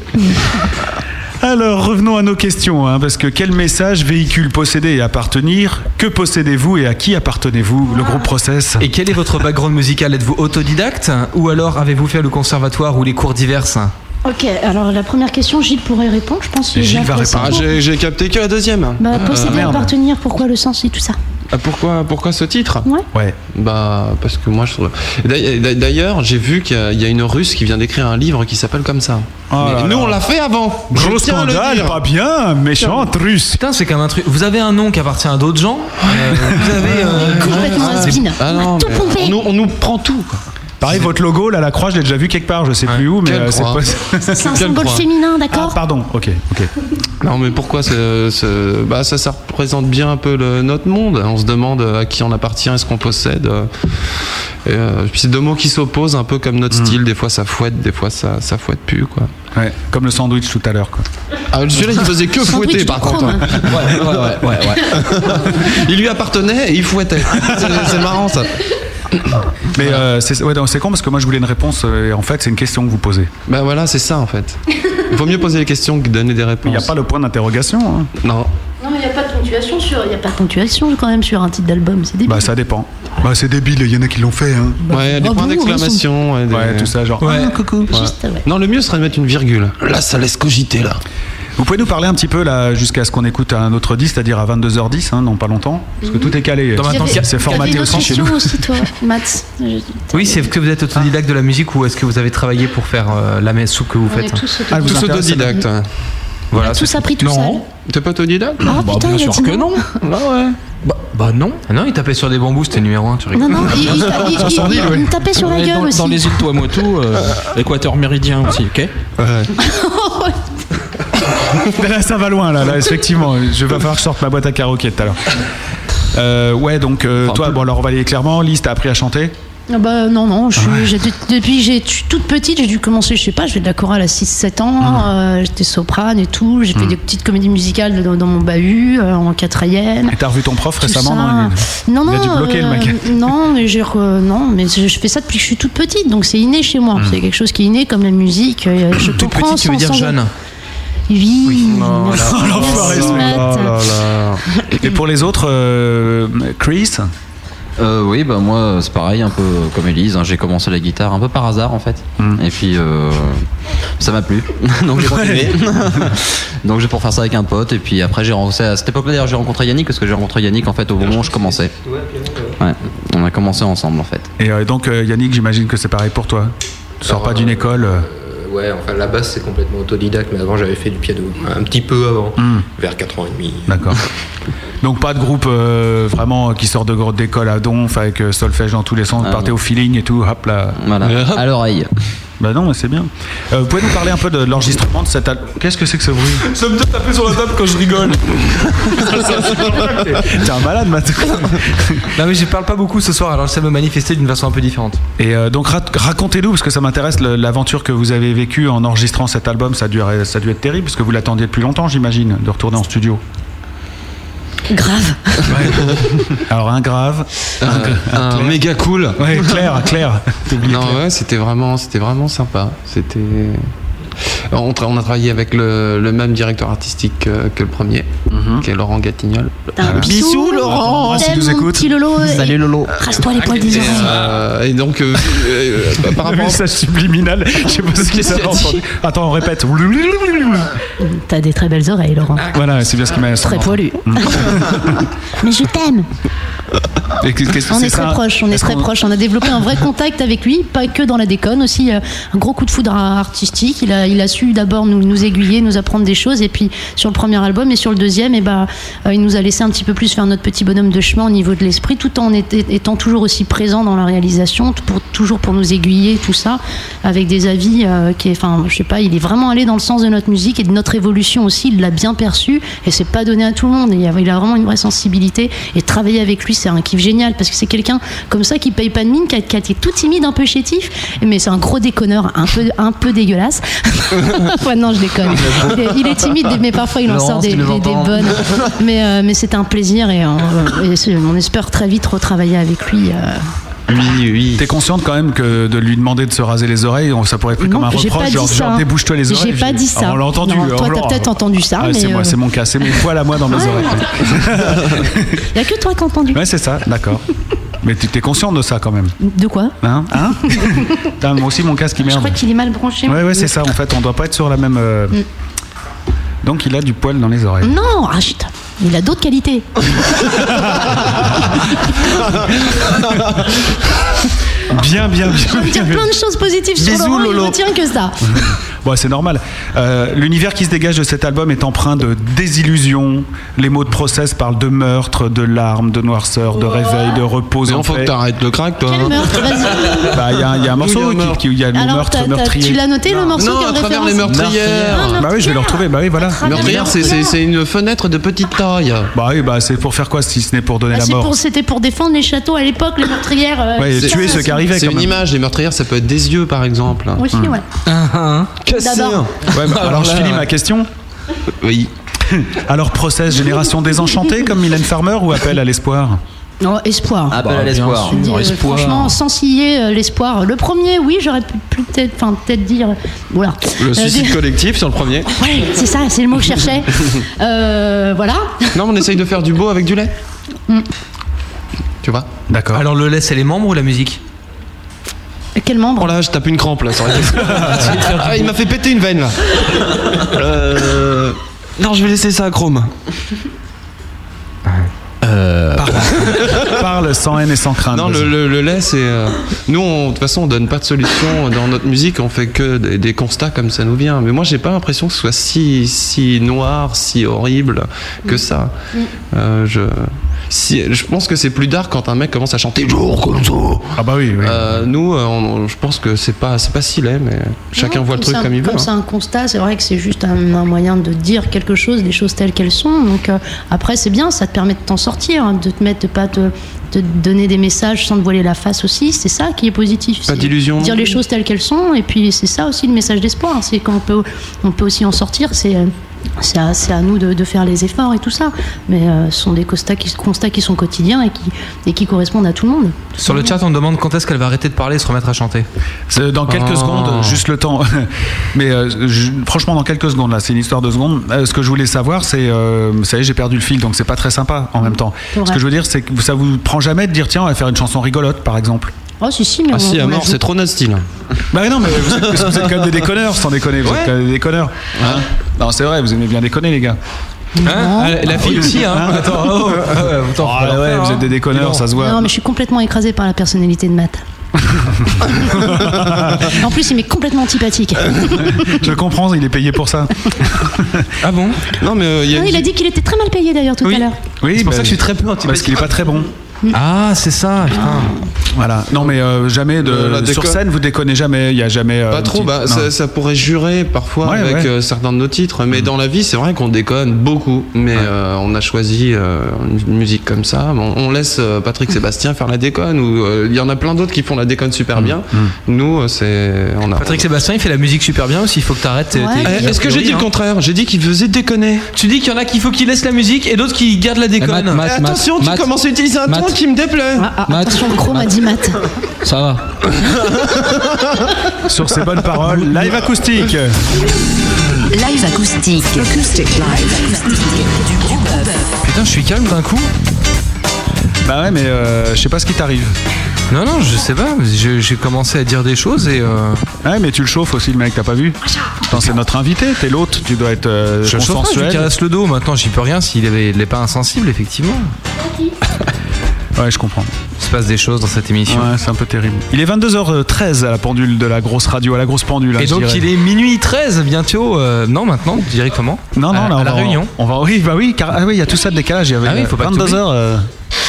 Speaker 2: Alors revenons à nos questions, hein, parce que quel message véhicule posséder et appartenir Que possédez-vous et à qui appartenez-vous Le groupe Process.
Speaker 3: Et quel est votre background musical Êtes-vous autodidacte ou alors avez-vous fait le conservatoire ou les cours diverses
Speaker 5: Ok, alors la première question, Gilles pourrait répondre, je pense.
Speaker 3: Gilles va
Speaker 5: posséder-
Speaker 3: répondre.
Speaker 7: Ah, j'ai j'ai capté que la deuxième.
Speaker 5: Bah,
Speaker 7: Euh,
Speaker 5: posséder, appartenir, pourquoi le sens et tout ça
Speaker 7: Ah, pourquoi, pourquoi ce titre
Speaker 5: Ouais.
Speaker 7: Bah, parce que moi, je trouve. D'ailleurs- d'ailleurs- D'ailleurs, j'ai vu qu'il y a- il y a une russe qui vient d'écrire un livre qui s'appelle comme ça. Mais
Speaker 2: là
Speaker 7: nous,
Speaker 2: là.
Speaker 7: on l'a fait avant.
Speaker 2: Gros
Speaker 7: Je tiens à le
Speaker 2: scandale,
Speaker 7: dire.
Speaker 2: pas bien, méchante russe.
Speaker 3: Putain, c'est quand même un truc. Vous avez un nom qui appartient à d'autres gens. euh, vous avez. euh,
Speaker 5: (laughs) Complètement
Speaker 3: ah,
Speaker 5: un
Speaker 3: c'est-
Speaker 5: spin.
Speaker 7: Ah non, mais on, nous, on nous prend tout. quoi.
Speaker 2: Pareil, votre logo, là, la croix, je l'ai déjà vu quelque part, je sais plus où, mais
Speaker 7: Quelle
Speaker 2: euh, c'est
Speaker 7: croix.
Speaker 2: pas. (laughs) Ah,
Speaker 5: C'est un
Speaker 7: Quelle
Speaker 5: symbole
Speaker 7: croix
Speaker 5: féminin, d'accord
Speaker 2: Pardon, ok, ok.
Speaker 7: Non, mais pourquoi ce, ce- bah, ça, ça représente bien un peu le- notre monde. On se demande euh, à qui on appartient, est-ce qu'on possède. euh, et, euh, puis c'est deux mots qui s'opposent, un peu comme notre
Speaker 2: Hmm.
Speaker 7: style. Des fois ça fouette, des fois ça, ça fouette plus. Quoi.
Speaker 2: Ouais, comme le sandwich tout à l'heure, quoi.
Speaker 7: Ah, celui-là, il faisait que
Speaker 5: Sandwich
Speaker 7: fouetter
Speaker 5: de
Speaker 7: par contre.
Speaker 5: chrome.
Speaker 7: Ouais, ouais, ouais, ouais, ouais. il lui appartenait et il fouettait. C'est- C'est marrant ça.
Speaker 2: Mais euh, c'est ouais, non, c'est con parce que moi je voulais une réponse euh, et en fait c'est une question que vous posez.
Speaker 7: Ben voilà, c'est ça en fait. Il vaut mieux poser les questions que donner des réponses.
Speaker 2: Il n'y a pas le point d'interrogation. hein.
Speaker 7: Non.
Speaker 5: Non, mais il n'y a pas de ponctuation sur. Il n'y a pas de ponctuation quand même sur un titre d'album, c'est débile.
Speaker 2: Bah ça dépend. Bah c'est débile, il y en a qui l'ont fait. Hein.
Speaker 7: Ouais, des
Speaker 5: bravo,
Speaker 7: points d'exclamation. Ouais, des-
Speaker 2: Ouais, tout ça genre.
Speaker 3: Ouais.
Speaker 2: Ah,
Speaker 5: Oh, coucou. Juste, ouais.
Speaker 7: Non, le mieux serait de mettre une virgule. Là, ça laisse cogiter là.
Speaker 2: Vous pouvez nous parler un petit peu là jusqu'à ce qu'on écoute un autre 10, c'est-à-dire à 22h10, hein, non pas longtemps, parce que tout est calé.
Speaker 3: Dans
Speaker 2: C'est-
Speaker 3: maintenant,
Speaker 2: c'est formaté aussi chez nous.
Speaker 5: aussi, toi, Matt. Je-
Speaker 3: Oui, c'est que vous êtes autodidacte de la musique ou est-ce que vous avez travaillé pour faire euh, la messe soupe que vous
Speaker 5: On est
Speaker 3: faites
Speaker 5: tous autodidactes. Ah,
Speaker 7: Tous
Speaker 2: intéresse,
Speaker 7: autodidactes. hein.
Speaker 3: Voilà,
Speaker 5: tous
Speaker 3: c'est-
Speaker 5: appris tout
Speaker 3: Non.
Speaker 5: seul.
Speaker 7: T'es pas autodidacte
Speaker 5: Ah
Speaker 11: Bah,
Speaker 5: putain, il a dit non.
Speaker 7: Là, ouais.
Speaker 3: Bah, bah non. Ah non, il tapait sur des bambous, c'était numéro 1, tu rigoles.
Speaker 5: Non, non, il, il- il- il- il me tapait sur la
Speaker 11: Ouais,
Speaker 5: gueule
Speaker 11: dans,
Speaker 5: aussi.
Speaker 11: dans les îles Tuamotu,
Speaker 5: (laughs)
Speaker 11: euh, l'équateur méridien aussi, ok
Speaker 2: Là, (laughs) ça va loin là, là, effectivement. Je vais falloir que je sorte ma boîte à karaoké tout à l'heure. Euh, ouais donc euh, toi bon alors on va aller clairement, Lise t'as appris à chanter.
Speaker 5: Ah Bah non, non, je suis- j'ai- depuis j'ai je suis toute petite, j'ai dû commencer, je sais pas, je fais de la chorale à 6-7 ans, euh, j'étais soprane et tout, j'ai fait
Speaker 2: Mhm.
Speaker 5: des petites comédies musicales dans, dans mon bahut, euh, en quatrième.
Speaker 2: Et t'as revu ton prof
Speaker 5: tout
Speaker 2: récemment
Speaker 5: ça.
Speaker 2: non, il-
Speaker 5: non,
Speaker 2: il a
Speaker 5: non,
Speaker 2: dû bloquer le
Speaker 5: euh,
Speaker 2: mec.
Speaker 5: non, mais j'ai re- non, mais je, je fais ça depuis que je suis toute petite, donc c'est inné chez moi.
Speaker 3: Mhm.
Speaker 5: C'est quelque chose qui est inné, comme la musique. euh, Je
Speaker 3: Toute
Speaker 5: comprends
Speaker 3: petite, tu veux
Speaker 5: sans-
Speaker 3: dire
Speaker 5: sans-
Speaker 3: jeune
Speaker 5: Oui.
Speaker 3: Oh là
Speaker 5: merci,
Speaker 3: là,
Speaker 5: merci,
Speaker 3: oh là
Speaker 5: Matt.
Speaker 3: là.
Speaker 2: Et pour les autres, euh, Chris
Speaker 12: Euh, oui, bah moi c'est pareil, un peu comme Elise, hein, j'ai commencé la guitare un peu par hasard en fait.
Speaker 3: Hmm.
Speaker 12: Et puis euh, ça m'a plu, (laughs) donc j'ai continué. (laughs) donc j'ai pour faire ça avec un pote. Et puis après j'ai rencontré, à cette époque-là d'ailleurs j'ai rencontré Yannick parce que j'ai rencontré Yannick en fait au moment où je commençais. Ouais, on a commencé ensemble en fait.
Speaker 2: Et euh, donc euh, Yannick, j'imagine que c'est pareil pour toi. Tu sors pas d'une école. euh,
Speaker 22: Euh, ouais, enfin la basse c'est complètement autodidacte, mais avant j'avais fait du piano, un petit peu avant,
Speaker 12: Hmm.
Speaker 22: vers 4 ans et demi.
Speaker 2: (laughs) D'accord. Donc pas de groupe euh, vraiment qui sort de grotte d'école à donf avec euh, solfège dans tous les sens, partez au feeling et tout, hop là.
Speaker 12: Voilà. À l'oreille.
Speaker 2: Bah non, mais c'est bien. Euh, vous pouvez nous parler un peu de l'enregistrement de cette al- Qu'est-ce que c'est que ce bruit Ça me taper sur la table quand je (laughs) rigole. T'es un malade, Matt. (laughs)
Speaker 3: Non, mais je parle pas beaucoup ce soir, alors ça me manifester d'une façon un peu différente.
Speaker 2: Et euh, donc rac- racontez-nous, parce que ça m'intéresse, le- l'aventure que vous avez vécue en enregistrant cet album, ça a dû, ça a dû être terrible, parce que vous l'attendiez depuis longtemps, j'imagine, de retourner en studio.
Speaker 5: Grave.
Speaker 2: Alors un grave,
Speaker 7: Un, un méga cool. (laughs)
Speaker 2: Ouais, clair, clair.
Speaker 7: Non, ouais, c'était vraiment, c'était vraiment sympa. C'était. On, tra- on a travaillé avec le, le même directeur artistique que, que le premier,
Speaker 22: Mhm.
Speaker 7: qui est Laurent Gatignol.
Speaker 5: Un bisou, Laurent.
Speaker 7: si
Speaker 5: T'aimes,
Speaker 7: nous
Speaker 5: mon
Speaker 7: écoute.
Speaker 5: petit Lolo.
Speaker 7: Salut,
Speaker 5: Et-
Speaker 7: Lolo.
Speaker 5: Rase-toi les poils des
Speaker 7: Et,
Speaker 5: oreilles.
Speaker 7: euh, et donc, euh, euh, euh, par
Speaker 2: Le (laughs)
Speaker 7: rapport
Speaker 2: message
Speaker 7: (laughs)
Speaker 2: subliminal, je sais pas ce qu'il
Speaker 7: Qu'est-ce
Speaker 2: a
Speaker 7: qu'il a dit
Speaker 2: entendu. Attends, on répète. (laughs)
Speaker 5: T'as des très belles oreilles, Laurent.
Speaker 2: Voilà, c'est bien ce qui m'a
Speaker 5: Très poilu. (laughs) Mais je t'aime.
Speaker 2: Et qu'est- qu'est-ce que
Speaker 5: On
Speaker 2: c'est
Speaker 5: est
Speaker 2: ça
Speaker 5: très proches, on est
Speaker 2: Est-ce
Speaker 5: très
Speaker 2: qu'on-
Speaker 5: proches. On a développé un vrai contact avec lui, pas que dans la déconne, aussi euh, un gros coup de foudre euh, artistique. Il a, il a su d'abord nous, nous aiguiller, nous apprendre des choses, et puis sur le premier album et sur le deuxième, et bah, euh, il nous a laissé un petit peu plus faire notre petit bonhomme de chemin au niveau de l'esprit, tout en été- étant toujours aussi présent dans la réalisation, t- pour, toujours pour nous aiguiller, tout ça, avec des avis euh, qui, est- enfin, je sais pas, il est vraiment allé dans le sens de notre musique et de notre évolution aussi. Il l'a bien perçu, et c'est pas donné à tout le monde. Il a, il a vraiment une vraie sensibilité, et travailler avec lui, c'est un kiff génial, parce que c'est quelqu'un comme ça qui paye pas de mine, qui a, qui a été tout timide, un peu chétif, mais c'est un gros déconneur, un peu, un peu dégueulasse. (laughs) ouais, non, je déconne. Il est, il est timide, mais parfois il en
Speaker 10: Laurence,
Speaker 5: sort des,
Speaker 10: tu nous
Speaker 5: des- des
Speaker 10: entends
Speaker 5: bonnes. Mais, euh, mais c'est un plaisir et, on, et c'est- on espère très vite retravailler avec lui. euh.
Speaker 2: Oui, oui. T'es consciente quand même que de lui demander de se raser les oreilles, on- ça pourrait être pris comme un
Speaker 5: j'ai pas
Speaker 2: reproche,
Speaker 5: dit
Speaker 2: genre,
Speaker 5: ça.
Speaker 2: genre, débouche-toi les oreilles.
Speaker 5: J'ai pas dit
Speaker 2: Ah,
Speaker 5: ça.
Speaker 2: on l'a entendu.
Speaker 5: Non, toi,
Speaker 2: on
Speaker 5: t'as
Speaker 2: l'a-
Speaker 5: peut-être entendu ça,
Speaker 2: Ah,
Speaker 5: mais,
Speaker 2: c'est moi,
Speaker 5: euh,
Speaker 2: c'est mon cas, c'est mon poil à moi dans mes
Speaker 5: Ouais,
Speaker 2: oreilles.
Speaker 5: Il y a que toi qui as entendu.
Speaker 2: Ouais, c'est ça, d'accord. Mais tu t'es consciente de ça quand même
Speaker 5: De quoi
Speaker 2: Hein
Speaker 5: (laughs)
Speaker 2: Hein Putain, Moi aussi, mon casque, il
Speaker 5: Je
Speaker 2: merde.
Speaker 5: crois qu'il est mal branché.
Speaker 2: Ouais, ouais, c'est ça, en fait, on doit pas être sur la même. euh,
Speaker 5: Mm.
Speaker 2: Donc, il a du poil dans les oreilles.
Speaker 5: Non, ah, chut, il a
Speaker 2: (laughs)
Speaker 5: d'autres qualités. Mm.
Speaker 2: Bien, bien, bien.
Speaker 5: Je
Speaker 2: bien,
Speaker 5: dire
Speaker 2: bien.
Speaker 5: plein de choses positives sur
Speaker 2: Bisous,
Speaker 5: Laurent, il
Speaker 2: Lolo.
Speaker 5: retient que ça.
Speaker 2: Bon, c'est normal. Euh, L'univers qui se dégage de cet album est empreint de désillusion. Les mots de process parlent de meurtre, de larmes, de noirceur, de réveil, de repos. Mais faut que t'arrêtes le crack, toi.
Speaker 7: hein.
Speaker 5: Quel meurtre Vas-y.
Speaker 2: Bah, il y, a un- (laughs) il y a un morceau
Speaker 7: Oui, il y a un
Speaker 2: qui, qui- il y a le
Speaker 5: Alors,
Speaker 2: meurtre
Speaker 5: t'as- t'as-
Speaker 2: meurtrier.
Speaker 5: tu l'as noté le morceau
Speaker 7: Non,
Speaker 5: qui
Speaker 7: à travers les meurtrières. Ah,
Speaker 2: Bah oui, je vais le retrouver. Bah oui, voilà.
Speaker 7: Meurtrière, c'est- c'est c'est une fenêtre de petite taille.
Speaker 2: Bah oui, bah c'est pour faire quoi si ce n'est pour donner
Speaker 5: Ah,
Speaker 2: la
Speaker 5: c'est
Speaker 2: mort
Speaker 5: pour- C'était pour défendre les châteaux à l'époque, les meurtrières. euh, tout ça, c'est-
Speaker 7: C'est une image, les meurtrières, ça peut être des yeux par exemple.
Speaker 5: Aussi,
Speaker 2: Hum.
Speaker 5: ouais.
Speaker 7: Cassé.
Speaker 5: D'abord.
Speaker 2: Ouais, bah, alors,
Speaker 7: Alors
Speaker 2: je
Speaker 7: là,
Speaker 2: finis
Speaker 7: ouais.
Speaker 2: ma question.
Speaker 7: Oui.
Speaker 2: Alors, process génération désenchantée comme Mylène Farmer ou appel à l'espoir
Speaker 5: Non, espoir.
Speaker 7: Ah, bah,
Speaker 2: Appel à l'espoir.
Speaker 5: Je veux dire, euh, Franchement, sans scier euh, l'espoir. Le premier, oui, j'aurais pu plus peut-être, enfin peut-être dire, voilà.
Speaker 7: Le
Speaker 5: Euh,
Speaker 7: suicide
Speaker 5: dire-
Speaker 7: collectif sur le premier.
Speaker 5: (laughs) Ouais, c'est ça, c'est le mot que je cherchais.
Speaker 2: (laughs)
Speaker 5: Euh, voilà.
Speaker 7: Non, mais on essaye de faire du beau avec du lait.
Speaker 5: Mm.
Speaker 7: Tu vois
Speaker 3: D'accord. Alors le lait, c'est les membres ou la musique
Speaker 5: Quel membre
Speaker 7: Oh là, je tape une crampe là. ça aurait (laughs) été- ah, il m'a fait péter une veine là. Euh... Non, je vais laisser ça à Chrome.
Speaker 2: Parle. Parle sans haine et sans crainte.
Speaker 7: Ah, Non, le, le- le lait, c'est. euh, Nous, on- de toute façon, on donne pas de solution dans notre musique, on fait que des, des constats comme ça nous vient. Mais moi, j'ai pas l'impression que ce soit si, si noir, si horrible que ça.
Speaker 10: Mm.
Speaker 7: Euh, je. si, je pense que c'est plus dark quand un mec commence à chanter jour comme ça.
Speaker 2: Ah bah oui. oui.
Speaker 7: Euh, nous, euh, on- je pense que c'est pas, c'est pas si laid, mais chacun
Speaker 5: Non,
Speaker 7: voit le truc
Speaker 5: c'est un-
Speaker 7: comme il veut.
Speaker 5: Comme c'est
Speaker 7: hein.
Speaker 5: un constat, c'est vrai que c'est juste un, un moyen de dire quelque chose, des choses telles qu'elles sont. Donc euh, après, c'est bien, ça te permet de t'en sortir, hein, de te mettre, de pas te, de te donner des messages sans te voiler la face aussi. C'est ça qui est positif.
Speaker 7: Pas
Speaker 5: c'est
Speaker 7: d'illusions.
Speaker 5: Dire les choses telles qu'elles sont, et puis c'est ça aussi le message d'espoir. C'est qu'on peut, on peut aussi en sortir. C'est euh, c'est à, c'est à nous de, de faire les efforts et tout ça. Mais euh, ce sont des constats qui, constats qui sont quotidiens et qui, et qui correspondent à tout le monde.
Speaker 3: Sur le chat, on demande quand est-ce qu'elle va arrêter de parler et se remettre à chanter.
Speaker 2: C'est Dans quelques
Speaker 7: oh.
Speaker 2: secondes, juste le temps. (laughs) Mais euh, je- franchement, dans quelques secondes, là, c'est une histoire de secondes. Euh, ce que je voulais savoir, c'est. euh, vous savez, j'ai perdu le fil, donc c'est pas très sympa en même temps.
Speaker 5: C'est vrai.
Speaker 2: Ce que je veux dire, c'est que ça vous prend jamais de dire, tiens, on va faire une chanson rigolote, par exemple.
Speaker 5: Oh, si, si, mais
Speaker 2: Ah
Speaker 7: Ah,
Speaker 5: on- on la joue.
Speaker 7: notre style.
Speaker 2: Bah non, mais vous êtes, parce que vous êtes quand même des déconneurs, sans déconner. Vous êtes quand même des déconneurs. hein. non, c'est vrai, vous aimez bien déconner, les gars.
Speaker 3: Hein Ah, la fille aussi, hein. Attends, oh, euh, vous t'en ferez
Speaker 2: Ah ouais,
Speaker 3: l'enfer,
Speaker 2: vous
Speaker 3: hein.
Speaker 2: êtes des déconneurs, ça se voit.
Speaker 5: Non, mais je suis complètement écrasée par la personnalité de
Speaker 7: (laughs)
Speaker 5: Matt. en plus, il m'est complètement antipathique.
Speaker 7: Euh,
Speaker 2: je comprends, il est payé pour ça.
Speaker 3: ah bon
Speaker 7: Non, mais euh, il y a.
Speaker 5: Non, il a dit qu'il était très mal payé d'ailleurs tout à l'heure.
Speaker 2: Oui,
Speaker 3: c'est pour
Speaker 2: bah,
Speaker 3: ça que je suis très peu
Speaker 2: Parce
Speaker 3: antipathique.
Speaker 2: qu'il est pas très bon.
Speaker 3: Ah, c'est ça, putain.
Speaker 2: Voilà. Non, mais euh, jamais de.
Speaker 7: Euh, la
Speaker 2: sur
Speaker 7: déco-
Speaker 2: scène, vous déconnez jamais. Il y a jamais. euh,
Speaker 7: Pas
Speaker 2: une
Speaker 7: trop,
Speaker 2: petite-
Speaker 7: bah,
Speaker 2: non.
Speaker 7: ça, ça pourrait jurer parfois
Speaker 2: Ouais,
Speaker 7: avec
Speaker 2: ouais. Mm.
Speaker 7: euh, certains de nos titres, mais dans la vie, c'est vrai qu'on déconne beaucoup, mais euh, on a choisi euh, une musique comme ça. Bon, on laisse euh, Patrick
Speaker 2: Mm.
Speaker 7: Sébastien faire la déconne, ou euh, il y en a plein d'autres qui font la déconne super
Speaker 2: Mm.
Speaker 7: bien. Nous, euh, c'est. On a.
Speaker 3: Patrick Sébastien, il fait la musique super bien aussi, il faut que t'arrêtes. tes-
Speaker 7: Ouais.
Speaker 3: tes-
Speaker 7: Eh,
Speaker 3: tes
Speaker 7: est-ce que j'ai
Speaker 3: théories,
Speaker 7: dit le
Speaker 3: hein.
Speaker 7: contraire J'ai dit qu'il faisait déconner.
Speaker 3: Tu dis qu'il y en a qu'il faut qu'ils laissent la musique et d'autres qui gardent la déconne.
Speaker 7: Eh, attention, tu commences à utiliser un ton qui me déplaît.
Speaker 15: Ah,
Speaker 5: Ah, Attention, le gros m'a dit Matt.
Speaker 11: Ça va.
Speaker 2: Sur ces bonnes paroles, live acoustique.
Speaker 1: Live acoustique. Live acoustique du gros bœuf.
Speaker 3: Putain, je suis calme d'un coup.
Speaker 2: Bah ouais, mais euh, je sais pas ce qui t'arrive.
Speaker 3: Non, non, je sais pas. je- J'ai commencé à dire des choses et. euh,
Speaker 2: Ouais, mais tu le chauffes aussi, le mec, t'as pas vu Attends, c'est notre invité, t'es l'hôte, tu dois être euh,
Speaker 3: Je le chauffe pas, je lui
Speaker 2: consensuel.
Speaker 3: caresse le dos. Maintenant, j'y peux rien s'il est, il est pas insensible, effectivement.
Speaker 2: ouais, je comprends.
Speaker 3: Il se passe des choses dans cette émission.
Speaker 2: Ouais, c'est un peu terrible. Il est 22h13 à la pendule de la grosse radio, à la grosse pendule. hein,
Speaker 3: Et
Speaker 2: je
Speaker 3: donc,
Speaker 2: dirais.
Speaker 3: il est minuit 13 bientôt. euh, non, maintenant, directement.
Speaker 2: Non, non,
Speaker 3: à,
Speaker 2: là, on
Speaker 3: à la
Speaker 2: va-
Speaker 3: réunion.
Speaker 2: On va, oui, bah oui, car ah oui, il y a tout ça de décalage. Il y avait
Speaker 3: Ah oui, faut pas
Speaker 2: 22
Speaker 3: t'oublier.
Speaker 2: heures euh,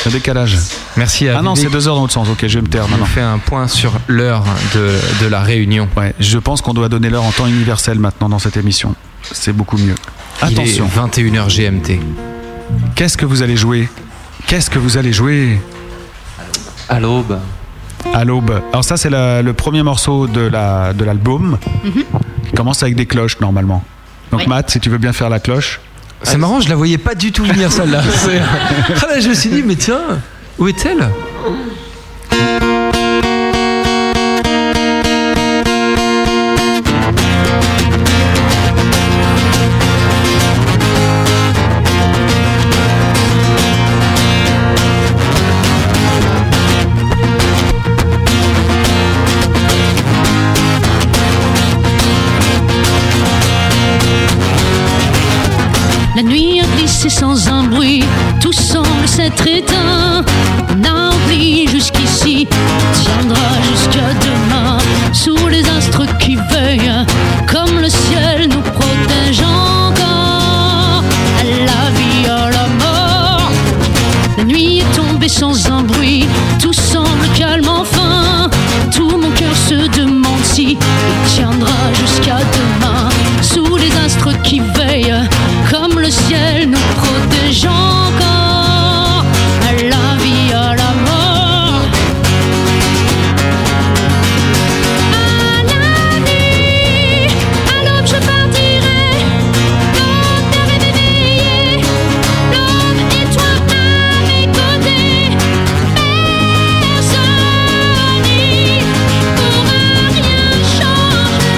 Speaker 2: de décalage.
Speaker 3: Merci à
Speaker 2: Ah non,
Speaker 3: Vivi.
Speaker 2: c'est deux heures dans l'autre sens. Ok, je vais me taire
Speaker 3: On
Speaker 2: maintenant.
Speaker 3: fait un point sur l'heure de, de la réunion.
Speaker 2: Ouais, je pense qu'on doit donner l'heure en temps universel maintenant dans cette émission. C'est beaucoup mieux.
Speaker 3: Il
Speaker 2: Attention.
Speaker 3: est 21h GMT.
Speaker 2: Qu'est-ce que vous allez jouer Qu'est-ce que vous allez jouer
Speaker 7: À l'aube.
Speaker 2: À l'aube. Alors ça, c'est la- le premier morceau de la- de l'album. qui commence avec des cloches normalement. Donc
Speaker 3: Ouais.
Speaker 2: Matt, si tu veux bien faire la cloche.
Speaker 3: C'est marrant, je la voyais pas du tout venir (laughs) celle-là. C'est- ah là, je me suis dit, mais tiens, où est-elle
Speaker 15: La nuit a glissé sans un bruit, tout semble s'être éteint. On a oublié jusqu'ici, tiendra jusqu'à demain. Sous les astres qui veillent, comme le ciel nous protège encore. À la vie, à la mort. La nuit est tombée sans un bruit, tout semble calme enfin. Tout mon cœur se demande si il tiendra jusqu'à demain. Sous les astres qui veillent, comme le ciel nous protège encore. À la vie, à la mort. À la nuit, à l'aube je partirai. Quand ta rêve éveillé, l'aube et toi à mes côtés. Personne n'y pourra rien changer. Alors,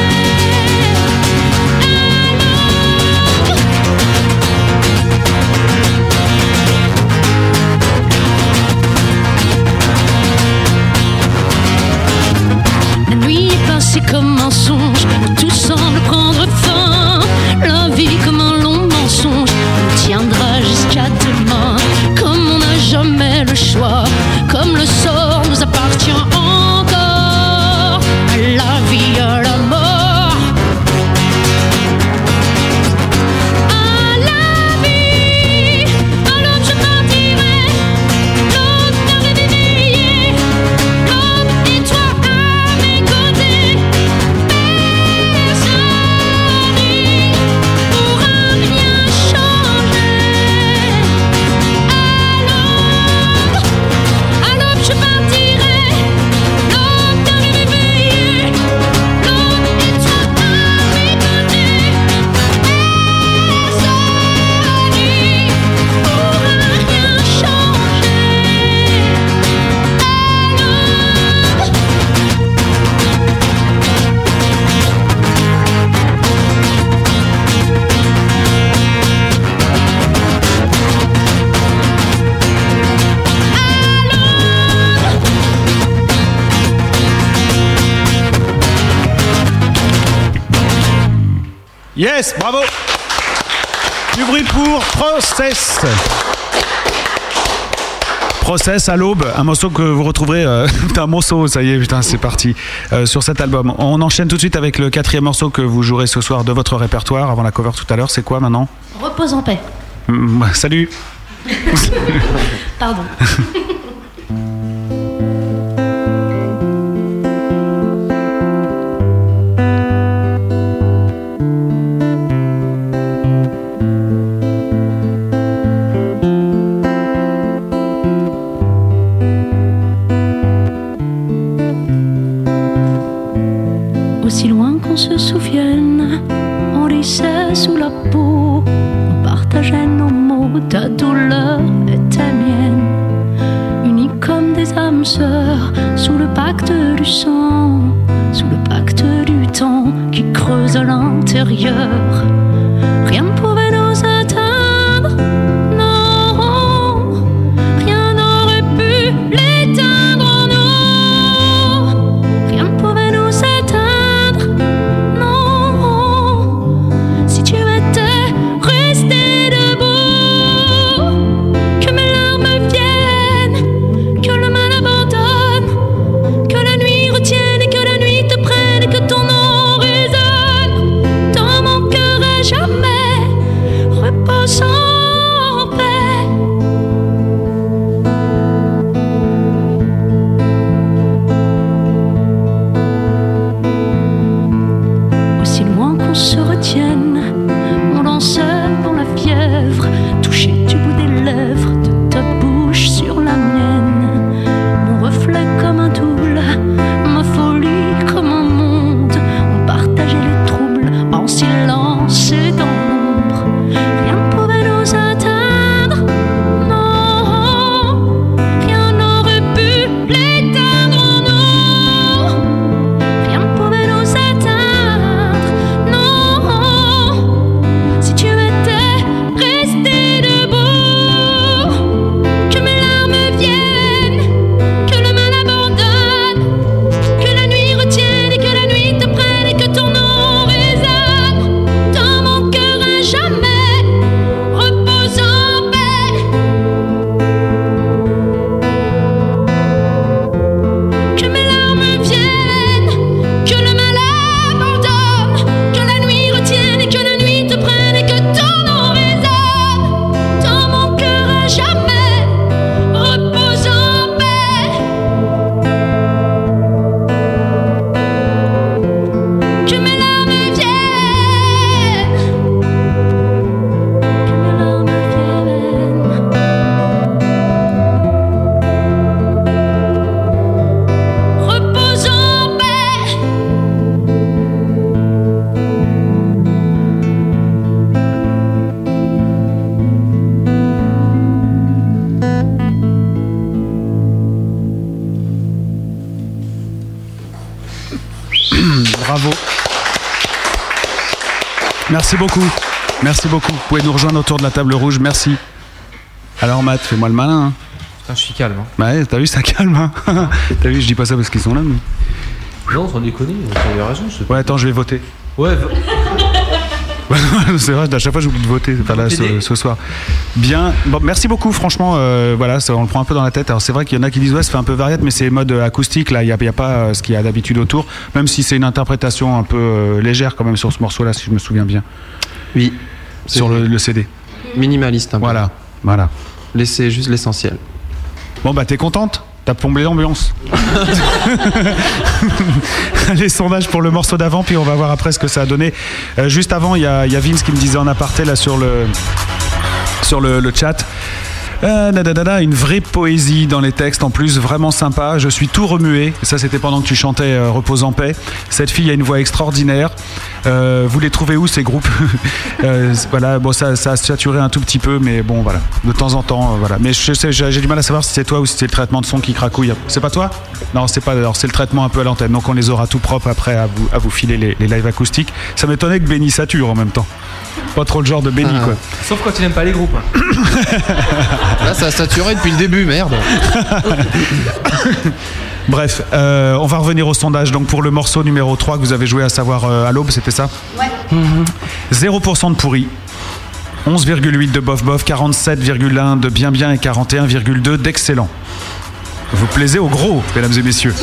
Speaker 2: Yes, bravo Du bruit pour Process Process à l'aube, un morceau que vous retrouverez, euh, (laughs) putain, un morceau, ça y est, putain, c'est parti, euh, sur cet album. On enchaîne tout de suite avec le quatrième morceau que vous jouerez ce soir de votre répertoire, avant la cover tout à l'heure, c'est quoi maintenant
Speaker 24: Repose en paix.
Speaker 2: Mm, Salut
Speaker 24: Pardon.
Speaker 5: Aussi loin qu'on se souvienne, on lissait sous la peau, on partageait nos mots, ta douleur était mienne. Unis comme des âmes sœurs, sous le pacte du sang, sous le pacte du temps qui creuse à l'intérieur. Rien ne pouvait nous atteindre, non, rien n'aurait pu l'éteindre, non, rien ne pouvait nous atteindre, non, si tu étais resté debout, que mes larmes viennent, que le mal abandonne, que la nuit retienne et que la nuit te prenne, et que ton nom résonne dans mon cœur à jamais, repose en paix. aussi loin qu'on se retienne. On lançait dans la fièvre, touché du bout des lèvres de ta bouche sur la mienne. Mon reflet comme un double, ma folie comme un monde. On partageait les troubles en silence et dans l'ombre. Rien ne pouvait nous atteindre, non. Rien n'aurait pu l'éteindre, non. Rien ne pouvait nous atteindre, non. Si tu étais resté debout, que mes larmes viennent, que le mal abandonne, que la nuit retienne et que la nuit te prenne et que ton nom résonne dans mon cœur à jamais, repose en paix. Que mes larmes viennent. Que le mal abandonne, que la nuit retienne et que la nuit te prenne et que ton nom résonne dans mon cœur à jamais. Repose en paix. Que mes larmes viennent. Repose en paix.
Speaker 2: Bravo. Merci beaucoup. Merci beaucoup. Vous pouvez nous rejoindre autour de la table rouge. Merci. Alors Matt, fais-moi le malin. hein.
Speaker 3: Putain, je suis calme. hein.
Speaker 2: Bah ouais, t'as vu, ça calme. hein. (laughs) t'as vu, je dis pas ça parce qu'ils sont là. Mais...
Speaker 3: Non, sans déconner, euh, t'as eu raison. c'est-
Speaker 2: Ouais, attends, je vais voter. (laughs)
Speaker 3: Ouais, v-
Speaker 2: c'est vrai, à chaque fois j'oublie de voter enfin, là, ce, ce soir. Bien, bon, merci beaucoup, franchement, euh, voilà, ça, on le prend un peu dans la tête. Alors c'est vrai qu'il y en a qui disent ouais, ça fait un peu variette, mais c'est mode euh, acoustique, là, il n'y a, il y a pas euh, ce qu'il y a d'habitude autour, même si c'est une interprétation un peu euh, légère quand même sur ce morceau-là, si je me souviens bien.
Speaker 7: Oui.
Speaker 2: Sur le, le CD.
Speaker 7: Minimaliste
Speaker 18: hein,
Speaker 7: un peu. Voilà,
Speaker 2: voilà.
Speaker 7: Laissez juste l'essentiel.
Speaker 2: Bon bah t'es contente T'as plombé l'ambiance. (laughs) Les sondages pour le morceau d'avant, puis on va voir après ce que ça a donné. Euh, juste avant, il y, a il y a Vince qui me disait en aparté là sur le, sur le, le chat. Euh, da, da, da, da, une vraie poésie dans les textes en plus, vraiment sympa. Je suis tout remué. Ça, c'était pendant que tu chantais euh, Repose en paix. Cette fille a une voix extraordinaire. Euh, vous les trouvez où ces groupes (laughs) Euh, c'est- Voilà, bon, ça, ça a saturé un tout petit peu, mais bon, voilà. De temps en temps, euh, voilà. Mais je sais, j'ai j'ai du mal à savoir si c'est toi ou si c'est le traitement de son qui cracouille. C'est pas toi Non, c'est pas. Alors, c'est le traitement un peu à l'antenne. Donc, on les aura tout propre après à vous, à vous filer les, les lives acoustiques. Ça m'étonnait que Benny sature en même temps. Pas trop le genre de Benny, quoi.
Speaker 25: Sauf quand tu n'aimes pas les groupes. hein.
Speaker 18: (laughs)
Speaker 7: Là, ça a saturé depuis le début, merde.
Speaker 2: Bref, euh, on va revenir au sondage. Donc pour le morceau numéro 3 que vous avez joué, à savoir euh, à l'aube, c'était ça Mhm.
Speaker 5: Ouais.
Speaker 2: 0% de pourri. 11,8 de bof bof, 47,1 de bien bien et 41,2 d'excellent. Vous plaisez au gros, mesdames et messieurs.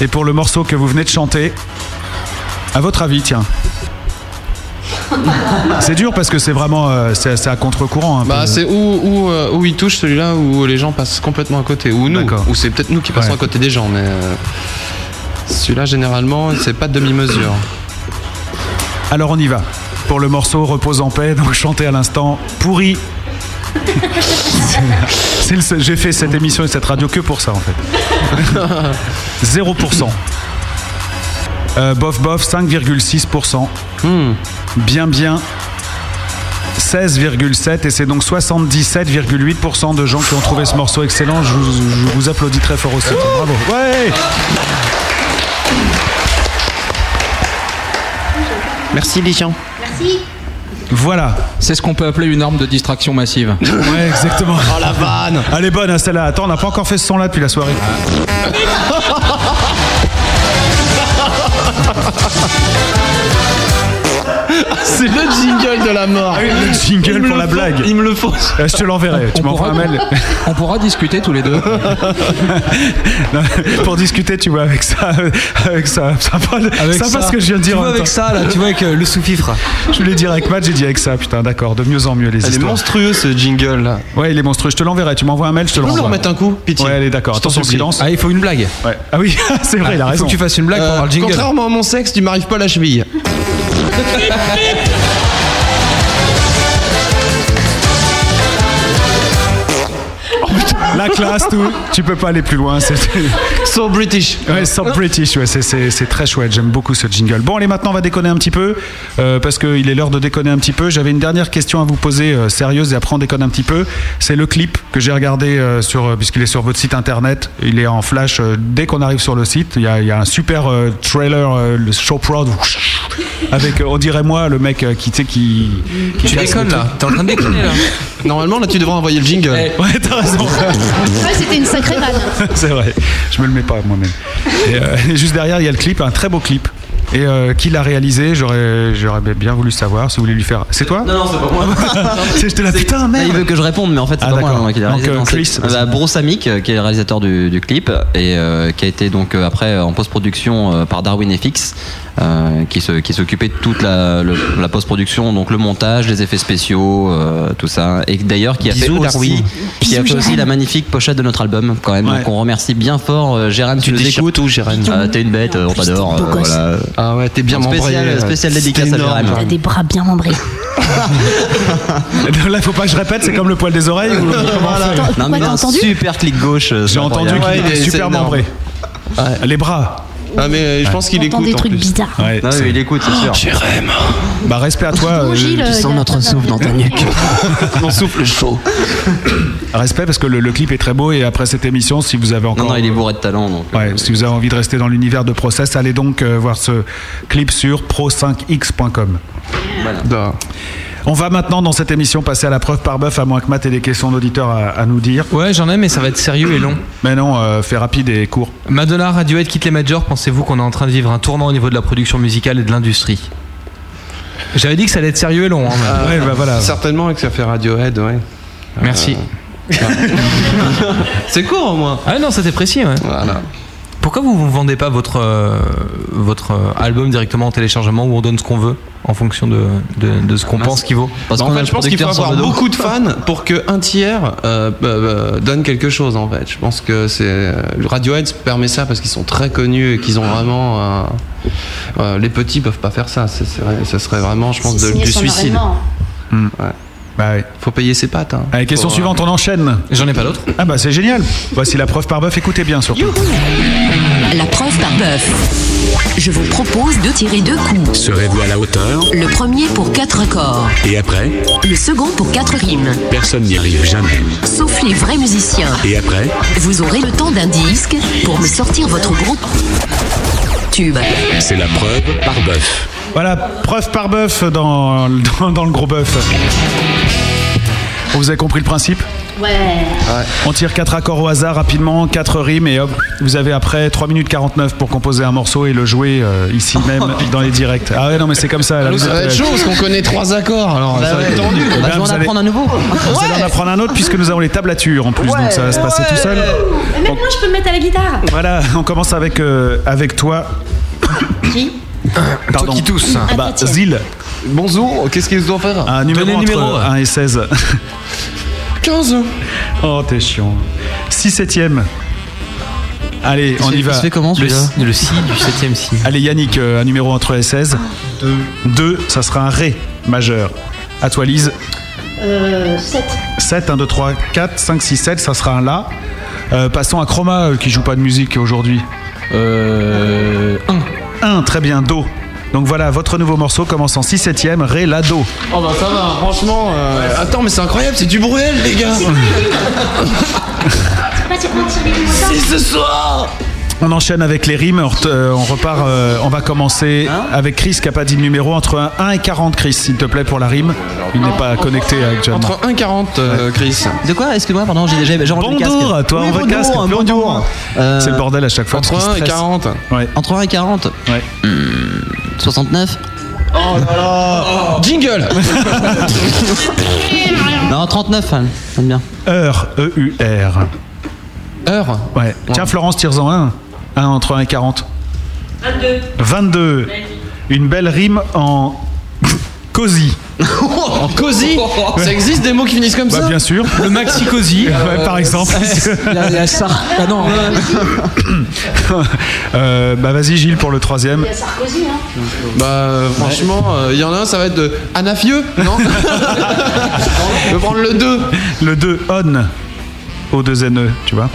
Speaker 2: Et pour le morceau que vous venez de chanter, à votre avis, tiens. C'est dur parce que c'est vraiment euh, c'est c'est à contre-courant. hein, un peu.
Speaker 7: Bah, c'est où, où, euh, où il touche celui-là où les gens passent complètement à côté, ou nous, ou c'est peut-être nous qui passons à côté des gens, mais euh, celui-là généralement c'est pas de demi-mesure.
Speaker 2: Alors on y va. Pour le morceau Repose en paix, donc chanté à l'instant, pourri. C'est le seul- J'ai fait cette émission et cette radio que pour ça en fait. 0%. Euh, bof bof 5,6%. Bien bien 16,7 et c'est donc 77,8% de gens qui ont trouvé ce morceau excellent. Je vous, je vous applaudis très fort aussi. Bravo. Ouais.
Speaker 11: Merci les gens.
Speaker 5: Merci.
Speaker 2: Voilà.
Speaker 11: C'est ce qu'on peut appeler une arme de distraction massive.
Speaker 2: Ouais, exactement.
Speaker 11: Oh, la vanne.
Speaker 2: Elle est bonne hein, celle-là. Attends, on n'a pas encore fait ce son-là depuis la soirée.
Speaker 18: C'est le jingle de la mort.
Speaker 7: Ah
Speaker 2: le jingle pour la blague. Euh,
Speaker 18: Il me le faut.
Speaker 2: je te l'enverrai. Tu
Speaker 11: On
Speaker 2: m'en feras un
Speaker 11: pourra-
Speaker 3: (laughs)
Speaker 2: mail.
Speaker 11: On pourra discuter tous les deux.
Speaker 2: (laughs) Non, pour discuter, tu vois, avec ça, euh, avec ça, sympa, sympa
Speaker 3: ça.
Speaker 2: ce que je viens de
Speaker 3: Tu
Speaker 2: dire.
Speaker 3: vois,
Speaker 2: en même
Speaker 3: avec
Speaker 2: temps.
Speaker 3: ça, là, tu vois, avec euh, le sous-fifre.
Speaker 2: Je voulais dire avec Matt, j'ai dit avec ça, putain, d'accord, de mieux en mieux les
Speaker 7: Elle est
Speaker 2: histoires.
Speaker 7: monstrueux ce jingle là.
Speaker 2: Ouais, il est monstrueux. Je te l'enverrai. Tu m'envoies un mail, je te
Speaker 7: peux me le
Speaker 2: l'envoie.
Speaker 7: remettre un coup, pitié
Speaker 2: Ouais, allez, d'accord.
Speaker 7: Je t'en
Speaker 2: Attention,
Speaker 7: supplie.
Speaker 2: silence.
Speaker 7: Ah, il
Speaker 2: faut une blague. Ah oui, (laughs) c'est vrai, il a
Speaker 7: il
Speaker 2: raison.
Speaker 7: faut que tu fasses
Speaker 3: une blague
Speaker 7: Euh, Contrairement à mon sexe, tu m'arrives pas à la cheville.
Speaker 2: (laughs) La classe, tout. Tu peux pas aller plus loin. C'est...
Speaker 7: (laughs) So British.
Speaker 2: Ouais, so British. Ouais, c'est, c'est- c'est très chouette. J'aime beaucoup ce jingle. Bon, allez, maintenant, on va déconner un petit peu. euh, parce qu'il est l'heure de déconner un petit peu. J'avais une dernière question à vous poser, euh, sérieuse, et après, on déconne un petit peu. C'est le clip que j'ai regardé, euh, sur, euh, puisqu'il est sur votre site internet. Il est en flash euh, dès qu'on arrive sur le site. Il y a, il y a un super euh, trailer, euh, le show prod. Avec, euh, on dirait moi, le mec euh, qui, tu sais, qui, qui.
Speaker 3: Tu déconnes, là. T'es en train de déconner, là.
Speaker 7: Normalement, là, tu devrais envoyer le jingle.
Speaker 12: Eh,
Speaker 2: Ouais, t'as raison.
Speaker 5: Ouais, c'était une sacrée vanne.
Speaker 2: (laughs) C'est vrai, je me le mets pas moi-même. Et, euh, et juste derrière, il y a le clip, un très beau clip. Et euh, qui l'a réalisé J'aurais, j'aurais bien voulu savoir. Si vous voulez lui faire, c'est toi
Speaker 12: Non, non, c'est pas moi.
Speaker 2: C'est- (laughs) J'étais là, putain, Ah, merde.
Speaker 12: Il veut que je réponde, mais en fait, c'est
Speaker 2: Ah,
Speaker 12: pas moi
Speaker 2: d'accord.
Speaker 12: non, qui l'a
Speaker 2: Donc,
Speaker 12: réalisé.
Speaker 2: euh,
Speaker 12: Non, c'est-
Speaker 2: Chris,
Speaker 12: euh, bah, Bruce Amick, euh, qui est le réalisateur du, du clip, et euh, qui a été donc euh, après euh, en post-production euh, par Darwin FX, euh, qui se- qui s'occupait de toute la, Euh, le- la post-production, donc le montage, les effets spéciaux, euh, tout ça. Et d'ailleurs, qui a
Speaker 11: Bisous,
Speaker 12: fait aussi,
Speaker 11: Darwin.
Speaker 12: qui a
Speaker 11: Bisous,
Speaker 12: fait
Speaker 11: Darwin.
Speaker 12: aussi la magnifique pochette de notre album, quand même.
Speaker 11: Ouais.
Speaker 12: Donc on remercie bien fort euh, Jérém.
Speaker 7: Tu t'écoutes
Speaker 12: ou Jérém T'es une bête, euh, on t'adore.
Speaker 7: t'es beau
Speaker 12: euh,
Speaker 7: gosse.
Speaker 12: voilà.
Speaker 7: Ah ouais, t'es bien
Speaker 12: Donc,
Speaker 7: membré,
Speaker 12: Spécial, spécial
Speaker 7: c'est
Speaker 12: dédicace à
Speaker 7: énorme.
Speaker 12: Jérém.
Speaker 5: T'as des bras bien membrés.
Speaker 2: Là, faut pas que je répète. C'est comme le poil des oreilles. ou
Speaker 5: Ah,
Speaker 2: comment on fait
Speaker 12: Non, mais un super clic gauche. euh,
Speaker 2: J'ai entendu qu'il
Speaker 7: Ouais,
Speaker 2: était
Speaker 7: il est-
Speaker 2: super
Speaker 7: c'est énorme.
Speaker 2: membré. Les bras.
Speaker 7: Ah mais euh, je pense qu'il écoute. en plus.
Speaker 2: Ouais,
Speaker 12: Non, mais il écoute, c'est sûr.
Speaker 2: Jérém. Bah respect à toi. euh,
Speaker 17: notre souffle dans ta nuque.
Speaker 2: Mon souffle chaud. Respect parce que le, le clip est très beau et après cette émission, si vous avez encore. euh,
Speaker 12: Non, non, il est bourré de talent. Donc. euh,
Speaker 2: Ouais, si vous avez envie de rester dans l'univers de Process, allez donc euh, voir ce clip sur pro5x.com. On va maintenant dans cette émission passer à la preuve par bœuf, à moins que Matt ait des questions d'auditeurs à, à nous dire.
Speaker 3: Ouais, j'en ai, mais ça va être sérieux et long.
Speaker 2: Mais non, euh, fais rapide et court.
Speaker 3: Madonna, Radiohead quitte les majors. Pensez-vous qu'on est en train de vivre un tournant au niveau de la production musicale et de l'industrie J'avais dit que ça allait être sérieux et long. hein,
Speaker 7: Ah,
Speaker 2: Eh
Speaker 3: mais-
Speaker 2: ben,
Speaker 7: Certainement avec ça fait Radiohead, ouais.
Speaker 3: Merci.
Speaker 7: C'est court au moins.
Speaker 3: Ah non, c'était précis. Ouais. Pourquoi vous ne vendez pas votre, euh, votre euh, album directement en téléchargement où on donne ce qu'on veut en fonction de, de, de ce qu'on pense qu'il vaut
Speaker 7: Parce Bah, en fait, je pense qu'il faut avoir beaucoup de fans pour qu'un tiers euh, euh, donne quelque chose. En fait, je pense que c'est euh, Radiohead permet ça parce qu'ils sont très connus et qu'ils ont vraiment. euh, euh, les petits peuvent pas faire ça. C'est- c'est vrai, ça serait vraiment, je pense,
Speaker 5: C'est
Speaker 7: de-
Speaker 5: signé
Speaker 7: du
Speaker 5: son
Speaker 7: suicide.
Speaker 5: événement.
Speaker 7: Ouais. Faut payer ses pattes. Hein.
Speaker 2: Bah Allez, question
Speaker 7: Faut, euh,
Speaker 2: suivante, on enchaîne.
Speaker 3: J'en ai pas d'autre.
Speaker 2: Ah bah c'est génial. Voici la preuve par bœuf, écoutez bien surtout.
Speaker 1: La preuve par bœuf. Je vous propose de tirer deux coups.
Speaker 21: Serez-vous à la hauteur
Speaker 1: Le premier pour quatre accords,
Speaker 21: Et après
Speaker 1: le second pour quatre rimes.
Speaker 21: Personne n'y arrive jamais.
Speaker 1: Sauf les vrais musiciens.
Speaker 21: Et après
Speaker 1: Vous aurez le temps d'un disque pour me sortir votre gros tube.
Speaker 21: C'est la preuve par bœuf.
Speaker 2: Voilà, preuve par (laughs) bœuf dans, dans, dans le gros bœuf. Vous avez compris le principe
Speaker 5: Ouais.
Speaker 2: On tire quatre accords au hasard rapidement, quatre rimes et hop, vous avez après 3 minutes 49 pour composer un morceau et le jouer euh,
Speaker 12: (laughs)
Speaker 2: ici même dans les directs. Ah ouais, non, mais c'est comme ça. là,
Speaker 7: Allô,
Speaker 2: vous
Speaker 7: ça va
Speaker 12: euh,
Speaker 2: êtes-
Speaker 7: être chaud parce qu'on connaît trois accords. Alors,
Speaker 2: Bah
Speaker 7: ça va
Speaker 2: ouais.
Speaker 7: être tendu.
Speaker 2: Eh bien, vous allez- Vous allez en apprendre un autre puisque nous avons les tablatures en plus, donc ça va se passer tout seul.
Speaker 5: Mais même moi, je peux me mettre à la guitare.
Speaker 2: Voilà, on commence avec, euh, avec toi.
Speaker 5: Qui
Speaker 2: Pardon.
Speaker 7: qui tousse.
Speaker 2: Ah bah,
Speaker 7: Tatiana.
Speaker 2: Zil.
Speaker 7: Bonjour, qu'est-ce qu'ils doivent faire
Speaker 2: Un numéro
Speaker 7: Donnez
Speaker 2: entre
Speaker 7: le numéro, ouais.
Speaker 2: 1 et
Speaker 7: (laughs)
Speaker 2: 16.
Speaker 7: 15.
Speaker 2: Oh, t'es chiant. 6 septième. Allez, on
Speaker 12: Il
Speaker 2: y
Speaker 12: se
Speaker 2: va.
Speaker 12: fait comment,
Speaker 2: Le
Speaker 12: celui-là
Speaker 2: si- Le si du 7ème si. Allez, Yannick, euh, un numéro entre et 16. 2. 2, ça sera un Ré majeur. À toi, Lise.
Speaker 5: Euh, 7.
Speaker 2: 7, 1, 2, 3, 4, 5, 6, 7, ça sera un La. Euh, passons à Chroma euh, qui joue pas de musique aujourd'hui. 1. 1, très bien, Do. Donc voilà, votre nouveau morceau commence en 6 septième, Ré, La, Do.
Speaker 7: Oh bah ça va, franchement. euh, Attends, mais c'est incroyable, c'est du Bruel, les gars. C'est ce soir.
Speaker 2: On enchaîne avec les rimes, on, re- euh, on repart, euh, on va commencer avec Chris qui n'a pas dit de numéro, entre un 1 et 40 Chris s'il te plaît pour la rime, il n'est pas connecté actuellement.
Speaker 7: Entre 1,40, euh, Chris.
Speaker 12: De quoi Excuse-moi, pardon, j'ai déjà. j'ai enlevé le casque.
Speaker 2: Bonjour, toi,
Speaker 12: Oui,
Speaker 2: on veut
Speaker 12: bonjour,
Speaker 2: casque, plus on
Speaker 12: bonjour.
Speaker 2: dure.
Speaker 12: Euh,
Speaker 2: C'est le bordel à chaque fois.
Speaker 12: entre
Speaker 2: parce qu'il
Speaker 12: 1 et
Speaker 2: stresse.
Speaker 12: 40.
Speaker 2: Ouais.
Speaker 12: Entre 1 et 40
Speaker 2: Ouais.
Speaker 12: 69
Speaker 7: Oh là là. Jingle.
Speaker 12: (laughs) Non, 39, hein, j'aime bien.
Speaker 2: Heure, E-U-R.
Speaker 7: Heure
Speaker 2: ouais. Tiens, Florence, tire-en un. Un entre 1 et 40. 22. Une belle rime en (laughs) cosy.
Speaker 7: En
Speaker 12: (laughs)
Speaker 7: cosy Ça existe des mots qui finissent comme
Speaker 2: Bah,
Speaker 7: ça
Speaker 2: bien sûr.
Speaker 7: Le maxi
Speaker 2: (laughs)
Speaker 7: cosy.
Speaker 2: Ouais,
Speaker 12: Euh,
Speaker 2: par exemple.
Speaker 11: La, la sar- Ah non.
Speaker 2: (laughs) Euh, bah vas-y Gilles pour le troisième.
Speaker 5: Sarkozy, hein.
Speaker 7: Bah euh, franchement, euh, il y en a un, ça va être de Anafieux, non (laughs) Je vais prendre le 2.
Speaker 2: Le 2, on. O 2 NE, E, tu vois.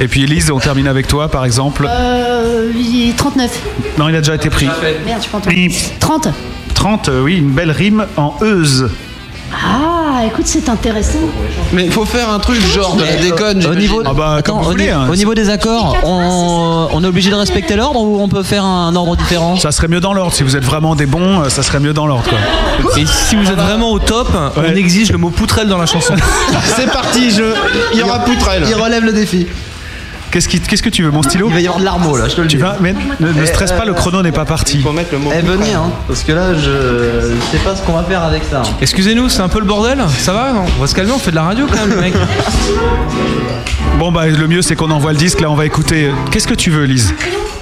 Speaker 2: Et puis Elise, on termine avec toi par exemple.
Speaker 5: Euh, il est 39.
Speaker 2: Non, il a déjà été pris.
Speaker 5: Merde, je prends ton. 30.
Speaker 2: 30, euh, oui, une belle rime en euse.
Speaker 5: Ah, écoute, c'est intéressant.
Speaker 7: Mais il faut faire un truc genre de la
Speaker 12: Mais, euh,
Speaker 7: déconne.
Speaker 12: Au niveau,
Speaker 2: Ah bah,
Speaker 12: Attends,
Speaker 2: comme vous
Speaker 12: au, ni-
Speaker 2: voulez, hein.
Speaker 12: au niveau des accords, on, on est obligé de respecter l'ordre ou on peut faire un ordre différent
Speaker 2: Ça serait mieux dans l'ordre. Si vous êtes vraiment des bons, euh, ça serait mieux dans l'ordre. quoi.
Speaker 3: Et si vous êtes vraiment au top, on exige le mot poutrelle dans la chanson.
Speaker 7: C'est parti, je... il y aura poutrelle.
Speaker 12: Il relève le défi.
Speaker 2: Qu'est-ce qui- qu'est-ce que tu veux, mon stylo
Speaker 12: Il va y avoir de l'armo
Speaker 3: Ah,
Speaker 12: là, je te le dis.
Speaker 2: Tu vas, mais ne, ne
Speaker 12: Eh,
Speaker 2: stresse pas,
Speaker 12: euh,
Speaker 2: le chrono n'est pas parti.
Speaker 12: Eh venez hein, parce que là je sais pas ce qu'on va faire avec ça. hein.
Speaker 3: Excusez-nous, c'est un peu le bordel. Ça va On va se calmer, on fait de la radio quand même, les mecs.
Speaker 2: Bon, bah, le mieux, c'est qu'on envoie le disque. Là, on va écouter. euh, Qu'est-ce que tu veux, Lise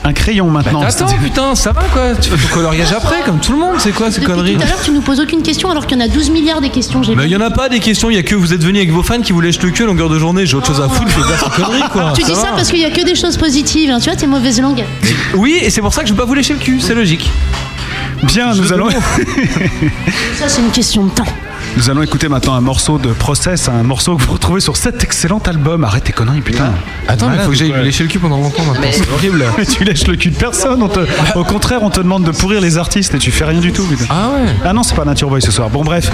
Speaker 2: Un crayon Bah, maintenant.
Speaker 3: (laughs) Attends, putain, ça va quoi Tu fais ton coloriage après, comme tout le monde, c'est quoi ces
Speaker 5: Depuis
Speaker 3: conneries
Speaker 5: tout à l'heure, tu nous poses aucune question alors qu'il y en a 12 milliards des questions. J'ai
Speaker 3: mais il y en a pas des questions, il y a que vous êtes venus avec vos fans qui vous lèchent le cul à longueur de journée, j'ai autre chose à foutre que de faire ces conneries quoi.
Speaker 5: Tu dis ça
Speaker 3: va.
Speaker 5: parce qu'il y a que des choses positives, hein. tu vois, t'es mauvaise langue.
Speaker 3: Oui, et c'est pour ça que je vais pas vous lécher le cul, c'est logique.
Speaker 2: Bien, nous allons.
Speaker 5: Ça, c'est une question de temps.
Speaker 2: (laughs) Nous allons écouter maintenant un morceau de Process, un morceau que vous retrouvez sur cet excellent album. Arrête tes conneries, putain.
Speaker 3: Attends, mais faut que j'aille
Speaker 2: (laughs)
Speaker 3: lui lécher le cul pendant longtemps maintenant.
Speaker 2: C'est horrible. tu lèches le cul de personne. on te- Au contraire, on te demande de pourrir les artistes et tu fais rien du tout. putain.
Speaker 3: Ah ouais
Speaker 2: Ah non, c'est pas Nature Boy ce soir. Bon, bref.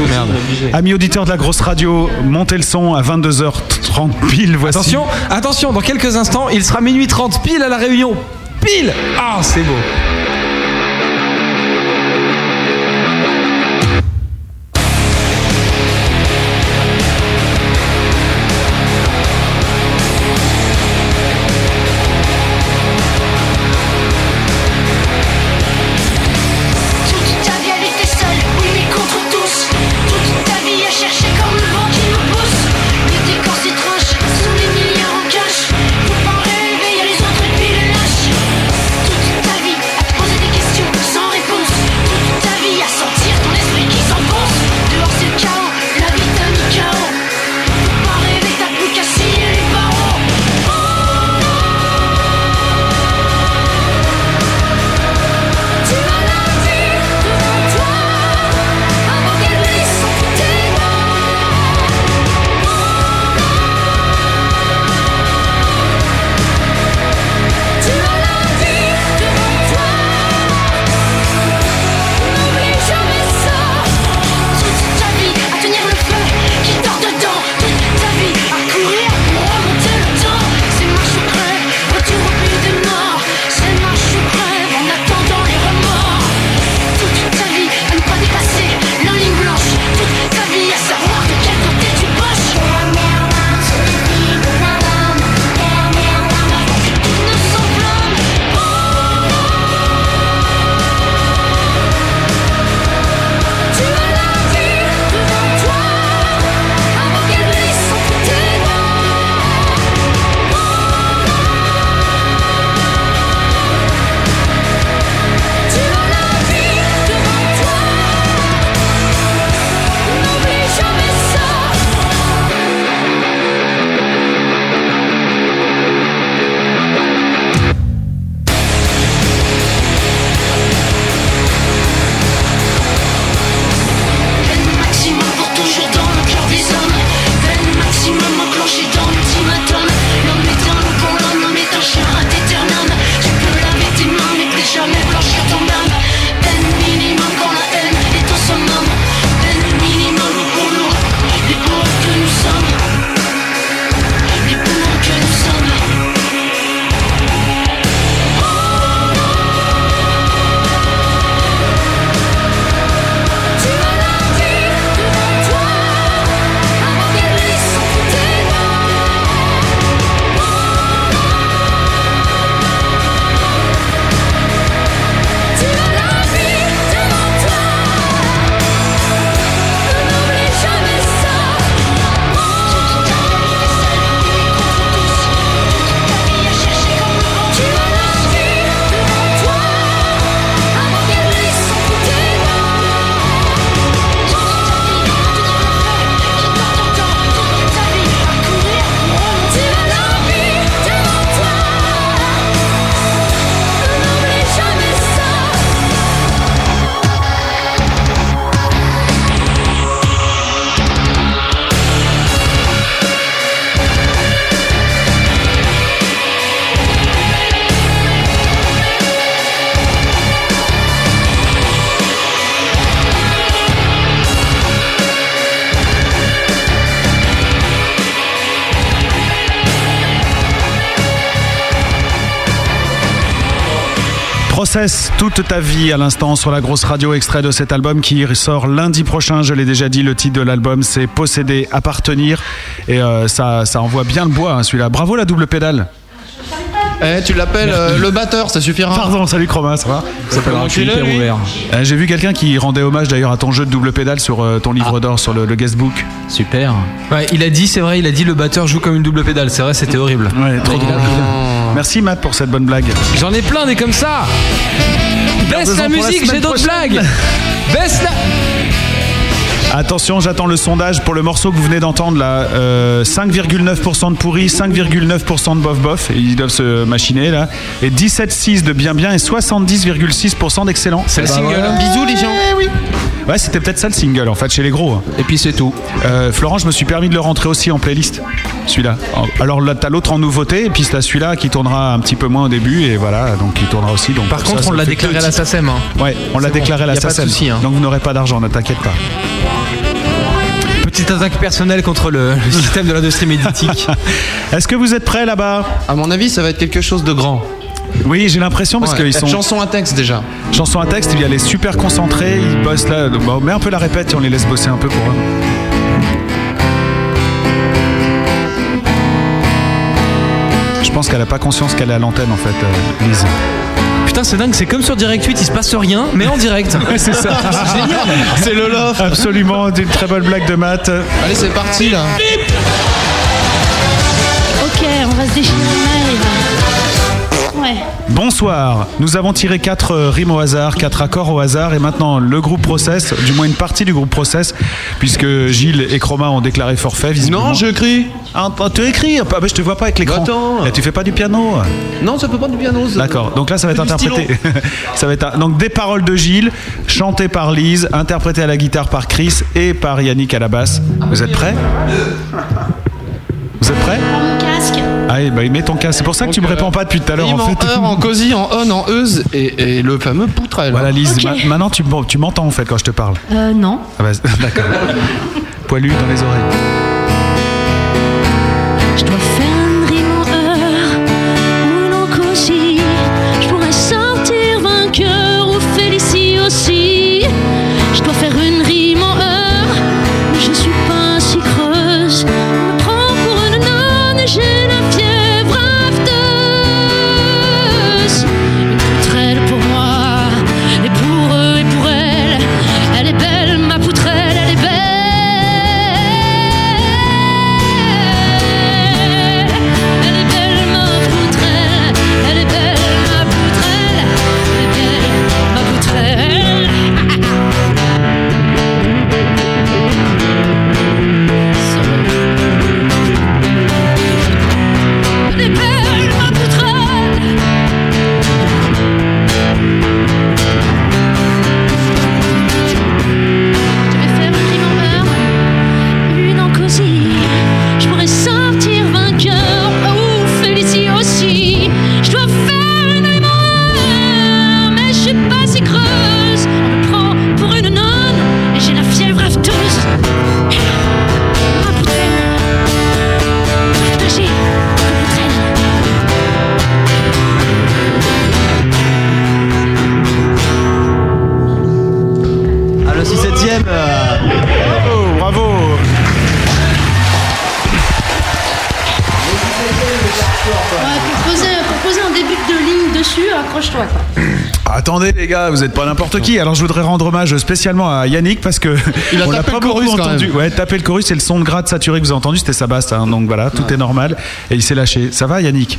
Speaker 2: Amis auditeurs de la grosse radio, montez le son à 22h30 pile. Voici.
Speaker 3: Attention, attention, dans quelques instants, il sera minuit 30 pile à la réunion. Pile Ah, c'est beau.
Speaker 15: Toute ta vie elle était seule, oui mais contre tous Toute ta vie à chercher comme le vent qui nous pousse Le décor s'étrange, sous les milliards en cache Faut pas en rêver, y'a les autres et puis les lâches Toute ta vie à te poser
Speaker 2: Process, toute ta vie à l'instant sur la grosse radio, extrait de cet album qui sort lundi prochain. Je l'ai déjà dit, le titre de l'album c'est Posséder, Appartenir. Et euh, ça, ça envoie bien le bois hein, celui-là. Bravo la double pédale.
Speaker 7: Eh, tu l'appelles euh, le batteur, ça suffira.
Speaker 2: Pardon, salut Chroma, ça va
Speaker 7: Ça s'appelle un
Speaker 2: Enculé,
Speaker 7: culé,
Speaker 2: lui.
Speaker 7: lui.
Speaker 2: Euh, J'ai vu quelqu'un qui rendait hommage d'ailleurs à ton jeu de double pédale sur euh, ton livre d'or, sur le, le guestbook.
Speaker 3: Super. Ouais, il a dit, c'est vrai, il a dit le batteur joue comme une double pédale. C'est vrai, c'était horrible.
Speaker 2: Ouais, trop drôle. Merci Matt pour cette bonne blague.
Speaker 3: J'en ai plein des comme ça. Baisse
Speaker 2: Gardez-en
Speaker 3: la
Speaker 2: pour la
Speaker 3: musique,
Speaker 2: semaine
Speaker 3: j'ai d'autres
Speaker 2: prochaine.
Speaker 3: blagues. Baisse la.
Speaker 2: Attention, j'attends le sondage pour le morceau que vous venez d'entendre là. Euh, 5,9% de pourri, 5,9% de bof bof, ils doivent se machiner là. Et 17,6 de bien bien et 70,6% d'excellent.
Speaker 3: C'est le
Speaker 2: Bah
Speaker 3: single.
Speaker 2: voilà.
Speaker 3: Bisous les gens.
Speaker 2: Ouais, c'était peut-être ça le single en fait chez les gros.
Speaker 3: Et puis c'est tout.
Speaker 2: Florent, je me suis permis de le rentrer aussi en playlist, celui-là. Alors là, t'as l'autre en nouveauté, et puis t'as celui-là qui tournera un petit peu moins au début, et voilà, donc il tournera aussi. Donc
Speaker 3: Par
Speaker 2: comme
Speaker 3: contre,
Speaker 2: ça,
Speaker 3: on
Speaker 2: ça
Speaker 3: l'a
Speaker 2: fait
Speaker 3: déclaré
Speaker 2: deux
Speaker 3: à la
Speaker 2: titres.
Speaker 3: SACEM. hein.
Speaker 2: Ouais, on l'a
Speaker 3: C'est
Speaker 2: déclaré
Speaker 3: bon,
Speaker 2: à
Speaker 3: y
Speaker 2: la
Speaker 3: a pas de
Speaker 2: SACEM.
Speaker 3: souci, hein.
Speaker 2: Donc vous n'aurez pas d'argent, ne t'inquiète pas.
Speaker 3: Petite attaque personnelle contre le, le système de l'industrie médiatique.
Speaker 2: Est-ce que vous êtes prêts là-bas
Speaker 7: À mon avis, ça va être quelque chose de grand.
Speaker 2: Oui, j'ai l'impression parce
Speaker 7: Ouais.
Speaker 2: qu'ils sont.
Speaker 7: Chanson à texte déjà.
Speaker 2: Chanson à texte, il y a les super concentrés, ils bossent là. Bon, On met un peu la répète et on les laisse bosser un peu pour eux. Je pense qu'elle n'a pas conscience qu'elle est à l'antenne en fait, euh, Lise.
Speaker 3: (laughs) Putain, c'est dingue, c'est comme sur Direct 8, il se passe rien, mais en direct.
Speaker 2: Ouais, c'est ça.
Speaker 3: (laughs) C'est génial.
Speaker 2: C'est le love. (laughs) Absolument, d'une très bonne blague de maths.
Speaker 7: Allez, c'est parti là.
Speaker 26: Ok, on va se déchirer, on arrive. Ouais.
Speaker 2: Bonsoir. Nous avons tiré quatre euh, rimes au hasard, quatre accords au hasard, et maintenant le groupe Process, du moins une partie du groupe Process, puisque Gilles et Chroma ont déclaré forfait. Visiblement.
Speaker 7: Non, je crie.
Speaker 2: Ah, ah, tu écris Ah, bah, Je te vois pas avec l'écran.
Speaker 7: Attends.
Speaker 2: Là, tu fais pas du piano.
Speaker 7: Non, ça peut pas du piano. ça.
Speaker 2: D'accord. Donc là, ça va être
Speaker 7: C'est du
Speaker 2: interprété. (laughs) ça va être un- donc des paroles de Gilles, chantées par Lise, interprétées à la guitare par Chris et par Yannick à la basse. Vous êtes prêts Vous êtes prêts
Speaker 26: Mon casque.
Speaker 2: Ah, eh ben, mets ton casque. C'est pour ça que tu me réponds pas depuis tout à l'heure.
Speaker 7: Rime
Speaker 2: En
Speaker 7: en
Speaker 2: fait.
Speaker 7: euh, heure, en cosy, en on, en euse et, et le fameux poutrelle. hein.
Speaker 2: Voilà, Lise. ma- maintenant, tu, m- tu m'entends en fait quand je te parle.
Speaker 26: Euh, non.
Speaker 2: Ah bah, (laughs) D'accord. Poilu dans les oreilles.
Speaker 5: Je dois faire une rime en heure ou une en cosy. Je pourrais sortir vainqueur ou Félicie aussi. Je dois faire une rime en heure, mais je suis pas si creuse. On me prend pour une nonne et j'ai la fièvre afteuse. Une poutrelle pour moi, et pour eux et pour elle. Elle est belle, ma poutrelle, elle est belle. Elle est belle ma poutrelle, elle est belle ma poutrelle, elle est belle ma poutrelle. Elle est belle ma poutrelle. Je vais faire une rime en heure, une en cosy. Je pourrais sortir vainqueur ou Félicie aussi. Je dois faire une erreur, mais je suis pas si creuse. On me prend pour une nonne et j'ai la fièvre afteuse. Ma poutrelle, partagez ma
Speaker 2: Ah, le 6 7 Bravo, bravo.
Speaker 26: Proposer, proposer un début de ligne dessus, accroche-toi. quoi.
Speaker 2: Attendez les gars, vous êtes pas n'importe qui. Alors je voudrais rendre hommage spécialement à Yannick parce que
Speaker 7: Il a
Speaker 2: on l'a
Speaker 7: tapé
Speaker 2: pas
Speaker 7: le chorus,
Speaker 2: beaucoup
Speaker 7: quand
Speaker 2: entendu.
Speaker 7: même.
Speaker 2: Ouais, taper le chorus, c'est le son de grade saturé que vous avez entendu, c'était sa basse. hein. donc voilà, tout est normal. Et il s'est lâché. Ça va Yannick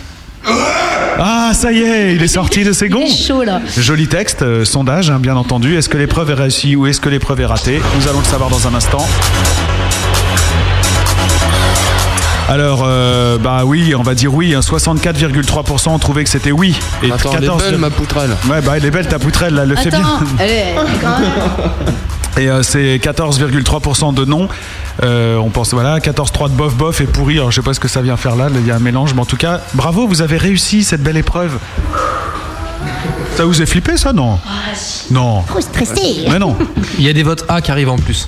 Speaker 2: Ah ça y est, il est sorti de ses gonds.
Speaker 26: Chaud là.
Speaker 2: Joli texte, euh, sondage hein, bien entendu. Est-ce que l'épreuve est réussie ou est-ce que l'épreuve est ratée Nous allons le savoir dans un instant. Alors, euh, bah oui, on va dire oui. hein, 64,3% ont trouvé que c'était oui. Et
Speaker 7: Attends, elle est belle, ma
Speaker 2: poutrelle. Ouais, bah elle est belle ta poutrelle, là, le fait bien.
Speaker 27: Attends, elle est quand même.
Speaker 2: Et euh, c'est 14,3% de non. Euh, on pense, voilà, 14,3% de bof bof et pourri. Alors je sais pas ce que ça vient faire là, il y a un mélange, mais en tout cas, bravo, vous avez réussi cette belle épreuve. Ça vous est flippé ça, non Non.
Speaker 3: Trop
Speaker 2: Mais non.
Speaker 3: Il y a des votes A qui arrivent en plus.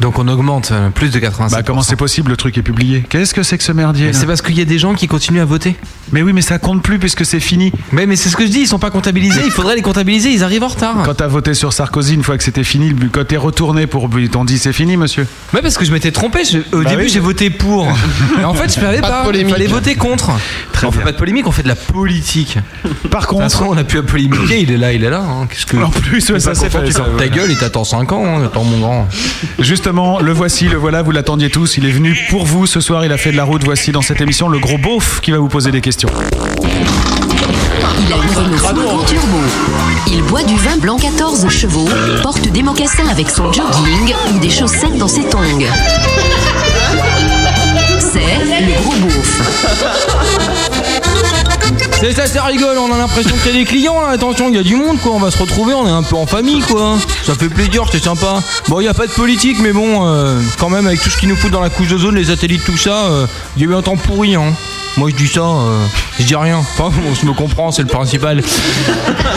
Speaker 3: Donc on augmente euh, plus de 85%.
Speaker 2: Bah, comment c'est possible Le truc est publié. Qu'est-ce que c'est que ce merdier
Speaker 3: Mais c'est
Speaker 2: là
Speaker 3: parce qu'il y a des gens qui continuent à voter.
Speaker 2: Mais oui, mais ça compte plus puisque c'est fini.
Speaker 3: Mais, mais c'est ce que je dis, ils sont pas comptabilisés, il faudrait les comptabiliser, ils arrivent en retard.
Speaker 2: Quand t'as voté sur Sarkozy, une fois que c'était fini, le- quand t'es retourné pour. T'ont dit c'est fini, monsieur.
Speaker 3: Ouais, parce que je m'étais trompé, je- au
Speaker 2: Bah
Speaker 3: début
Speaker 2: oui.
Speaker 3: j'ai
Speaker 2: (laughs)
Speaker 3: voté pour. Mais en fait, je savais
Speaker 2: Pas de
Speaker 3: pas, il
Speaker 2: polémique.
Speaker 3: fallait voter contre. on fait pas de polémique, on fait de la politique.
Speaker 2: Par contre.
Speaker 3: De toute façon, on a pu polémiquer, il est là, il est là. hein, Qu'est-ce que.
Speaker 2: En plus, ouais,
Speaker 3: T'es
Speaker 2: ça,
Speaker 3: pas
Speaker 2: c'est
Speaker 3: content,
Speaker 2: fait,
Speaker 3: tu
Speaker 2: ça,
Speaker 3: fermes ta
Speaker 2: voilà.
Speaker 3: gueule et t'attends 5 ans, hein, attends mon grand.
Speaker 2: Justement, le voici, le voilà, vous l'attendiez tous. Il est venu pour vous ce soir, il a fait de la route. Voici dans cette émission le gros beauf qui va vous poser des questions.
Speaker 1: Il a une Renault Swift Turbo. Il boit du vin blanc 14 chevaux, porte des mocassins avec son jogging ou des chaussettes dans ses tongs. C'est le gros beauf.
Speaker 3: C'est ça, ça rigole, on a l'impression qu'il y a des clients là, attention, il y a du monde quoi, on va se retrouver, on est un peu en famille quoi. Ça fait plaisir, c'est sympa. Bon, il n'y a pas de politique, mais bon, euh, quand même, avec tout ce qui nous fout dans la couche d'ozone, les satellites, tout ça, euh, il y a eu un temps pourri hein. Moi je dis ça, euh, je dis rien. Enfin, (laughs) on se me comprend, c'est le principal.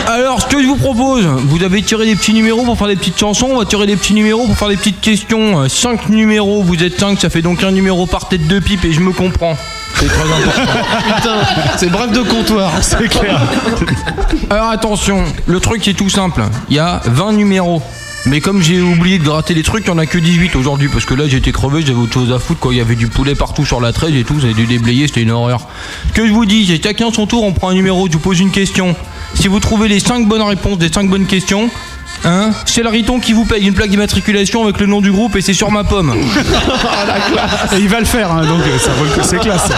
Speaker 3: Alors, ce que je vous propose, vous avez tiré des petits numéros pour faire des petites chansons, on va tirer des petits numéros pour faire des petites questions. 5 numéros, vous êtes 5, ça fait donc un numéro par tête de pipe et je me comprends. C'est très important.
Speaker 7: Putain, c'est bref de comptoir.
Speaker 2: (laughs) C'est clair.
Speaker 3: Alors attention, le truc est tout simple. Il y a 20 numéros. Mais comme j'ai oublié de gratter les trucs, il n'y en a que 18 aujourd'hui. Parce que là, j'étais crevé, j'avais autre chose à foutre. Quoi. Il y avait du poulet partout sur la 13 et tout. J'avais dû déblayer, c'était une horreur. Que je vous dis, c'est chacun son tour, on prend un numéro, je vous pose une question. Si vous trouvez les 5 bonnes réponses des 5 bonnes questions, hein, c'est l'ariton qui vous paye une plaque d'immatriculation avec le nom du groupe et c'est sur ma pomme.
Speaker 2: Et il va le faire, hein, donc euh, ça vaut le coup, c'est classe.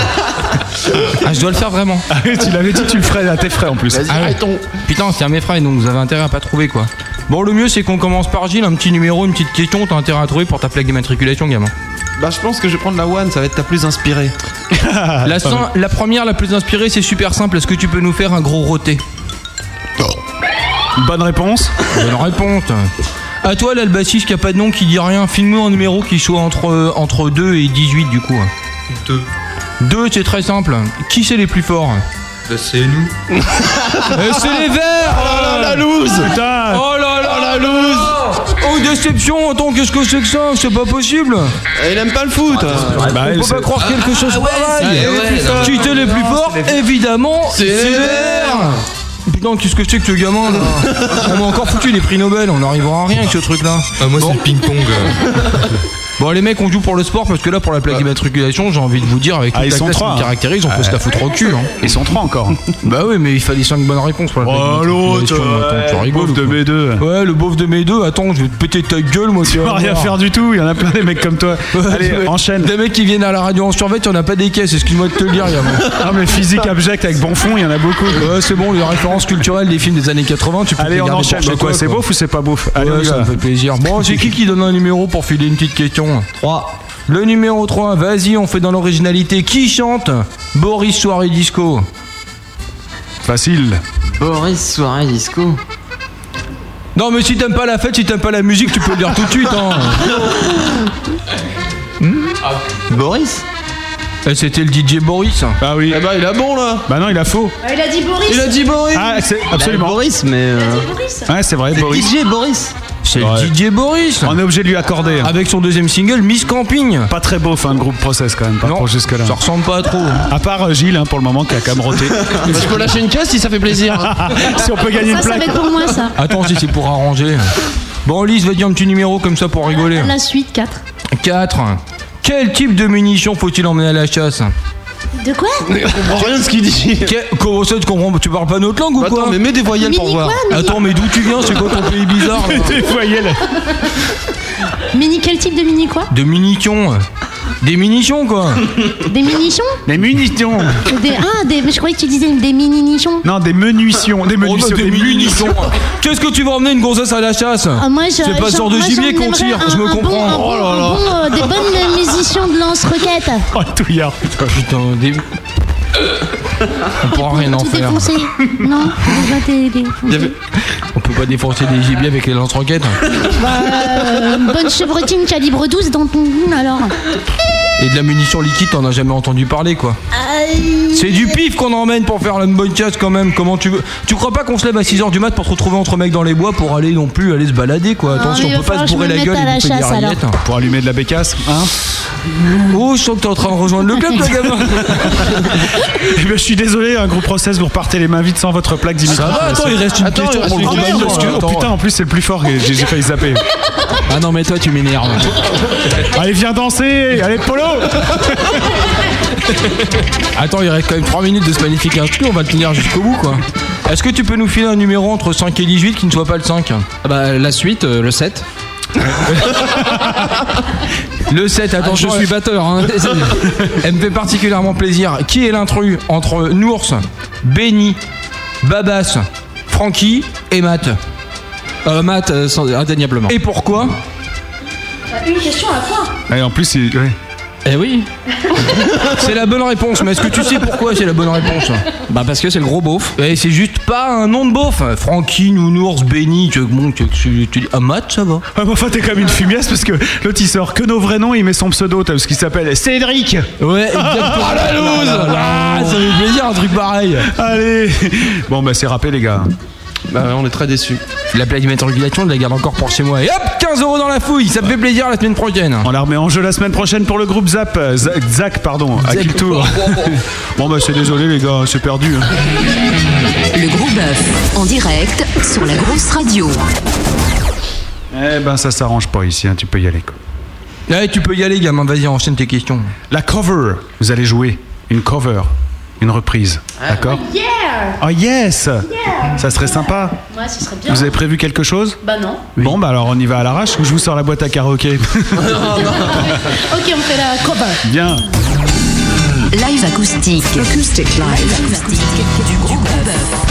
Speaker 3: Ah, je dois le faire vraiment.
Speaker 2: (laughs) Ah oui, tu l'avais dit, tu le ferais à tes frais en plus.
Speaker 3: Ah ouais. Putain, c'est à mes frais, donc vous avez intérêt à pas trouver quoi. Bon, le mieux c'est qu'on commence par Gilles, un petit numéro, une petite question, t'as intérêt à trouver pour ta plaque d'immatriculation, gamin.
Speaker 7: Bah, je pense que je vais prendre la one, ça va être ta plus inspirée.
Speaker 3: la, cin- la première, la plus inspirée, c'est super simple. Est-ce que tu peux nous faire un gros roté
Speaker 2: Bonne réponse.
Speaker 3: Bonne réponse. À toi, là, le bassiste qui a pas de nom, qui dit rien, filme-nous un numéro qui soit entre, entre 2 et 18 du coup. 2. 2, c'est très simple. Qui c'est les plus forts
Speaker 22: Bah, C'est nous.
Speaker 3: Eh, c'est les verts
Speaker 7: Oh la loose
Speaker 2: Putain
Speaker 3: Oh là là la loose Oh déception attends qu'est-ce que c'est que ça C'est pas possible
Speaker 7: Il aime pas le foot
Speaker 2: Bah,
Speaker 3: On peut
Speaker 2: c'est-
Speaker 3: pas croire quelque chose
Speaker 7: ah ouais,
Speaker 3: pareil
Speaker 7: c'est-
Speaker 3: Eh,
Speaker 7: ouais,
Speaker 3: putain.
Speaker 7: non,
Speaker 3: Qui était les plus forts Évidemment
Speaker 7: C'est
Speaker 3: c'est
Speaker 7: les
Speaker 3: les
Speaker 7: Verts.
Speaker 3: verts Putain qu'est-ce que c'est que ce gamin là On m'a encore foutu les prix Nobel, on n'arrivera à rien avec ce truc là
Speaker 22: Bah,
Speaker 11: moi, c'est le
Speaker 12: (laughs)
Speaker 11: ping-pong.
Speaker 3: Bon les mecs on joue pour le sport parce que là pour la plaque d'immatriculation j'ai envie de vous dire avec
Speaker 2: Ah,
Speaker 3: toute
Speaker 2: ils
Speaker 3: la
Speaker 2: sont
Speaker 3: classe qui
Speaker 2: trois,
Speaker 3: me
Speaker 2: hein.
Speaker 3: caractérise on peut
Speaker 2: Ah,
Speaker 3: se la foutre
Speaker 2: (laughs)
Speaker 3: au cul hein.
Speaker 2: Ils sont trois encore.
Speaker 3: Bah oui mais il fallait 5 bonnes réponses pour la plaque
Speaker 2: Oh l'autre
Speaker 3: d'immatriculation, attends, tu
Speaker 2: ouais,
Speaker 3: rigoles
Speaker 2: beauf
Speaker 3: ou
Speaker 2: de
Speaker 3: quoi
Speaker 2: B2.
Speaker 3: Ouais, le beauf de mes deux, attends, je vais te péter ta gueule, moi.
Speaker 2: Tu vas rien faire du tout, il y en a plein des mecs comme toi. Allez, enchaîne.
Speaker 3: Des mecs qui viennent à la radio en survêt, y'en a pas des caisses, excuse-moi de te le dire, gamin.
Speaker 2: Ah mais physique abject avec bon fond, il y en a beaucoup.
Speaker 3: Ouais, Euh, c'est bon, les références culturelles des films des années 80, tu peux te
Speaker 2: Allez,
Speaker 3: les
Speaker 2: on
Speaker 3: garder
Speaker 2: enchaîne.
Speaker 3: pour
Speaker 2: C'est
Speaker 3: chez
Speaker 2: quoi
Speaker 3: toi,
Speaker 2: C'est
Speaker 3: quoi.
Speaker 2: beauf ou c'est pas beauf Allez, on
Speaker 3: Ouais,
Speaker 2: y
Speaker 3: ça
Speaker 2: va.
Speaker 3: me fait plaisir. Bon, c'est qui qui donne un numéro pour filer une petite question 3. Le numéro 3, vas-y, on fait dans l'originalité. Qui chante Boris Soirée Disco
Speaker 2: Facile.
Speaker 11: Boris, soirée disco.
Speaker 3: Non, mais si t'aimes pas la fête, si t'aimes pas la musique, tu peux le dire tout de suite, hein.
Speaker 7: Boris
Speaker 3: Eh, C'était le DJ Boris.
Speaker 2: Bah oui.
Speaker 7: Ah bah, il a bon là
Speaker 2: Bah non, il a faux.
Speaker 5: Ah, il a dit Boris
Speaker 7: Il a dit Boris
Speaker 2: Ah, c'est absolument.
Speaker 11: Eh, Boris, mais.
Speaker 2: Ouais, c'est vrai, Boris.
Speaker 11: DJ Boris.
Speaker 3: C'est
Speaker 2: Ouais.
Speaker 3: le DJ Boris.
Speaker 2: On est obligé de lui accorder. hein.
Speaker 3: Avec son deuxième single, Miss Camping.
Speaker 2: Pas très beau, fin de groupe process quand même, pas
Speaker 3: Non,
Speaker 2: trop jusque-là.
Speaker 3: Ça ressemble pas à trop. hein.
Speaker 2: À part euh, Gilles, hein, pour le moment, qui a quand même (laughs) roté.
Speaker 7: Bah, Je peux lâcher une caisse si ça
Speaker 2: (laughs)
Speaker 7: fait plaisir
Speaker 2: si on peut gagner
Speaker 5: Ça,
Speaker 2: une
Speaker 5: Ah, ça va
Speaker 2: plaque.
Speaker 5: être pour moi, ça.
Speaker 3: Attends, si c'est pour arranger. Bon, Lise, va dire un petit numéro comme ça pour rigoler.
Speaker 5: La suite, 4.
Speaker 3: 4. Quel type de munitions faut-il emmener à la
Speaker 7: (laughs)
Speaker 3: chasse
Speaker 5: De quoi
Speaker 7: Je comprends rien de ce qu'il dit
Speaker 3: Que- Comment ça, tu comprends Tu parles pas notre langue ou
Speaker 7: Bah,
Speaker 3: quoi Ah,
Speaker 7: Attends, mais mets des voyelles pour
Speaker 5: Mini
Speaker 7: voir.
Speaker 5: quoi
Speaker 3: Attends, mais d'où tu viens C'est quoi ton pays bizarre là
Speaker 7: (laughs)
Speaker 2: Des voyelles.
Speaker 5: Mini, quel type de mini quoi
Speaker 3: De munitions. Des munitions,
Speaker 7: (laughs)
Speaker 3: quoi.
Speaker 5: Des minichons
Speaker 2: Des munitions.
Speaker 5: des, Ah, des, mais je croyais que tu disais des mini-nichons.
Speaker 2: Non, des munitions. Des
Speaker 3: Oh,
Speaker 2: munitions.
Speaker 3: bah,
Speaker 2: des munitions.
Speaker 3: Qu'est-ce que tu vas emmener une gonzesse à la chasse
Speaker 5: Ah, moi, je-
Speaker 3: C'est pas ce
Speaker 5: je-
Speaker 3: genre de
Speaker 5: moi,
Speaker 3: gibier
Speaker 5: j'en
Speaker 3: qu'on
Speaker 5: aimerais
Speaker 3: tire,
Speaker 5: un-
Speaker 3: je me
Speaker 5: un bon-
Speaker 3: comprends.
Speaker 5: un bon-
Speaker 3: Oh là
Speaker 5: un
Speaker 3: là.
Speaker 5: bon, euh, des bonnes musiciens de lance-roquettes.
Speaker 2: Oh, (laughs) le touillard, putain.
Speaker 3: Putain, des. On pourra rien en
Speaker 5: Tout
Speaker 3: faire.
Speaker 5: défoncé. Non, déjà t'es défoncé.
Speaker 3: On peut pas défoncer des gibiers avec les lance-roquettes.
Speaker 5: Bah, euh, une bonne chevrotine calibre 12 dans ton alors.
Speaker 3: Et de la munition liquide, t'en as jamais entendu parler, quoi.
Speaker 5: Ah,
Speaker 3: C'est du pif qu'on emmène pour faire une bonne casse quand même. Comment tu veux Tu crois pas qu'on se lève à 6h du mat pour se retrouver entre mecs dans les bois pour aller non plus aller se balader quoi
Speaker 5: Non,
Speaker 3: Attention,
Speaker 5: mais Ah, il
Speaker 3: on peut
Speaker 5: va
Speaker 3: pas
Speaker 5: falloir
Speaker 3: se bourrer
Speaker 5: que je
Speaker 3: la
Speaker 5: me
Speaker 3: gueule
Speaker 5: mette à
Speaker 3: et
Speaker 5: la
Speaker 3: bouffer des
Speaker 5: chasse, alors.
Speaker 3: rillettes.
Speaker 2: Pour allumer de la bécasse, hein
Speaker 3: Oh, je sens que t'es en train de rejoindre le club, le gamin.
Speaker 2: Eh bien, je suis désolé, un gros process, vous repartez les mains vides sans votre plaque Dimitri.
Speaker 3: Ça va, attends, il reste une Attends, question il reste pour une le gagnant, question. là,
Speaker 2: Oh
Speaker 3: attends.
Speaker 2: putain, en plus, c'est le plus fort, que j'ai j'ai failli zapper. (laughs)
Speaker 3: Ah non, mais toi, tu m'énerves.
Speaker 2: Allez, viens danser Allez, Polo
Speaker 3: Attends, il reste quand même 3 minutes de ce magnifique instru, on va le tenir jusqu'au bout quoi. Est-ce que tu peux nous filer un numéro entre 5 et 18 qui ne soit pas le 5 Bah la suite, le 7. (laughs) le 7, attention.
Speaker 11: je suis
Speaker 3: Ah, batteur. hein. (laughs) Elle me fait particulièrement plaisir. Qui est l'intrus entre Nours, Benny, Babas, Francky et Matt Euh, Matt, indéniablement. Et pourquoi
Speaker 15: Une question à la fois.
Speaker 2: Et en plus, il- ouais.
Speaker 11: Eh oui
Speaker 3: (laughs) C'est la bonne réponse, mais est-ce que tu sais pourquoi c'est la bonne réponse Bah parce que c'est le gros beauf. Et c'est juste pas un nom de beauf. Francky, Nounours, Benny, tu, bon, tu, tu- tu dis ah, Matt, ça va.
Speaker 2: Ah, mais enfin, t'es comme une fumiasse parce que l'autre il sort que nos vrais noms, il met son pseudo, t'as ce qu'il s'appelle Cédric
Speaker 3: Ouais,
Speaker 2: Ah la
Speaker 3: (laughs) Ah,
Speaker 2: loose
Speaker 3: là, ça fait plaisir un truc pareil.
Speaker 2: Allez Bon, bah, c'est râpé, les gars.
Speaker 3: Bah on est très déçus. La plaque d'immatriculation, je la garde encore pour chez moi. Et hop, 15 euros dans la fouille, ça me fait plaisir la semaine prochaine.
Speaker 2: On la remet en jeu la semaine prochaine pour le groupe Zap. euh, Za- Zach, pardon, à qui le tour (laughs) Bon, bah, c'est désolé, les gars, c'est perdu. hein.
Speaker 1: Le gros bœuf, en direct sur la grosse radio.
Speaker 2: Eh ben, ça s'arrange pas ici, hein, tu peux y aller, quoi.
Speaker 3: Ouais, tu peux y aller, gamin, vas-y, enchaîne tes questions.
Speaker 2: La cover, vous allez jouer une cover, une reprise, d'accord
Speaker 5: Yeah
Speaker 2: Oh yes Ça serait sympa.
Speaker 5: Ouais, ce serait bien.
Speaker 2: Vous avez prévu quelque chose
Speaker 5: Bah non.
Speaker 2: Bon, bah alors on y va à l'arrache ou je vous sors la boîte à karaoké (laughs)
Speaker 5: Ok, on fait la cover.
Speaker 2: Bien.
Speaker 1: Live acoustique. Acoustic live. du gros bœuf.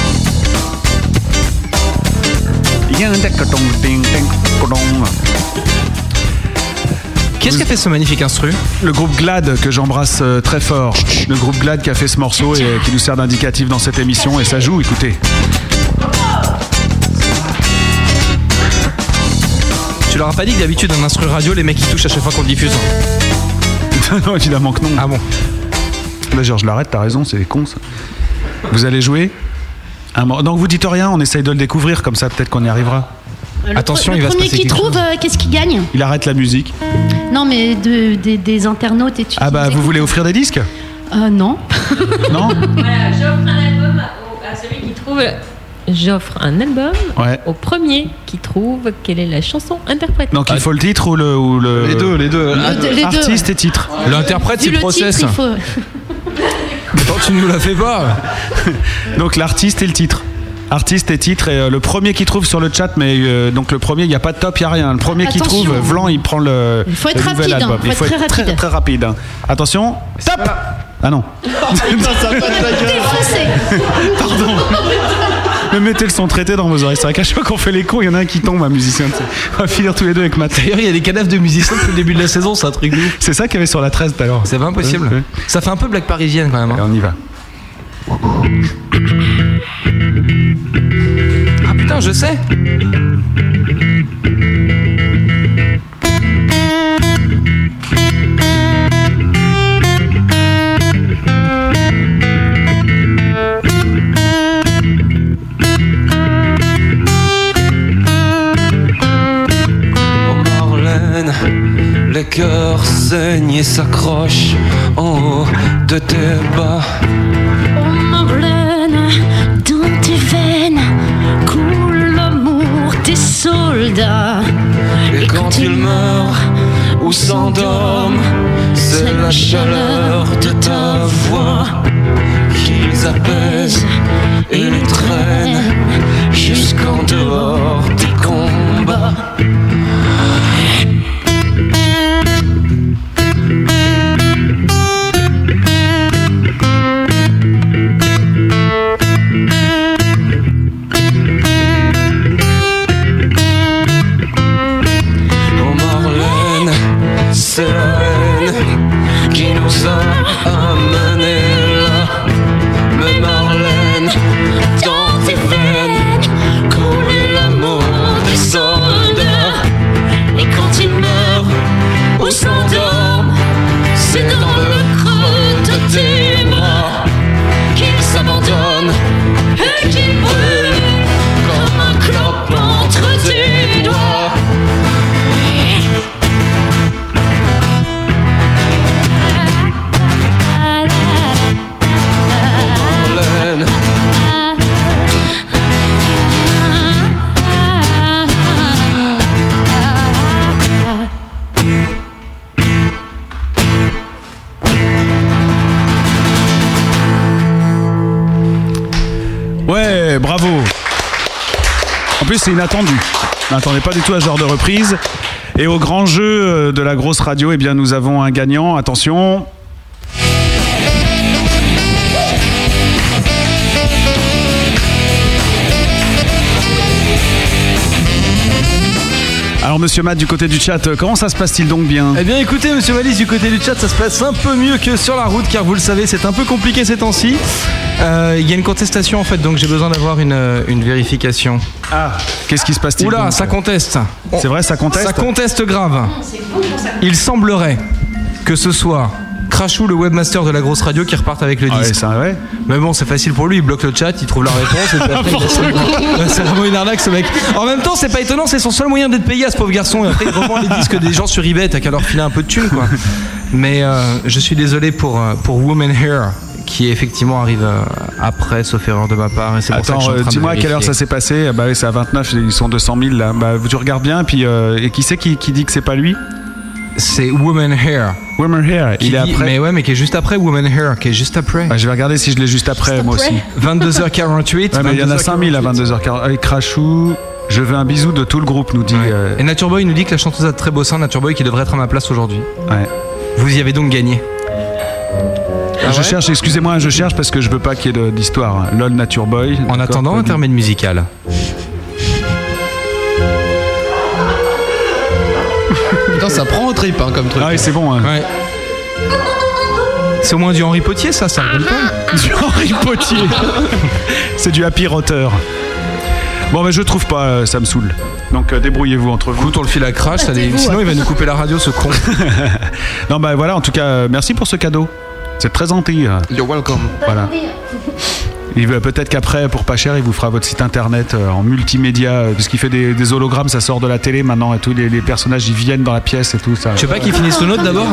Speaker 3: Qu'est-ce qu'a fait ce magnifique instru
Speaker 2: Le groupe GLAD que j'embrasse euh, très fort. Le groupe GLAD qui a fait ce morceau et euh, qui nous sert d'indicatif dans cette émission et ça joue, écoutez. (laughs)
Speaker 3: Tu leur as pas dit que d'habitude, un instru radio, les mecs ils touchent à chaque fois qu'on le diffuse.
Speaker 2: non, évidemment que non. Ah bon Là, Georges, l'arrête, t'as raison, c'est con ça. Vous allez jouer un mor- Donc vous dites rien, on essaye de le découvrir comme ça, peut-être qu'on y arrivera.
Speaker 5: Le pre- le premier qui trouve, euh, qu'est-ce qu'il gagne
Speaker 2: Il arrête la musique.
Speaker 5: Non, mais de- des- des internautes et tu.
Speaker 2: Ah bah vous voulez offrir des disques
Speaker 5: Euh, non.
Speaker 23: (laughs)
Speaker 2: Non
Speaker 23: Voilà, j'offre un album à, à celui qui trouve. J'offre un album
Speaker 2: Ouais.
Speaker 23: au premier qui trouve quelle est la chanson interprétée.
Speaker 2: Donc il faut le titre ou le, ou le...
Speaker 7: Ah. Les deux, les deux.
Speaker 23: les deux.
Speaker 2: Artiste et titre.
Speaker 3: L'interprète,
Speaker 23: Vu le titre, il faut-
Speaker 3: Attends, tu nous la fais pas. (laughs)
Speaker 2: donc l'artiste et le titre. Artiste et titre et euh, le premier qui trouve sur le chat, mais euh, donc le premier, il n'y a pas de top, il n'y a rien. Le premier qui
Speaker 5: Attention.
Speaker 2: trouve, euh, Vlan, il prend le.
Speaker 5: Il faut
Speaker 2: le
Speaker 5: être
Speaker 2: nouvel
Speaker 5: rapide, hein.
Speaker 2: album.
Speaker 5: Faut
Speaker 2: Il
Speaker 5: être
Speaker 2: faut
Speaker 5: très
Speaker 2: être très
Speaker 5: rapide.
Speaker 2: très rapide, hein. Attention, stop Ah (laughs) non.
Speaker 5: Défoncé.
Speaker 2: (laughs) Pardon. Mais mettez le son traité dans vos oreilles. C'est vrai qu'à chaque fois qu'on fait les cons, il y en a un qui tombe, un musicien. tu sais. On va finir tous les deux avec Matt.
Speaker 3: D'ailleurs, il y a des cadavres de musiciens depuis le début de la saison, c'est un truc de ouf.
Speaker 2: C'est ça qu'il y avait sur la 13 tout à l'heure.
Speaker 3: C'est pas impossible.
Speaker 2: Ouais, ouais.
Speaker 3: Ça fait un peu blague parisienne quand même. hein.
Speaker 2: On y va.
Speaker 3: Ah putain, je sais.
Speaker 18: Oh Marlène, le cœur saigne et s'accroche en haut de tes bas.
Speaker 28: Marlène, dans tes veines coule l'amour des soldats.
Speaker 18: Et quand ils meurent ou s'endorment, c'est la chaleur de ta voix qu'ils apaise et les traîne jusqu'en dehors des combats. Oh Marlène, c'est la haine qui nous a amenés là. Mais Marlène, dans tes veines coule l'amour des
Speaker 2: Ouais, bravo. En plus, c'est inattendu. N'attendez pas du tout à ce genre de reprise. Et au grand jeu euh, de la grosse radio, eh bien, nous avons un gagnant. Attention. Alors, monsieur Matt, du côté du chat, euh, comment ça se passe-t-il donc bien
Speaker 3: Eh bien écoutez monsieur Malice du côté du chat ça se passe un peu mieux que sur la route car vous le savez c'est un peu compliqué ces temps-ci. Euh, Il y a une contestation en fait donc j'ai besoin d'avoir une, euh, une vérification.
Speaker 2: Ah Qu'est-ce qui se passe-t-il
Speaker 3: Oula
Speaker 2: donc
Speaker 3: ça conteste.
Speaker 2: C'est vrai, ça conteste
Speaker 3: Ça conteste grave. Il semblerait que ce soit Crachou le webmaster de la grosse radio qui reparte avec le disque. Mais bon c'est facile pour lui, il bloque le chat, il trouve la réponse. et puis (laughs) après, il laisse- Ouais, (laughs) c'est vraiment une arnaque ce mec. En même temps c'est pas étonnant, c'est son seul moyen d'être payé à ce pauvre garçon. Et après il revend les disques des gens sur eBay, t'as qu'à leur filer un peu de thunes quoi. Mais euh, je suis désolé pour, euh, pour Woman Here qui effectivement arrive euh, après, sauf erreur de ma part. Et c'est pour ça que
Speaker 2: Attends,
Speaker 3: je suis en
Speaker 2: euh,
Speaker 3: train de
Speaker 2: dis-moi à quelle heure
Speaker 3: vérifier.
Speaker 2: ça s'est passé Ah Bah oui, c'est à 29, ils sont 200 000 là. Bah, tu regardes bien, puis euh, et qui c'est qui, qui dit que c'est pas lui
Speaker 3: C'est Woman Hair.
Speaker 2: Woman Hair,
Speaker 3: Qui
Speaker 2: il est
Speaker 3: dit-
Speaker 2: après. Ah,
Speaker 3: Mais ouais, mais qui est juste après Woman Hair, qui est juste après.
Speaker 2: je vais regarder si je l'ai juste après, moi aussi.
Speaker 3: (laughs) 22h48.
Speaker 2: Ouais, mais il y en a 5000 à 22h40. Allez, Crachou, je veux un bisou de tout le groupe, nous dit. euh,
Speaker 3: Et Nature Boy nous dit que la chanteuse a de très beau sein, Nature Boy qui devrait être à ma place aujourd'hui.
Speaker 2: Ouais.
Speaker 3: Vous y avez donc gagné. Ah
Speaker 2: je cherche, excusez-moi, je cherche parce que je veux pas qu'il y ait de- d'histoire. LOL Nature Boy.
Speaker 3: En attendant, intermède musical.
Speaker 7: Putain, ça prend au trip hein, comme truc.
Speaker 2: Ah oui, c'est bon. hein.
Speaker 3: Ouais. C'est au moins du Henri Potier, ça, ça rigole
Speaker 2: (laughs)
Speaker 3: pas.
Speaker 2: Du Henri Potier. (laughs) C'est du happy rotter. Bon, mais je trouve pas, euh, ça me saoule. Donc euh, débrouillez-vous entre vous.
Speaker 3: Écoute, on le fil à crash,
Speaker 5: Bah,
Speaker 3: ça les-
Speaker 5: hein.
Speaker 3: sinon il va nous couper la radio, ce (laughs) con.
Speaker 2: non, bah voilà, en tout cas, euh, merci pour ce cadeau. C'est très gentil. euh.
Speaker 7: You're welcome.
Speaker 2: Voilà. Il veut- Peut-être qu'après, pour pas cher, il vous fera votre site internet euh, en multimédia, euh, parce qu'il fait des, des hologrammes, ça sort de la télé maintenant, et tous les, les personnages, ils viennent dans la pièce et tout ça.
Speaker 3: Tu veux pas qu'ils finissent le nôtre d'abord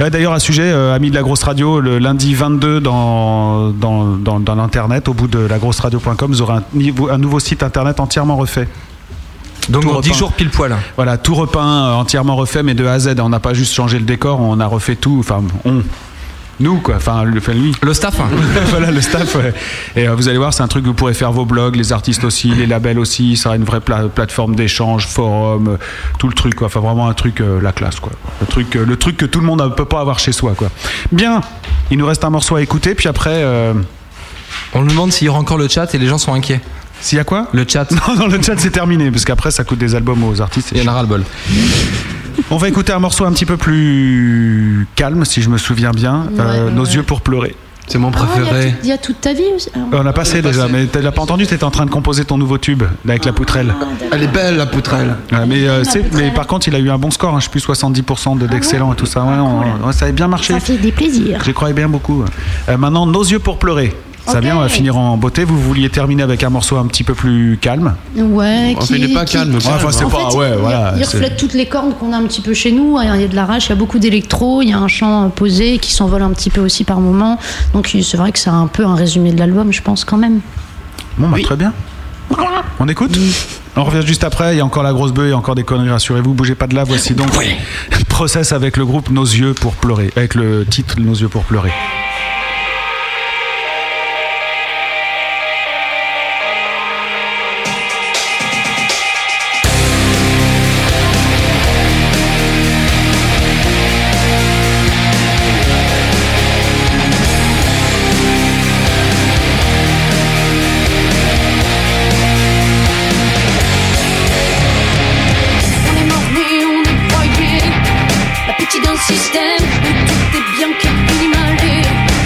Speaker 2: Euh, D'ailleurs, à ce sujet, euh, amis de la grosse radio, le lundi 22 dans, dans, dans, dans l'internet, au bout de lagrosseradio.com, vous aurez un, niveau- un nouveau site internet entièrement refait.
Speaker 3: Donc
Speaker 2: Tout
Speaker 3: dans 10
Speaker 2: repeint.
Speaker 3: jours pile poil.
Speaker 2: Voilà, tout repeint, euh, entièrement refait, mais de A à Z. On n'a pas juste changé le décor, on a refait tout. Enfin, on. Nous, quoi. Enfin, le, enfin, lui.
Speaker 3: Le staff.
Speaker 2: (laughs) voilà, le staff. ouais. Et euh, vous allez voir, c'est un truc que vous pourrez faire vos blogs, les artistes aussi, les labels aussi. Ça sera une vraie pla- plateforme d'échange, forum, euh, tout le truc, quoi. Enfin, vraiment un truc, euh, la classe, quoi. Le truc, euh, le truc que tout le monde ne peut pas avoir chez soi, quoi. Bien. Il nous reste un morceau à écouter, puis après. euh,
Speaker 3: On nous demande s'il y aura encore le chat et les gens sont inquiets.
Speaker 2: S'il y a quoi
Speaker 3: Le chat.
Speaker 2: (laughs) Non, non, le chat c'est terminé, parce qu'après ça coûte des albums aux artistes. Il
Speaker 3: y en aura le bol.
Speaker 2: On va écouter un morceau un petit peu plus calme, si je me souviens bien. Euh, Nos yeux pour pleurer.
Speaker 7: C'est mon
Speaker 5: Ah, il y a tout- Il y a toute ta vie aussi. Ah,
Speaker 2: Euh, On a passé déjà, mais tu l'as pas entendu, tu étais en train de composer ton nouveau tube avec la poutrelle.
Speaker 7: Elle est belle la poutrelle.
Speaker 2: Ouais, mais, euh, c'est- mais par contre, il a eu un bon score, hein, je sais plus 70% de- d'excellent et tout ça. Ouais, on- ouais, ça avait bien marché.
Speaker 5: Ah, Ça fait des plaisirs.
Speaker 2: J'y croyais bien beaucoup. Euh, maintenant, Nos yeux pour pleurer. Ça vient, on va finir en beauté. Vous vouliez terminer avec un morceau un petit peu plus calme.
Speaker 5: Ouais,
Speaker 2: Enfin,
Speaker 5: qui,
Speaker 2: il est pas
Speaker 5: qui-
Speaker 2: calme,
Speaker 5: qui-
Speaker 2: quoi. Enfin, c'est
Speaker 5: En
Speaker 2: pas-
Speaker 5: fait,
Speaker 2: ouais,
Speaker 5: il-
Speaker 2: voilà,
Speaker 5: Il
Speaker 2: c'est-
Speaker 5: reflète toutes les cornes qu'on a un petit peu chez nous. hein. Il y a de l'arrache, il y a beaucoup d'électro, il y a un chant euh, posé qui s'envole un petit peu aussi par moment. Donc il- c'est vrai que c'est un peu un résumé de l'album, je pense quand même.
Speaker 2: Bon, bah, très bien. On écoute On revient juste après, il y a encore la grosse bœuf, il y a encore des conneries, rassurez-vous, bougez pas de là, voici donc Process avec (laughs) le groupe Nos yeux pour pleurer, avec le titre Nos yeux pour pleurer.
Speaker 15: On est morné, on est broyé. La petite d'un système où tout est bien calculé.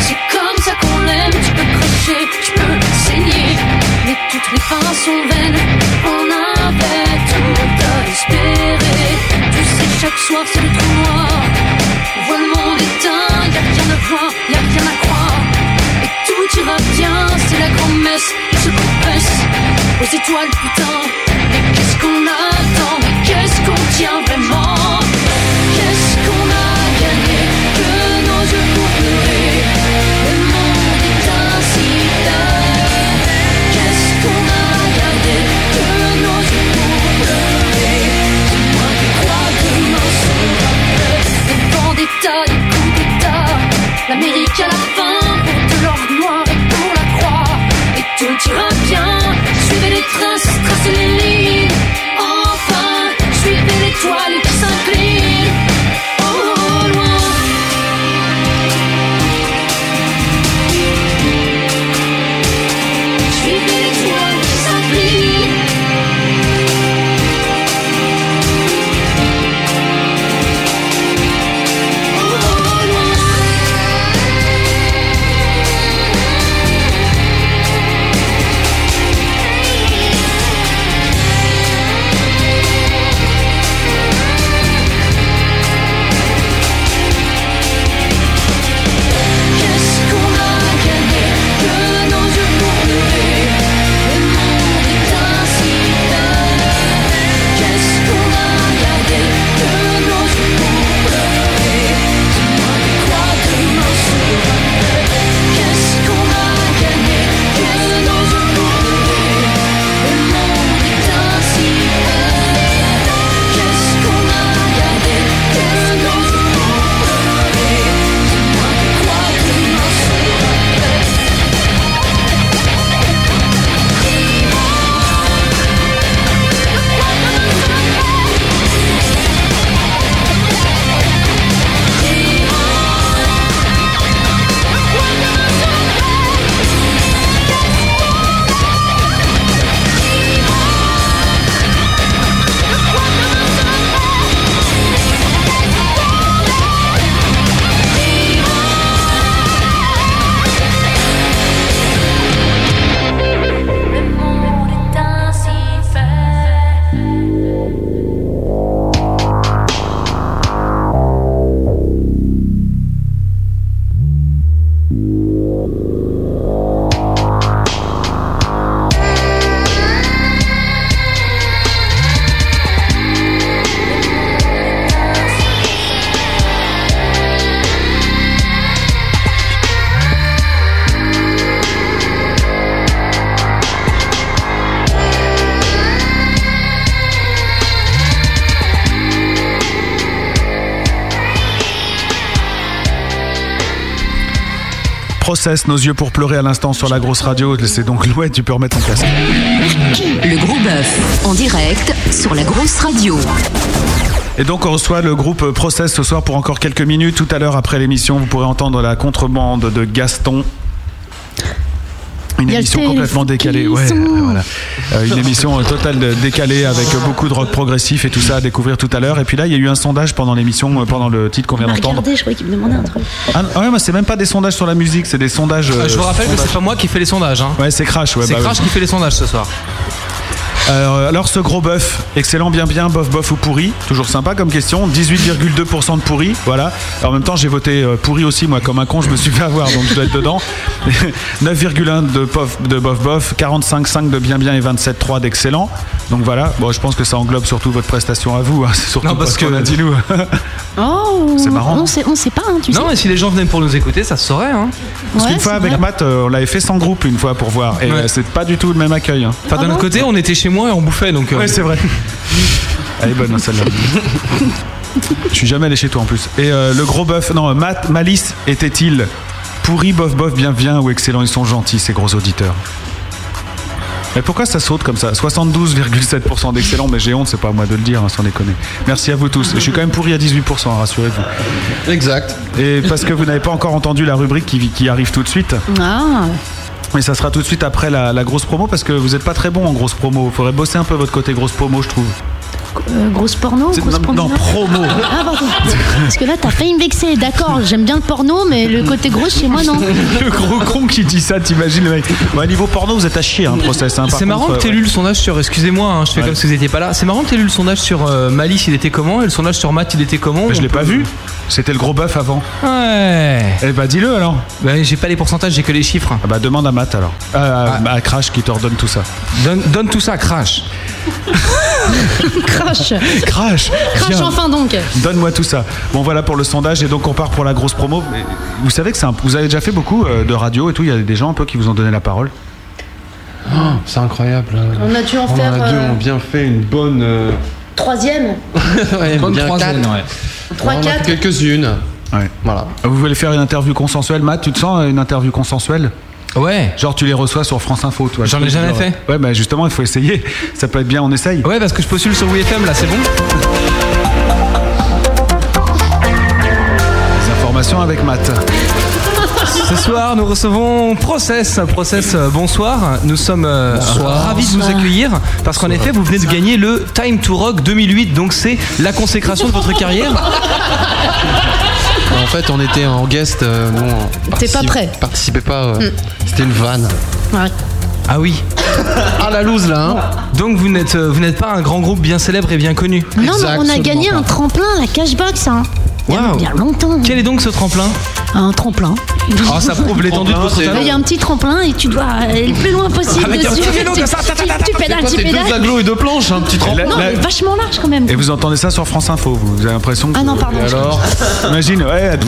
Speaker 15: C'est comme ça qu'on l'aime. Tu peux cracher, tu peux saigner. Mais toutes les fins sont vaines. On avait tout à espérer. Tu sais, chaque soir c'est le trou noir. On voit le monde éteint. Y'a rien à voir, y'a rien à croire. Et tout ira bien, c'est la grand-messe, et se confesse aux étoiles, putain. Mais qu'est-ce qu'on attend, mais qu'est-ce qu'on tient vraiment Qu'est-ce qu'on a gagné que nos yeux pour pleurer Le monde est ainsi dingue. Qu'est-ce qu'on a gagné que nos yeux pour pleurer Dis-moi qui crois demain sera mieux. Des vents d'État, des coups d'État, l'Amérique à la fin pour de l'or noir et pour la croix. Et tout
Speaker 2: Process, nos yeux pour pleurer à l'instant sur la grosse radio. C'est donc ouais, tu peux remettre ton casque.
Speaker 1: Le gros bœuf, en direct sur la grosse radio.
Speaker 2: Et donc on reçoit le groupe Process ce soir pour encore quelques minutes. Tout à l'heure après l'émission, vous pourrez entendre la contrebande de Gaston. Une
Speaker 15: Y a le
Speaker 2: émission complètement décalée, ouais,
Speaker 15: téléphone.
Speaker 2: voilà. Euh, une émission euh, totale de- décalée avec euh, beaucoup de rock progressif et tout ça à découvrir tout à l'heure. Et puis là, il y a eu un sondage pendant l'émission, euh, pendant le titre qu'on vient d'entendre.
Speaker 5: Regardez, je croyais qu'il me demandait un truc.
Speaker 2: Ah non, ouais, moi c'est même pas des sondages sur la musique, c'est des sondages.
Speaker 3: Euh, je vous rappelle que c'est pas moi qui fais les sondages. hein.
Speaker 2: Ouais, c'est Crash, ouais.
Speaker 3: c'est
Speaker 2: bah
Speaker 3: Crash
Speaker 2: ouais.
Speaker 3: qui fait les sondages ce soir.
Speaker 2: Euh, alors ce gros bœuf, excellent, bien bien, bof bof ou pourri, toujours sympa comme question, 18,2% de pourri, voilà. En même temps j'ai voté euh, pourri aussi moi comme un con, je me suis fait avoir donc je dois être dedans. (laughs) 9,1 de bof de bof bof, 45,5 de bien bien et 27,3 d'excellent. Donc voilà, bon je pense que ça englobe surtout votre prestation à vous, hein. (laughs) c'est surtout
Speaker 3: Non, parce
Speaker 2: pas ce qu'on
Speaker 3: que-
Speaker 2: a dit nous. (laughs)
Speaker 5: Oh
Speaker 2: C'est marrant.
Speaker 5: On sait, on sait pas, hein, tu
Speaker 3: Non, mais
Speaker 5: sais.
Speaker 3: si les gens venaient pour nous écouter, ça se saurait. Hein.
Speaker 2: Parce
Speaker 5: Ouais,
Speaker 2: qu'une fois
Speaker 5: c'est
Speaker 2: avec
Speaker 5: vrai.
Speaker 2: Matt, euh, on l'avait fait sans groupe une fois pour voir et
Speaker 3: Ouais.
Speaker 2: euh, c'est pas du tout le même accueil. hein.
Speaker 3: Enfin, d'un autre côté, on était chez moi et on bouffait donc. euh,
Speaker 2: Ouais, c'est vrai. Elle est bonne hein, celle-là. Je suis jamais allé chez toi en plus. Et euh, le gros bœuf, non, Matt, Malice était-il pourri, bof, bof, bien, bien ou excellent Ils sont gentils, ces gros auditeurs. Mais pourquoi ça saute comme ça 72,7% d'excellent, mais j'ai honte, c'est pas à moi de le dire, hein, sans déconner. Merci à vous tous. Et Je suis quand même pourri à 18%, hein, rassurez-vous. Exact. Et parce que vous n'avez pas encore entendu la rubrique qui, qui arrive tout de suite.
Speaker 5: Ah.
Speaker 2: Mais ça sera tout de suite après la, la grosse promo parce que vous n'êtes pas très bon en grosse promo. Faudrait bosser un peu votre côté grosse promo, je trouve.
Speaker 5: Euh, grosse porno
Speaker 2: C'est-
Speaker 5: grosse
Speaker 2: non,
Speaker 5: porno
Speaker 2: non, promo.
Speaker 5: Ah, pardon. Parce que là, t'as failli me vexer. D'accord, j'aime bien le porno, mais le côté gros chez moi,
Speaker 2: (laughs)
Speaker 5: non.
Speaker 2: (laughs) Le gros con qui dit ça, t'imagines le mec. Bon, niveau porno, vous êtes à chier, hein, process. hein, par
Speaker 3: C'est marrant
Speaker 2: contre,
Speaker 3: que t'aies
Speaker 2: euh,
Speaker 3: lu le sondage sur. Excusez-moi, hein, je fais comme si vous n'étiez pas là. C'est marrant que t'aies lu le sondage sur euh, Malice, il était comment Et le sondage sur Matt, il était comment
Speaker 2: Mais je
Speaker 3: On
Speaker 2: l'ai
Speaker 3: peut-
Speaker 2: pas vu. C'était le gros bœuf avant.
Speaker 3: Ouais.
Speaker 2: Eh bah dis-le alors.
Speaker 3: Bah, j'ai pas les pourcentages, j'ai que les chiffres.
Speaker 2: Ah bah demande à Matt alors. Euh, À Crash qui te redonne tout ça.
Speaker 3: Donne, donne tout ça à Crash.
Speaker 5: Crash.
Speaker 2: Crash.
Speaker 5: Crash
Speaker 2: Tiens.
Speaker 5: enfin donc.
Speaker 2: (laughs) Donne-moi tout ça. Bon voilà pour le sondage et donc on part pour la grosse promo. Mais Vous savez que c'est un- vous avez déjà fait beaucoup euh, de radio et tout. Il y a des gens un peu qui vous ont donné la parole.
Speaker 7: c'est incroyable. hein.
Speaker 5: On a dû en
Speaker 7: On
Speaker 5: faire,
Speaker 7: a dû,
Speaker 5: euh,
Speaker 7: on a bien fait une bonne. euh,
Speaker 5: Troisième.
Speaker 7: (laughs) ouais,
Speaker 5: Bonne
Speaker 7: Eh, bien
Speaker 5: troisième,
Speaker 7: quatre.
Speaker 5: ouais. Trois,
Speaker 7: On en a fait
Speaker 5: quatre.
Speaker 7: Quelques-unes. Voilà.
Speaker 2: Ah, Vous voulez faire une interview consensuelle, Matt Tu te sens euh, une interview consensuelle
Speaker 3: Ouais.
Speaker 2: Genre tu les reçois sur France Info, toi.
Speaker 3: J'en ai jamais
Speaker 2: Genre-
Speaker 3: fait.
Speaker 2: Ouais, bah justement, il faut essayer. Ça peut être bien, on essaye.
Speaker 3: Ouais, parce que je postule sur WFM là, c'est bon
Speaker 2: Les informations avec Matt.
Speaker 3: Ce soir, nous recevons Process. Process, euh, bonsoir. Nous sommes euh, ravis de vous accueillir parce qu'en effet, vous venez de gagner le Time to Rock 2008, donc c'est la consécration de votre carrière.
Speaker 7: En fait, on était en guest. euh, bon, on
Speaker 5: T'es pas
Speaker 7: participe-
Speaker 5: prêt.
Speaker 7: Participez pas. ouais.
Speaker 5: Mm.
Speaker 7: C'était une vanne.
Speaker 5: Ouais.
Speaker 3: Ah oui.
Speaker 7: Ah la loose là. hein.
Speaker 3: Donc vous n'êtes euh, vous n'êtes pas un grand groupe bien célèbre et bien connu.
Speaker 5: Non, mais on a gagné un tremplin, la cashbox, hein.
Speaker 3: Wow.
Speaker 5: Il y a longtemps.
Speaker 3: Quel est donc ce tremplin
Speaker 5: Un tremplin.
Speaker 3: Ah,
Speaker 2: (laughs)
Speaker 5: (laughs)
Speaker 3: ça prouve l'étendue de votre
Speaker 5: Il y a
Speaker 3: talent.
Speaker 5: un petit tremplin et tu dois aller le plus loin possible
Speaker 3: Avec un
Speaker 5: dessus.
Speaker 3: petit vélo
Speaker 5: Tu-
Speaker 3: comme ça, ta, ta, ta, ta.
Speaker 5: tu- Tu pédales, tu
Speaker 7: T'es deux
Speaker 5: pédales.
Speaker 7: agglos et deux planches, un petit tremplin.
Speaker 5: Non,
Speaker 2: La-
Speaker 5: mais
Speaker 2: la-
Speaker 5: vachement large quand même.
Speaker 2: Et vous entendez ça sur France Info, vous, vous avez l'impression que.
Speaker 5: Ah non, pardon,
Speaker 2: Et alors Imagine, ouais.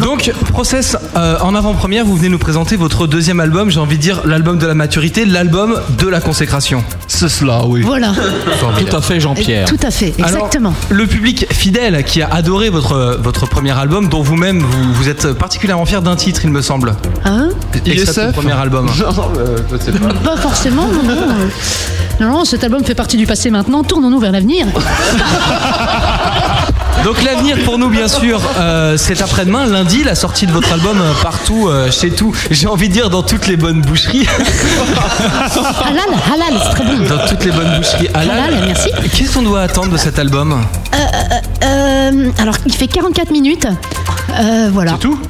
Speaker 3: Donc Process euh, en avant-première, vous venez nous présenter votre deuxième album, j'ai envie de dire l'album de la maturité, l'album de la consécration.
Speaker 7: C'est cela, oui.
Speaker 5: Voilà.
Speaker 3: Tout à fait Jean-Pierre.
Speaker 5: Tout à fait, exactement.
Speaker 3: Le public fidèle qui a adoré votre, euh, votre premier album, dont vous-même vous, vous êtes particulièrement fier d'un titre, il me semble.
Speaker 5: Hein
Speaker 3: Extrait de
Speaker 7: ISF?
Speaker 3: votre premier album.
Speaker 7: Non, non, euh, je sais pas.
Speaker 5: Pas forcément, non, non. Non, non, cet album fait partie du passé maintenant, tournons-nous vers l'avenir.
Speaker 3: Donc l'avenir pour nous, bien sûr, euh, c'est après-demain, lundi, la sortie de votre album euh, partout, euh, chez tout. J'ai envie de dire dans toutes les bonnes boucheries. (laughs)
Speaker 5: halal, halal, c'est très bon.
Speaker 3: dans toutes les bonnes boucheries. Halal,
Speaker 5: Halal, merci.
Speaker 3: Qu'est-ce qu'on doit attendre de cet album
Speaker 5: Euh, euh, euh, alors, il fait 44 minutes. Euh, voilà. C'est
Speaker 2: tout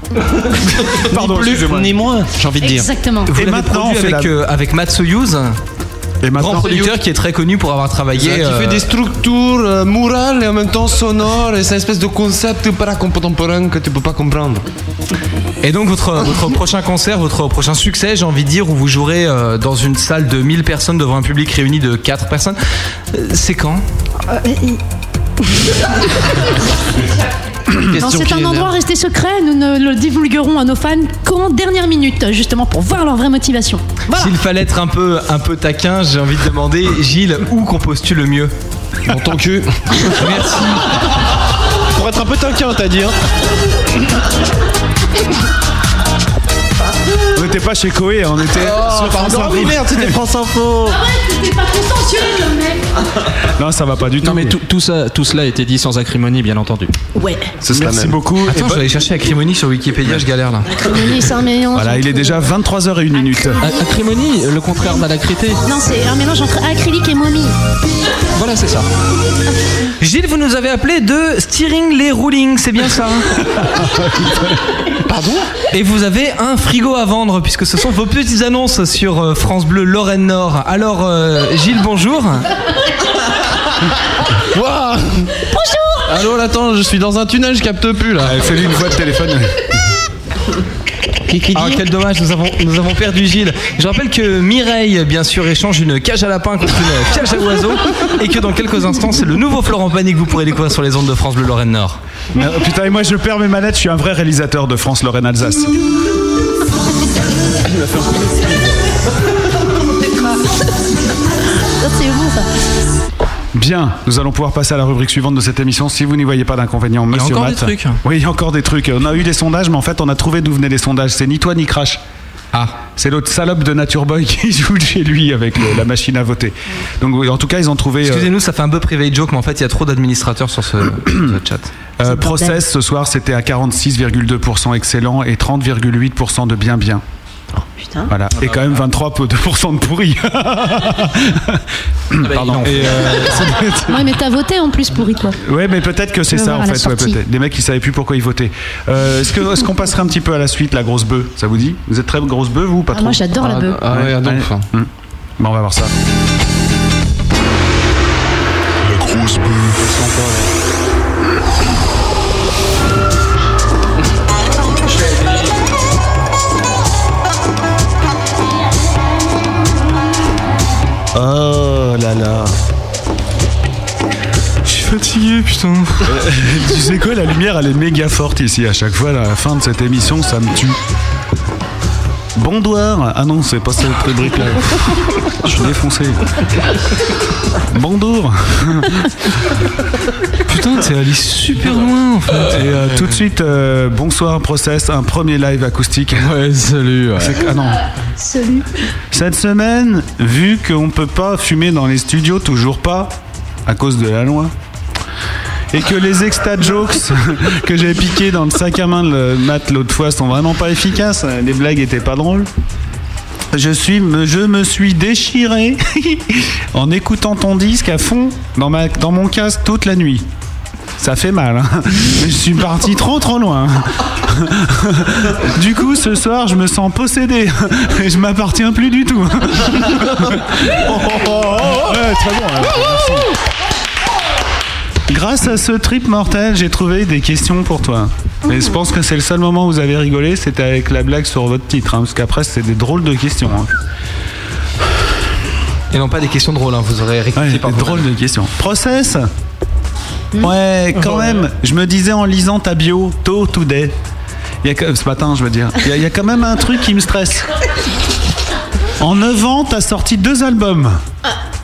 Speaker 3: Pardon,
Speaker 7: plus, excusez-moi. ni
Speaker 3: moins, j'ai
Speaker 5: envie de dire. Exactement.
Speaker 3: Vous
Speaker 5: Et
Speaker 3: l'avez
Speaker 5: maintenant,
Speaker 3: produit
Speaker 5: on fait
Speaker 3: avec,
Speaker 5: la-
Speaker 3: euh, avec Matt Soyouz, grand
Speaker 7: maintenant-
Speaker 3: producteur qui est très connu pour avoir travaillé.
Speaker 7: Qui
Speaker 3: euh,
Speaker 7: fait des structures euh, murales et en même temps sonores, et c'est une espèce de concept pas contemporain que tu peux pas
Speaker 5: (coughs)
Speaker 7: comprendre.
Speaker 3: Et donc votre, votre prochain concert, votre prochain succès, j'ai envie de dire, où vous jouerez euh, dans une salle de 1000 personnes devant un public réuni de 4 personnes, euh, c'est quand
Speaker 5: Euh, et- Non, C'est un endroit resté secret, nous ne le divulguerons à nos fans qu'en dernière minute, justement pour voir leur vraie motivation.
Speaker 3: S'il fallait être un peu, un peu taquin, j'ai envie de demander, Gilles, où qu'on postule le mieux
Speaker 7: Dans ton cul.
Speaker 3: Merci.
Speaker 7: Pour être un peu taquin, t'as dit. Hein.
Speaker 2: n'était pas chez Koé, hein, on était sur France
Speaker 10: pardon,
Speaker 2: Info.
Speaker 10: oui, merde, c'était France Info.
Speaker 15: T'es pas consensuel, mec
Speaker 2: Non, ça va pas du tout.
Speaker 29: Non, mais tout, tout ça, tout cela a été dit sans acrimonie, bien entendu.
Speaker 5: Ouais.
Speaker 2: Merci beaucoup.
Speaker 3: Attends, je vais aller chercher Acrimonie sur Wikipédia, je galère là.
Speaker 5: Acrimonie, c'est un mélange.
Speaker 2: Voilà, il est déjà 23h01 minute.
Speaker 29: Acrimonie, le contraire d'alacrité.
Speaker 5: Non, c'est un mélange entre acrylique et momie.
Speaker 29: Voilà, c'est ça.
Speaker 3: Gilles, vous nous avez appelé de Steering les Rulings, c'est bien ça
Speaker 29: (laughs)
Speaker 3: Pardon Et vous avez un frigo à vendre, puisque ce sont vos petites annonces sur euh, France Bleu Lorraine Nord. Alors, euh, Gilles, bonjour.
Speaker 5: (laughs)
Speaker 7: Bonjour (laughs) Allô, là, attends, je suis dans un tunnel, je capte plus là.
Speaker 2: Fais-lui une voix de téléphone.
Speaker 3: Ah, quel dommage, nous avons, nous avons perdu Gilles. Je rappelle que Mireille, bien sûr, échange une cage à lapin contre une cage à oiseaux et que dans quelques instants, c'est le nouveau Florent Pagny que vous pourrez découvrir sur les ondes de France Bleu Lorraine Nord.
Speaker 2: Euh, putain, et moi je perds mes manettes, je suis un vrai réalisateur de France Lorraine Alsace.
Speaker 5: Ça, c'est bon, ça.
Speaker 2: Bien, nous allons pouvoir passer à la rubrique suivante de cette émission. Si vous n'y voyez pas d'inconvénient,
Speaker 3: y a
Speaker 2: monsieur
Speaker 3: encore des
Speaker 2: Matt-
Speaker 3: trucs.
Speaker 2: Oui, il y a encore des trucs. On a eu des sondages, mais en fait, on a trouvé d'où venaient les sondages. C'est ni toi ni Crash.
Speaker 3: Ah.
Speaker 2: C'est l'autre salope de Nature Boy (laughs) qui joue de chez lui avec le- la machine à voter. Donc, oui, en tout cas, ils ont trouvé. euh,
Speaker 3: Excusez-nous, ça fait un peu private joke, mais en fait, il y a trop d'administrateurs sur ce, ce chat.
Speaker 2: euh, process ce soir, c'était à 46,2% excellent et 30,8% de bien bien.
Speaker 5: putain.
Speaker 2: Voilà. Et quand même 23% de pourri. Pardon. Et, euh,
Speaker 3: (laughs)
Speaker 2: c'est-
Speaker 23: Ouais, mais t'as voté en plus pourri quoi.
Speaker 2: Ouais, mais peut-être que c'est
Speaker 23: Tu vas
Speaker 2: ça
Speaker 23: voir
Speaker 2: en
Speaker 23: à la
Speaker 2: fait. Ouais,
Speaker 23: sortie.
Speaker 2: peut-être. Des mecs qui savaient plus pourquoi ils votaient. Euh, est-ce que est-ce qu'on passerait un petit peu à la suite, la grosse bœuf Ça vous dit Vous êtes très grosse bœuf, vous ou pas
Speaker 5: Ah,
Speaker 2: trop
Speaker 5: moi, j'adore la Ah, bœuf.
Speaker 7: ah ouais, donc, enfin.
Speaker 2: Mm. Bon, on va voir ça.
Speaker 15: La grosse bœuf.
Speaker 2: Oh là là. Je suis fatigué, putain. tu sais quoi, la lumière, elle est méga forte ici. À chaque fois, à la fin de cette émission, ça me tue. Bondoir Ah non, c'est pas cette rubrique-là. Je suis défoncé. Bondour
Speaker 3: Putain, t'es allé super loin en fait.
Speaker 2: Et euh, tout de suite, euh, bonsoir Process, un premier live acoustique. Ouais, salut. Ah non.
Speaker 5: Salut.
Speaker 2: Cette semaine, vu qu'on peut pas fumer dans les studios, toujours pas, à cause de la loi, et que les extra jokes (laughs) que j'ai piqués dans le sac à main de le mat l'autre fois sont vraiment pas efficaces, les blagues étaient pas drôles. Je, suis, je me suis déchiré en écoutant ton disque à fond dans, ma, dans mon casque toute la nuit. Ça fait mal, hein. mais je suis parti trop trop loin. Du coup, ce soir, je me sens possédé et je m'appartiens plus du tout. Ouais, très bon, hein. Grâce à ce trip mortel, j'ai trouvé des questions pour toi. Et je pense que c'est le seul moment où vous avez rigolé, c'était avec la blague sur votre titre, hein, parce qu'après, c'est des drôles de questions. hein.
Speaker 3: Et non pas des questions drôles, hein, vous aurez rectifié
Speaker 2: Ouais,
Speaker 3: par
Speaker 2: des
Speaker 3: vous-même.
Speaker 2: drôles de questions. Process Ouais, quand même, je me disais en lisant ta bio, tôt, today. Il y a, que- ce matin, je veux dire. Il y a- il y, a quand même un truc qui me stresse. En 9 ans, t'as sorti deux albums.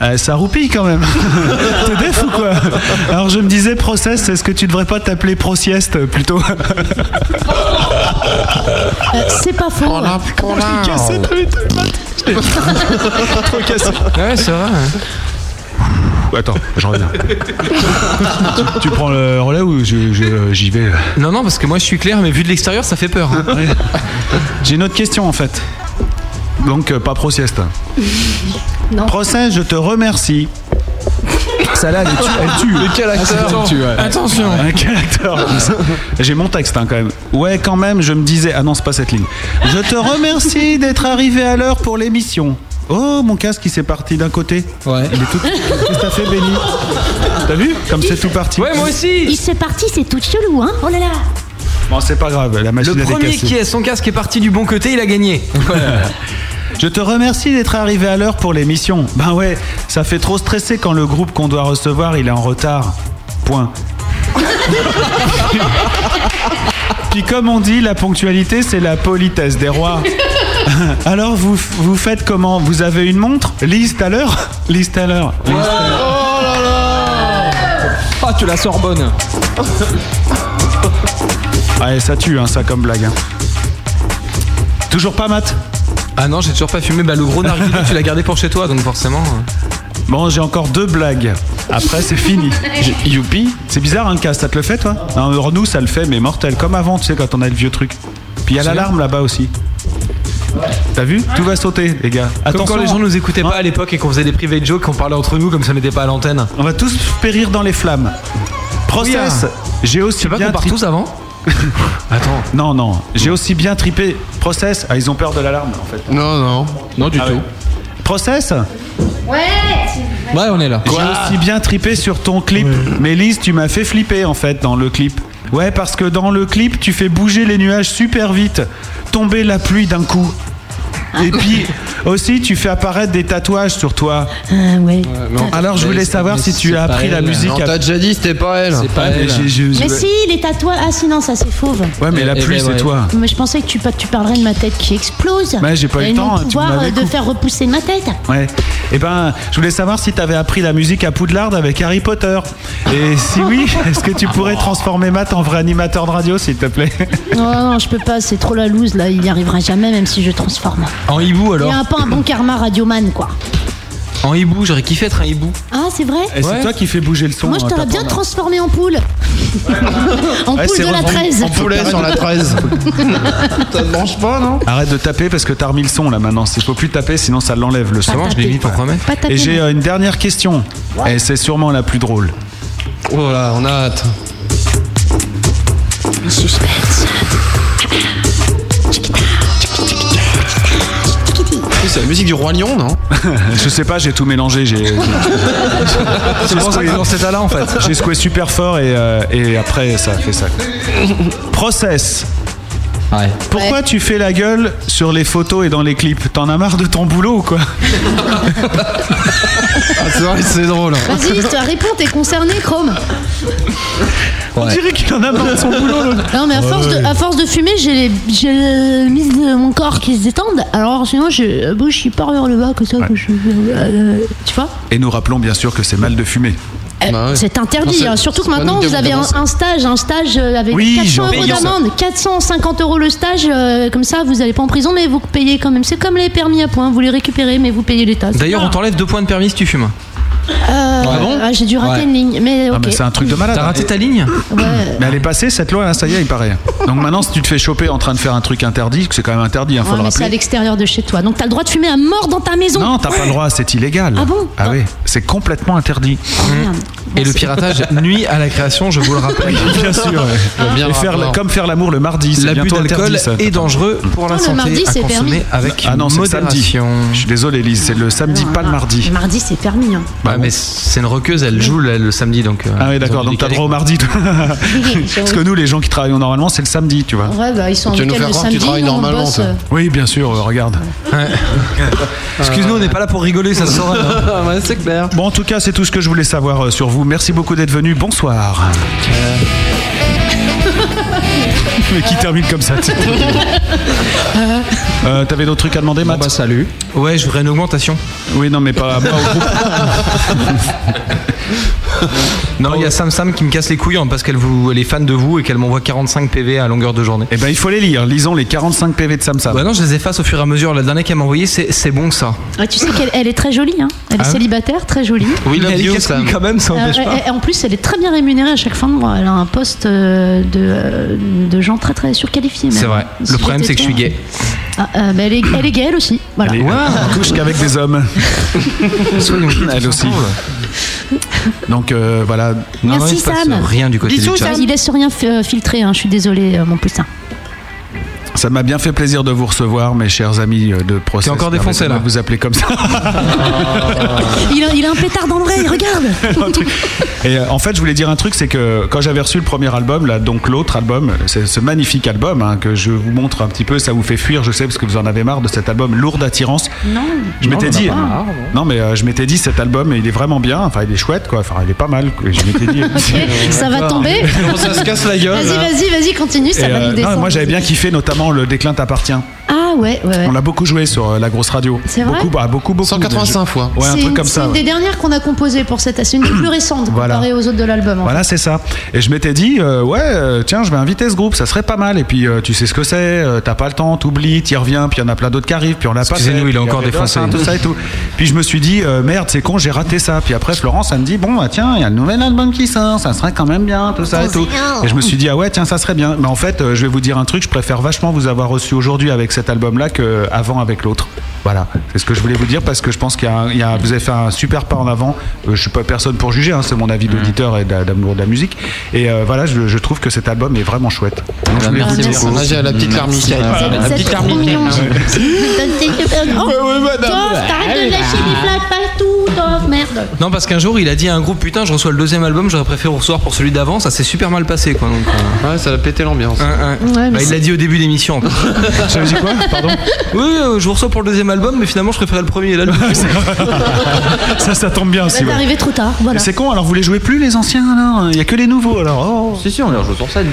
Speaker 2: Euh, ça roupille quand même. (laughs) T'es def ou quoi Alors je me disais, Process, est-ce que tu devrais pas t'appeler Procieste plutôt
Speaker 5: Euh, c'est pas faux. ouais.
Speaker 2: Trop cassé.
Speaker 3: Ouais, c'est vrai.
Speaker 2: Attends, j'en reviens. tu, tu prends le relais ou je- je- j'y vais
Speaker 3: Non, non, parce que moi je suis clair, mais vu de l'extérieur, ça fait peur. hein.
Speaker 2: J'ai une autre question en fait. Donc euh, pas pro sieste.
Speaker 5: Non.
Speaker 2: Procès, je te remercie. Celle-là, elle tue. Elle tue.
Speaker 3: Mais quel acteur
Speaker 2: Ah, celle-là, elle ouais.
Speaker 3: Attention.
Speaker 2: Ah, Quel acteur J'ai mon texte hein, quand même. Ouais, quand même, je me disais. Ah non, c'est pas cette ligne. Je te remercie d'être arrivé à l'heure pour l'émission. Oh, mon casque, il s'est parti d'un côté. Ouais. Il est tout. Qu'est-ce que t'as fait, Benny T'as vu Comme c'est tout parti.
Speaker 30: Il se parti, c'est tout chelou, hein Oh là là
Speaker 2: Bon, c'est pas grave, la machine
Speaker 3: Le
Speaker 2: elle est
Speaker 3: premier
Speaker 2: cassée.
Speaker 3: qui a son casque est parti du bon côté, il a gagné.
Speaker 2: Je te remercie d'être arrivé à l'heure pour l'émission. Ben ouais, ça fait trop stresser quand le groupe qu'on doit recevoir, il est en retard. Point. (laughs) Puis comme on dit, la ponctualité, c'est la politesse des rois. (laughs) Alors vous, vous faites comment Vous avez une montre Liste à l'heure Liste à l'heure. Lise à l'heure.
Speaker 3: (laughs) Ah, tu la Sorbonne.
Speaker 2: Ouais, ça tue, hein, ça comme blague. hein. Toujours pas Matt
Speaker 3: Ah non, j'ai toujours pas fumé. Bah, le gros narguilé, tu l'as gardé pour chez toi, donc forcément. hein.
Speaker 2: Bon, j'ai encore deux blagues. Après, c'est fini. J'ai- Youpi. C'est bizarre, un cas, ça te le fait, toi Non, alors nous, ça le fait, mais mortel. Comme avant, tu sais, quand on a le vieux truc. Puis il y a l'alarme là-bas aussi. T'as vu Tout va sauter, les gars.
Speaker 3: Comme quand les gens nous écoutaient pas à l'époque et qu'on faisait des private jokes, qu'on parlait entre nous comme ça n'était pas à l'antenne.
Speaker 2: On va tous périr dans les flammes. Process.
Speaker 3: Oui, hein.
Speaker 2: J'ai aussi
Speaker 3: C'est pas
Speaker 2: bien
Speaker 3: qu'on part
Speaker 2: tri-
Speaker 3: tous (laughs) avant
Speaker 2: Attends. Non, non. J'ai aussi bien tripé. Process. Ah, ils ont peur de l'alarme, en fait.
Speaker 7: Non, non.
Speaker 2: Non, du tout. Process
Speaker 31: Ouais, on est là.
Speaker 2: J'ai aussi bien tripé sur ton clip. Mais Lise, tu m'as fait flipper en fait dans le clip. Ouais, parce que dans le clip, tu fais bouger les nuages super vite, tomber la pluie d'un coup. Et puis aussi, tu fais apparaître des tatouages sur toi.
Speaker 5: Ah, ouais.
Speaker 2: Alors, je voulais savoir si tu as appris la musique.
Speaker 7: On t'a déjà dit, c'était pas elle.
Speaker 2: C'est
Speaker 3: Ah,
Speaker 2: pas Ouais, elle. mais j'ai- j'ai-
Speaker 5: Mais si, les tatouages. Ah si, non, ça c'est fauve.
Speaker 2: Ouais, mais la
Speaker 7: Eh
Speaker 2: pluie,
Speaker 7: ben,
Speaker 2: c'est
Speaker 7: ouais.
Speaker 2: toi.
Speaker 5: Mais je pensais que tu, pa- tu parlerais de ma tête qui explose.
Speaker 2: Ouais, j'ai pas eu
Speaker 5: Et
Speaker 2: le temps,
Speaker 5: non
Speaker 2: hein, tu
Speaker 5: pouvoir
Speaker 2: m'avais
Speaker 5: euh, de
Speaker 2: coupé.
Speaker 5: faire repousser ma tête.
Speaker 2: Ouais. Eh ben, je voulais savoir si tu avais appris la musique à Poudlard avec Harry Potter. Et si oui, est-ce que tu pourrais transformer Matt en vrai animateur de radio, s'il te plaît
Speaker 5: Non, non, je peux pas, c'est trop la loose là, il n'y arrivera jamais même si je transforme.
Speaker 3: En hibou
Speaker 5: Il
Speaker 3: alors
Speaker 5: y a un pas un bon karma radioman quoi.
Speaker 3: En hibou, j'aurais kiffé être un hibou.
Speaker 5: Ah, c'est vrai
Speaker 3: Et c'est Ouais. toi
Speaker 2: qui fais bouger le son.
Speaker 5: Moi, je
Speaker 3: hein,
Speaker 5: t'aurais
Speaker 3: t'as
Speaker 5: bien
Speaker 3: pas-
Speaker 5: transformé en poule. (laughs) en
Speaker 2: Ouais,
Speaker 5: poule
Speaker 2: c'est
Speaker 5: de la
Speaker 2: revenu.
Speaker 5: 13.
Speaker 2: En poulet sur la (laughs) 13.
Speaker 7: Ça te branche pas, non
Speaker 2: Arrête de taper parce que t'as remis le son là maintenant. Il faut plus taper sinon ça l'enlève le son.
Speaker 3: Pas je l'ai taper. mis pour remettre. Pas taper,
Speaker 2: Et j'ai
Speaker 3: non.
Speaker 2: euh, une dernière question. Et c'est sûrement la plus drôle.
Speaker 7: Oh là, on a hâte.
Speaker 5: Suspense.
Speaker 7: C'est la musique du Roi Lion, non
Speaker 2: Je sais pas, j'ai tout mélangé. J'ai. (laughs)
Speaker 3: C'est pour Oh, ça que t'es dans cet état-là en fait.
Speaker 2: J'ai secoué super fort et, euh, et après ça a fait (laughs) ça. Process. Pourquoi tu fais la gueule sur les photos et dans les clips T'en as marre de ton boulot ou quoi
Speaker 7: Ah, C'est vrai, c'est drôle. hein.
Speaker 32: Vas-y, toi, réponds, t'es concerné, Chrome.
Speaker 2: On dirait qu'il en a marre de son boulot. l'autre.
Speaker 5: Non, mais à force, de, à force de fumer, j'ai les, j'ai les mises de mon corps qui se détendent. Alors, sinon, je, bon, je suis pas vers le bas que ça. Que je, euh, tu vois
Speaker 2: Et nous rappelons bien sûr que c'est mal de fumer.
Speaker 5: Euh,
Speaker 2: Bah
Speaker 5: C'est interdit, hein. surtout que maintenant vous avez un, un stage, un stage euh, avec
Speaker 2: Oui, j'ai
Speaker 5: 400 euros
Speaker 2: entendu ça.
Speaker 5: d'amende, 450 euros le stage, euh, comme ça vous allez pas en prison mais vous payez quand même. C'est comme les permis à points, vous les récupérez mais vous payez les tasses.
Speaker 3: D'ailleurs, on t'enlève deux points de permis si tu fumes.
Speaker 5: Euh,
Speaker 3: Ah bon
Speaker 5: ah, j'ai dû rater
Speaker 3: Ouais.
Speaker 5: une ligne, mais
Speaker 2: Ah,
Speaker 5: ok.
Speaker 2: mais c'est un truc de malade.
Speaker 3: T'as raté
Speaker 2: hein.
Speaker 3: ta ligne
Speaker 5: Ouais.
Speaker 2: Mais elle est passée cette loi là, ça y est, il paraît. Donc maintenant, si tu te fais choper en train de faire un truc interdit, que c'est quand même interdit, il faut
Speaker 5: Ouais,
Speaker 2: le
Speaker 5: mais c'est à
Speaker 2: rappeler.
Speaker 5: l'extérieur de chez toi, donc t'as le droit de fumer à mort dans ta maison.
Speaker 2: Non, t'as pas le droit, c'est illégal.
Speaker 5: Ah bon
Speaker 2: Ah oui, c'est complètement interdit. (laughs)
Speaker 3: Et le piratage nuit à la création, je vous le rappelle.
Speaker 2: Ah. Bien sûr. ouais. Et faire la- comme faire l'amour le mardi, c'est
Speaker 3: L'abus
Speaker 2: bientôt
Speaker 3: d'alcool
Speaker 2: interdit. ça.
Speaker 3: est dangereux pour la
Speaker 5: Non, le
Speaker 3: santé
Speaker 5: mardi,
Speaker 3: à
Speaker 5: c'est
Speaker 3: consommer
Speaker 5: permis.
Speaker 3: avec
Speaker 2: Ah non, c'est le samedi.
Speaker 3: modération.
Speaker 2: Je suis désolé, Lise, c'est le samedi, pas le mardi.
Speaker 5: Mardi c'est permis. hein.
Speaker 3: Ouais, Ah, mais c'est une roqueuse, elle joue le, le samedi donc. euh,
Speaker 2: Ah oui, d'accord, donc t'as droit au mardi.
Speaker 5: Ah
Speaker 2: toi. (laughs) Parce que nous, les gens qui travaillent normalement, c'est le samedi, tu vois.
Speaker 32: Ouais, bah, ils sont en week-end le samedi. nous, on bosse, euh,
Speaker 2: Oui, bien sûr, euh, regarde. Euh,
Speaker 3: Excuse-nous, on n'est pas là pour rigoler, ça se saura.
Speaker 2: (laughs)
Speaker 3: hein.
Speaker 2: Ah, c'est clair. Bon, en tout cas, c'est tout ce que je voulais savoir euh, sur vous. Merci beaucoup d'être venu. Bonsoir.
Speaker 3: Euh.
Speaker 2: (laughs) Mais qui termine comme ça tu sais. Euh, T'avais d'autres trucs à demander, Matt
Speaker 3: bah, salut. Ouais, je voudrais une augmentation.
Speaker 2: Oui, non, mais pas, pas au
Speaker 3: (laughs)
Speaker 2: groupe.
Speaker 3: Non, il y a Sam Sam qui me casse les couilles hein, parce qu'elle vous, elle est fan de vous et qu'elle m'envoie 45 PV à longueur de journée.
Speaker 2: Eh ben, il faut les lire. Lisons les 45 PV de Samsung.
Speaker 3: Bah non, je les efface au fur et à mesure. La dernière qu'elle m'a envoyée, c'est c'est bon ça.
Speaker 5: Ah, tu sais qu'elle elle est très jolie, hein. elle est
Speaker 3: Ah oui
Speaker 5: célibataire, très jolie.
Speaker 3: Oui, mais elle est casse quand même, ça
Speaker 5: Euh,
Speaker 3: empêche pas.
Speaker 5: et- et en plus, elle est très bien rémunérée à chaque fin de mois. Elle a un poste euh, de, euh, de gens très très surqualifiés. même.
Speaker 3: C'est vrai.
Speaker 5: Si
Speaker 3: Le problème,
Speaker 5: j'étais
Speaker 3: c'est que je suis
Speaker 5: toi-
Speaker 3: gay.
Speaker 5: Ah, euh, bah, elle, est, elle est gay elle aussi. Voilà.
Speaker 2: Elle est- elle couche qu'avec des hommes. Elle aussi. Donc euh, voilà.
Speaker 5: Merci Sam. Il laisse rien fi- euh, filtrer. hein. Je suis désolée, euh, mon poussin.
Speaker 2: Ça m'a bien fait plaisir de vous recevoir, mes chers amis euh, de Process.
Speaker 3: T'es encore défoncé,
Speaker 2: Permettez-moi
Speaker 3: là.
Speaker 2: de Vous appelez comme ça.
Speaker 5: Il a, il a un pétard dans l'oreille.
Speaker 3: (laughs)
Speaker 5: Regarde.
Speaker 2: Et euh, en fait, je voulais dire un truc, c'est que quand j'avais reçu le premier album, là, donc l'autre album, c'est ce magnifique album hein, que je vous montre un petit peu, ça vous fait fuir, je sais, parce que vous en avez marre de cet album lourd d'attirance.
Speaker 5: Non.
Speaker 2: Je m'étais dit,
Speaker 5: pas marre,
Speaker 2: non mais euh, je m'étais dit cet album, il est vraiment bien, enfin il est chouette quoi, enfin il est pas mal. quoi. Je m'étais
Speaker 5: (laughs)
Speaker 2: dit.
Speaker 5: ça va tomber.
Speaker 2: Ça se casse la gueule,
Speaker 5: Vas-y,
Speaker 2: là.
Speaker 5: (laughs) vas-y, vas-y, continue. Ça
Speaker 2: Et,
Speaker 5: va
Speaker 2: euh,
Speaker 5: nous
Speaker 2: non,
Speaker 5: descendre.
Speaker 2: moi j'avais bien kiffé notamment notamment Le déclin t'appartient.
Speaker 5: Ah ouais, ouais, ouais.
Speaker 2: On l'a beaucoup joué sur euh, la grosse radio.
Speaker 5: C'est vrai
Speaker 2: beaucoup, bah, beaucoup, beaucoup.
Speaker 7: 185 fois.
Speaker 2: Ouais, un
Speaker 5: C'est
Speaker 2: truc
Speaker 5: une-
Speaker 2: comme
Speaker 5: C'est
Speaker 2: ça.
Speaker 5: une
Speaker 2: ouais.
Speaker 5: des dernières qu'on a composées pour cette. C'est une des plus récentes
Speaker 2: Voilà.
Speaker 5: comparée aux autres de l'album. en
Speaker 2: Voilà, c'est ça. Et je m'étais dit, euh, ouais, euh, tiens, je vais inviter ce groupe, ça serait pas mal. Et puis, euh, tu sais ce que c'est, euh, t'as pas le temps, t'oublies, t'y reviens, puis il y en a plein d'autres qui arrivent, puis on l'a pas.
Speaker 3: Excusez-nous,
Speaker 2: fait,
Speaker 3: il a
Speaker 2: puis y
Speaker 3: encore
Speaker 2: avait
Speaker 3: défoncé.
Speaker 2: d'autres, hein, Tout ça et tout. Puis je me suis dit, euh, merde, c'est con, j'ai raté ça. Puis après, Florence, elle me dit, bon, bah, tiens, il y a le nouvel album qui sort, ça serait quand même bien, tout ça et tout. Et je me suis dit, ah ouais, tiens, ça serait bien. Mais en fait, euh, je vais vous dire un truc, je préfère vachement vous avoir reçu aujourd'hui avec cet album-là qu'avant avec l'autre. Voilà, c'est ce que je voulais vous dire parce que je pense qu'il y a, un- il y a- vous avez fait un super pas en avant. Euh, je suis pas personne pour juger, hein, c'est mon avis d'auditeur et d'a- d'amour de la musique. Et euh, voilà, je, je trouve que cet album est vraiment chouette. Donc, je voulais
Speaker 7: merci
Speaker 2: vous dire-
Speaker 7: beaucoup. Hommage à Ah, la petite larmicaille.
Speaker 2: Voilà.
Speaker 7: Vous êtes- vous êtes trop
Speaker 5: Oh, Dov, t'arrêtes de lâcher des blagues partout, Dov, merde.
Speaker 3: Non, parce qu'un jour, il a dit à un groupe Putain, je reçois le deuxième album, j'aurais préféré recevoir pour celui d'avant. Ça s'est super mal passé, quoi. Donc, euh,
Speaker 7: Ouais, ça a pété l'ambiance.
Speaker 3: Bah, il l'a dit au début d'émission.
Speaker 2: (laughs) Ça veut dire quoi Pardon
Speaker 3: Oui, euh, je vous reçois pour le deuxième album, mais finalement, je préférais le premier et l'album.
Speaker 2: Ah, ça, ça tombe bien
Speaker 5: Bah,
Speaker 2: aussi.
Speaker 5: T'es
Speaker 2: ouais.
Speaker 5: arrivé trop tard,
Speaker 2: Et
Speaker 5: voilà.
Speaker 2: C'est con, alors vous les jouez plus les anciens alors Il y a que les nouveaux alors oh. Euh,
Speaker 33: Si, si, on les rejoue sur scène.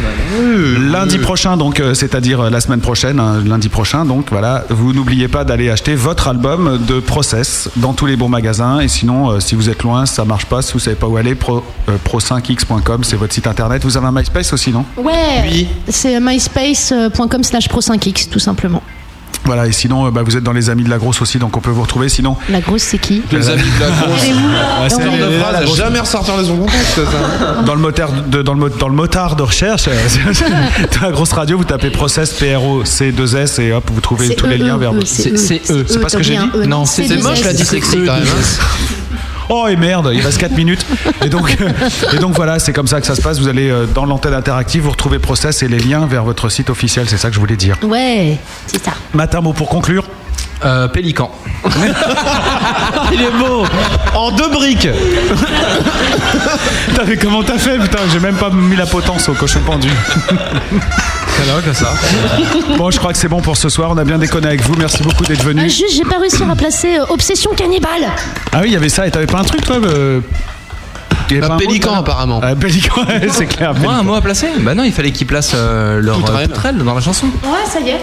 Speaker 2: Lundi prochain, donc, euh, c'est-à-dire euh, la semaine prochaine, hein, lundi prochain, donc voilà, vous n'oubliez pas d'aller acheter votre album de Process dans tous les bons magasins. Et sinon, euh, si vous êtes loin, ça marche pas, si vous savez pas où aller, pro, euh, pro5x.com, c'est votre site internet. Vous avez un MySpace aussi, non
Speaker 5: Ouais, c'est myspace.com slash pro5x, tout simplement.
Speaker 2: Voilà, et sinon, euh, bah, vous êtes dans les amis de la grosse aussi, donc on peut vous retrouver. Sinon,
Speaker 5: La grosse, c'est qui
Speaker 7: Les amis de la (laughs) grosse.
Speaker 2: Ouais, c'est
Speaker 7: Ce genre
Speaker 2: les-
Speaker 7: de
Speaker 2: les-
Speaker 7: phrase
Speaker 2: la
Speaker 7: à
Speaker 2: grosse-
Speaker 7: jamais ressortir les ondes
Speaker 2: dans le moteur de dans le, mo- dans le motard de recherche euh, (laughs) de la grosse radio vous tapez process pro c 2 s et hop vous trouvez
Speaker 3: C'est
Speaker 2: tous les
Speaker 3: E,
Speaker 2: liens
Speaker 3: E,
Speaker 2: vers
Speaker 3: E,
Speaker 2: vous
Speaker 3: c'est E, c'est E.
Speaker 2: c'est pas ce que
Speaker 3: T'as
Speaker 2: j'ai
Speaker 3: bien
Speaker 2: dit
Speaker 3: un E, non, Non, c'est c'est moche, deux S. la dyslexie, quand même, hein.
Speaker 2: Oh et merde, il reste
Speaker 3: (laughs)
Speaker 2: 4 minutes. Et donc, euh, et donc voilà, c'est comme ça que ça se passe. Vous allez euh, dans l'antenne interactive, vous retrouvez Process et les liens vers votre site officiel. C'est ça que je voulais dire.
Speaker 5: Ouais, c'est ça.
Speaker 2: Matin mot pour conclure.
Speaker 3: Euh, Pélican.
Speaker 7: (laughs) Il est beau En deux briques
Speaker 2: Putain, mais comment t'as fait Putain, j'ai même pas mis la potence au cochon pendu.
Speaker 3: Alors que ça.
Speaker 2: (laughs) Bon, je crois que c'est bon pour ce soir. On a bien déconné avec vous. Merci beaucoup d'être
Speaker 5: Ah,
Speaker 2: venu.
Speaker 5: juste, j'ai pas réussi à placer euh, Obsession Cannibale.
Speaker 2: Ah oui, il y avait ça. Et t'avais pas un truc, toi euh, il y avait pas Un
Speaker 7: pélican, apparemment.
Speaker 2: Un pélican, (laughs) ouais, c'est clair.
Speaker 3: Moi, un mot à placer Bah non, il fallait qu'ils placent euh, leur
Speaker 2: Poutrelle.
Speaker 3: euh, poutrelle dans la chanson.
Speaker 5: Ouais, ça y est.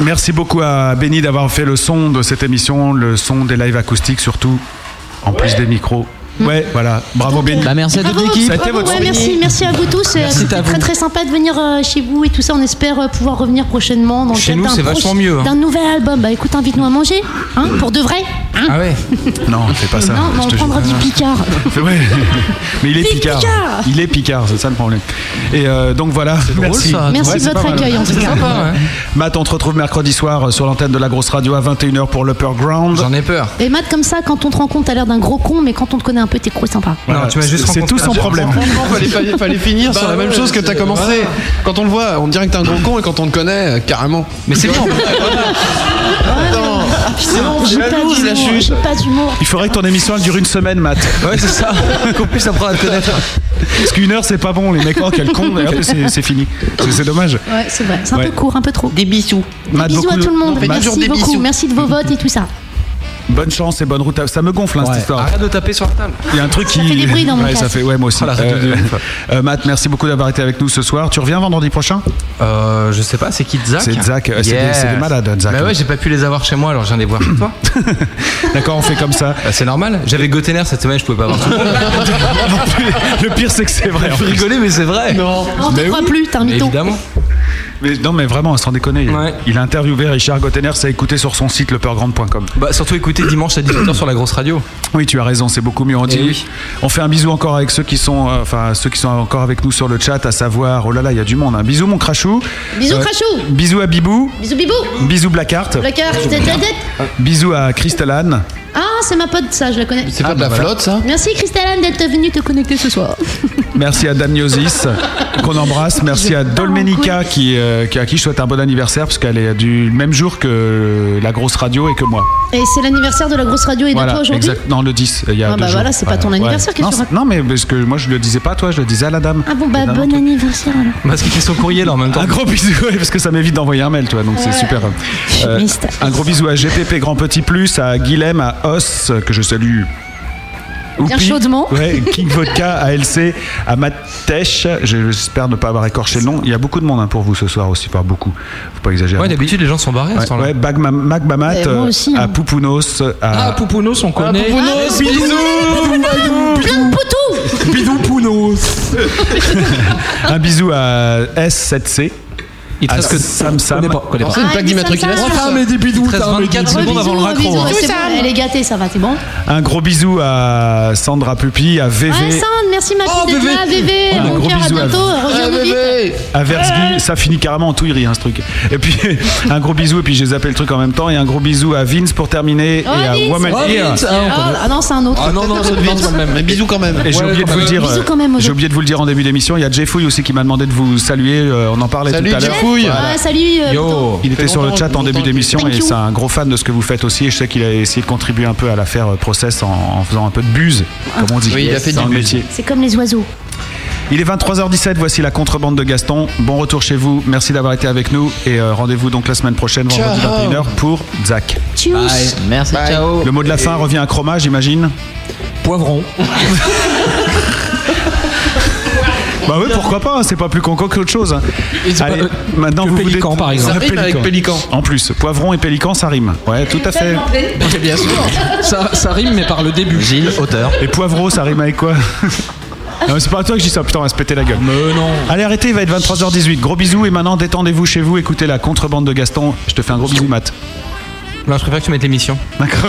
Speaker 2: Merci beaucoup à Benny d'avoir fait le son de cette émission, le son des lives acoustiques surtout, en plus des micros.
Speaker 5: Hmm.
Speaker 2: Ouais, voilà. Bravo Benny.
Speaker 33: merci
Speaker 5: Bravo,
Speaker 2: Ça a été
Speaker 5: bravo,
Speaker 2: votre
Speaker 5: ouais,
Speaker 2: Benny.
Speaker 5: merci, merci à vous tous. euh,
Speaker 2: Merci à
Speaker 5: C'était
Speaker 2: vous.
Speaker 5: très très sympa de venir euh, chez vous et tout ça. On espère euh, pouvoir revenir prochainement dans le
Speaker 2: Chez
Speaker 5: cadre
Speaker 2: nous,
Speaker 5: d'un
Speaker 2: c'est
Speaker 5: proche-
Speaker 2: vachement mieux, hein.
Speaker 5: D'un nouvel album. Bah écoute, invite-nous à manger, hein, pour de vrai. Hein
Speaker 3: Ah ouais
Speaker 2: Non, fais pas ça.
Speaker 5: non,
Speaker 2: Ah,
Speaker 5: mais
Speaker 2: je
Speaker 5: on
Speaker 2: te jure. Ah,
Speaker 5: prendra du picard.
Speaker 2: C'est vrai. (laughs) Mais il est
Speaker 5: Vive
Speaker 2: picard.
Speaker 5: Picard
Speaker 2: Il est picard, c'est ça le problème. Et euh, donc voilà.
Speaker 5: drôle,
Speaker 2: merci.
Speaker 5: ça. Merci de
Speaker 2: c'est
Speaker 5: votre
Speaker 2: pas mal.
Speaker 5: accueil, en tout C'est cas. sympa, ouais.
Speaker 2: Matt, on te retrouve mercredi soir euh, sur l'antenne de la grosse radio à 21h pour l'Upper Ground.
Speaker 3: J'en ai peur.
Speaker 5: Et Matt, comme ça, quand on te rend compte, t'as l'air d'un gros con, mais quand on te connaît un peu, t'es gros sympa.
Speaker 2: Voilà,
Speaker 7: tu m'as juste
Speaker 2: c'est- C'est
Speaker 7: rencontré
Speaker 2: tout son
Speaker 7: un jour.
Speaker 2: problème.
Speaker 7: Franchement, fallait, fallait- fallait finir sur
Speaker 2: Bah
Speaker 7: la même
Speaker 2: ouais,
Speaker 7: chose que t'as
Speaker 2: c'est-
Speaker 7: commencé.
Speaker 2: voilà.
Speaker 7: Quand on le voit, on dirait que t'es un gros con et quand on le connaît, euh, carrément.
Speaker 3: Mais
Speaker 2: (laughs)
Speaker 3: c'est bon.
Speaker 5: C'est
Speaker 7: bon, j'ai la loose, la chuche.
Speaker 5: Ah, Pas d'humour.
Speaker 2: Il faudrait que ton émission elle dure une semaine, Matt.
Speaker 3: Ouais,
Speaker 2: (laughs)
Speaker 3: c'est ça. Qu'on puisse apprendre à te connaître.
Speaker 2: Parce qu'une heure, c'est pas bon, les mecs. Oh, quel con. Et hop, c'est c'est fini. C'est- C'est dommage.
Speaker 5: Ouais, c'est vrai. C'est un
Speaker 2: Ouais.
Speaker 5: peu court, un peu trop. Des bisous.
Speaker 2: Matt,
Speaker 5: bisous à
Speaker 2: beaucoup-
Speaker 5: tout le monde.
Speaker 2: Non, mais
Speaker 5: merci
Speaker 2: toujours euh, des
Speaker 5: beaucoup.
Speaker 2: bisous.
Speaker 5: Merci de vos votes et tout ça.
Speaker 2: Bonne chance et bonne route. à- Ça me gonfle, hein, cette histoire.
Speaker 3: Arrête de taper sur la table.
Speaker 2: Il y a un truc
Speaker 3: Ça
Speaker 2: qui.
Speaker 3: fait des bruits dans mon
Speaker 2: ouais, Ah, ça
Speaker 3: casque.
Speaker 2: fait, ouais, moi aussi.
Speaker 3: Oh, la radio de ouf.
Speaker 2: euh, Matt, merci beaucoup d'avoir été avec nous ce soir. Tu reviens vendredi prochain
Speaker 3: Euh, je sais pas, c'est qui Zach
Speaker 2: C'est Zach. Euh, c'est des- c'est des malades, Zach.
Speaker 3: Bah ouais, j'ai pas pu les avoir chez moi, alors je viens les voir chez
Speaker 2: (coughs)
Speaker 3: toi. Bah,
Speaker 2: D'accord, on fait comme (laughs) ça.
Speaker 3: c'est normal. J'avais Gotener cette semaine, je pouvais pas avoir tout
Speaker 2: (laughs)
Speaker 3: le monde.
Speaker 2: Le pire, c'est que c'est vrai. en
Speaker 3: Je
Speaker 2: plus.
Speaker 3: rigolais, mais c'est vrai.
Speaker 2: Non.
Speaker 5: On te croit plus, t'es un mytho.
Speaker 3: Évidemment.
Speaker 2: Mais, non, mais vraiment, sans déconner. Il a interviewé Richard Gottener, ça a écouté sur son site lepeurgrande.com.
Speaker 3: Bah, surtout écoutez dimanche à 18h sur la grosse radio.
Speaker 2: Oui, tu as raison, c'est beaucoup mieux on dit.
Speaker 3: Eh oui.
Speaker 2: On fait un bisou encore avec ceux qui sont, euh, enfin ceux qui sont encore avec nous sur le chat, à savoir, oh là là, il y a du monde. Un bisou mon crachou.
Speaker 5: Bisous, Crachou.
Speaker 2: Bisous à Bibou.
Speaker 5: Bisous, bibou.
Speaker 2: Bisous Blackheart.
Speaker 5: Le cœur, c'était la tête.
Speaker 2: Bisous à Crystalane.
Speaker 5: Ah, c'est ma pote, ça, je la connais.
Speaker 2: C'est pas Ah, de la bah voilà. flotte, ça
Speaker 5: Merci, Christelle d'être venue te connecter ce soir.
Speaker 2: Merci à Damniosis qu'on embrasse. Merci à Dolmenica qui, euh, qui- à qui je souhaite un bon anniversaire parce qu'elle est du même jour que la grosse radio et que moi.
Speaker 5: Et c'est l'anniversaire de la grosse radio et de toi aujourd'hui
Speaker 2: exact. Non, le 10, il y a
Speaker 5: Ah,
Speaker 2: deux
Speaker 5: bah
Speaker 2: jours.
Speaker 5: voilà, c'est pas ton anniversaire qui est
Speaker 2: non,
Speaker 5: sur-
Speaker 2: c'est- non, mais parce que moi je le disais pas à toi, je le disais à la dame.
Speaker 5: Ah bon, bah, bon anniversaire alors.
Speaker 3: Parce qu'il fait son courrier là en même temps.
Speaker 2: Un gros bisou, ouais, parce que ça m'évite d'envoyer un mail, toi, donc c'est
Speaker 5: Ouais.
Speaker 2: super. Euh, un gros bisou à GPP Grand Petit Plus, à Guilhem, à Os, que je salue Oupi,
Speaker 23: chaudement.
Speaker 2: Ouais, King Vodka, ALC, Amatech, j'espère ne pas avoir écorché le nom. Il y a beaucoup de monde hein, pour vous ce soir aussi, par beaucoup. Faut pas exagérer.
Speaker 3: Ouais, d'habitude, les gens sont barrés à
Speaker 2: Ouais,
Speaker 3: ce temps-là.
Speaker 2: ouais, bah. Bagma- Mac Bamat,
Speaker 3: Eh, moi
Speaker 2: euh,
Speaker 3: aussi, hein.
Speaker 2: à Poupounos, à
Speaker 3: Ah, Poupounos, on connaît. Ah,
Speaker 2: Poupounos, bisous
Speaker 30: Plein de poutous
Speaker 2: Bidou Pounos Un bisou à S7C.
Speaker 3: Il te
Speaker 2: à
Speaker 3: reste que-
Speaker 2: Sam Sam.
Speaker 3: connais pas, connais pas. Ah, C'est une plaque il dit d'immatriculation. Sam Sam.
Speaker 2: Ah,
Speaker 3: Enfin, mais dis bidou, Il te reste t'as un 24 bidou. secondes avant le raccro,
Speaker 5: Bisous,
Speaker 2: hein.
Speaker 5: c'est bon, Elle est gâtée, ça va, t'es bon
Speaker 2: Un gros bisou à Sandra Pupi, à VV.
Speaker 5: Ouais, Sandre, merci ma
Speaker 15: Oh,
Speaker 5: fille d'être
Speaker 15: bébé.
Speaker 5: là, bébé.
Speaker 2: Voilà,
Speaker 5: Mon
Speaker 2: gros Ah,
Speaker 5: cœur, à
Speaker 2: bisous à
Speaker 5: bientôt.
Speaker 2: vous.
Speaker 5: Reviens nous vite.
Speaker 7: Ah,
Speaker 2: à Versby, ça finit carrément en touillerie hein, ce truc. Et puis (laughs) un gros bisou et puis j'ai zappé le truc en même temps et un gros bisou à Vince pour terminer
Speaker 5: Oh,
Speaker 2: et à
Speaker 5: Vince.
Speaker 2: Woman
Speaker 5: Oh,
Speaker 2: Ear.
Speaker 5: Vince,
Speaker 3: euh,
Speaker 5: hein, Ah, ah non, c'est un autre.
Speaker 2: Ah, non, non, c'est Vince, c'est le même.
Speaker 7: Mais bisous quand même.
Speaker 2: Et j'ai oublié de vous le dire, euh,
Speaker 5: Bisous quand même,
Speaker 2: j'ai
Speaker 5: Odo.
Speaker 2: oublié de vous le dire en début d'émission. Il y a Jeffouille aussi qui m'a demandé de vous saluer. euh, on en parlait
Speaker 7: Salut,
Speaker 2: tout à l'heure.
Speaker 7: Jeffouille.
Speaker 2: Voilà.
Speaker 5: Ah, salut. euh, Bodo.
Speaker 2: Il était sur le chat en début d'émission
Speaker 5: Thank
Speaker 2: et
Speaker 5: you.
Speaker 2: c'est un gros fan de ce que vous faites aussi. Et je sais qu'il a essayé de contribuer un peu à l'affaire euh, process en, en faisant un peu de buse, comme on dit.
Speaker 7: Oui, il a fait
Speaker 2: dans
Speaker 7: du
Speaker 2: le
Speaker 7: buse.
Speaker 2: métier.
Speaker 5: C'est comme les oiseaux.
Speaker 2: Il est 23h17, voici la contrebande de Gaston. Bon retour chez vous, merci d'avoir été avec nous et euh, rendez-vous donc la semaine prochaine, vendredi
Speaker 12: Ciao.
Speaker 2: 21h pour Zach.
Speaker 12: Tchuss. Bye. Merci, Bye. ciao.
Speaker 2: Le mot de la fin
Speaker 12: Et-
Speaker 2: revient à Chroma, j'imagine
Speaker 3: Poivron.
Speaker 2: Bah oui, pourquoi pas, hein, c'est pas plus con que autre chose. hein. Allez, maintenant vous Pélican,
Speaker 3: par exemple. Ça rime avec Pélican.
Speaker 2: En plus, poivron et pélican, ça rime. Ouais, tout à fait.
Speaker 3: Bien (laughs) sûr. Ça, ça rime, mais par le début.
Speaker 12: Gilles, auteur.
Speaker 2: Et poivreau, ça rime avec quoi Non, mais c'est pas à toi que je dis ça, putain, on va se péter la gueule.
Speaker 3: non.
Speaker 2: Allez, arrêtez, il va être 23h18. Gros bisous et maintenant détendez-vous chez vous, écoutez la contrebande de Gaston. Je te fais un gros bisou, Matt.
Speaker 3: Non, je préfère que tu mettes l'émission.
Speaker 2: D'accord.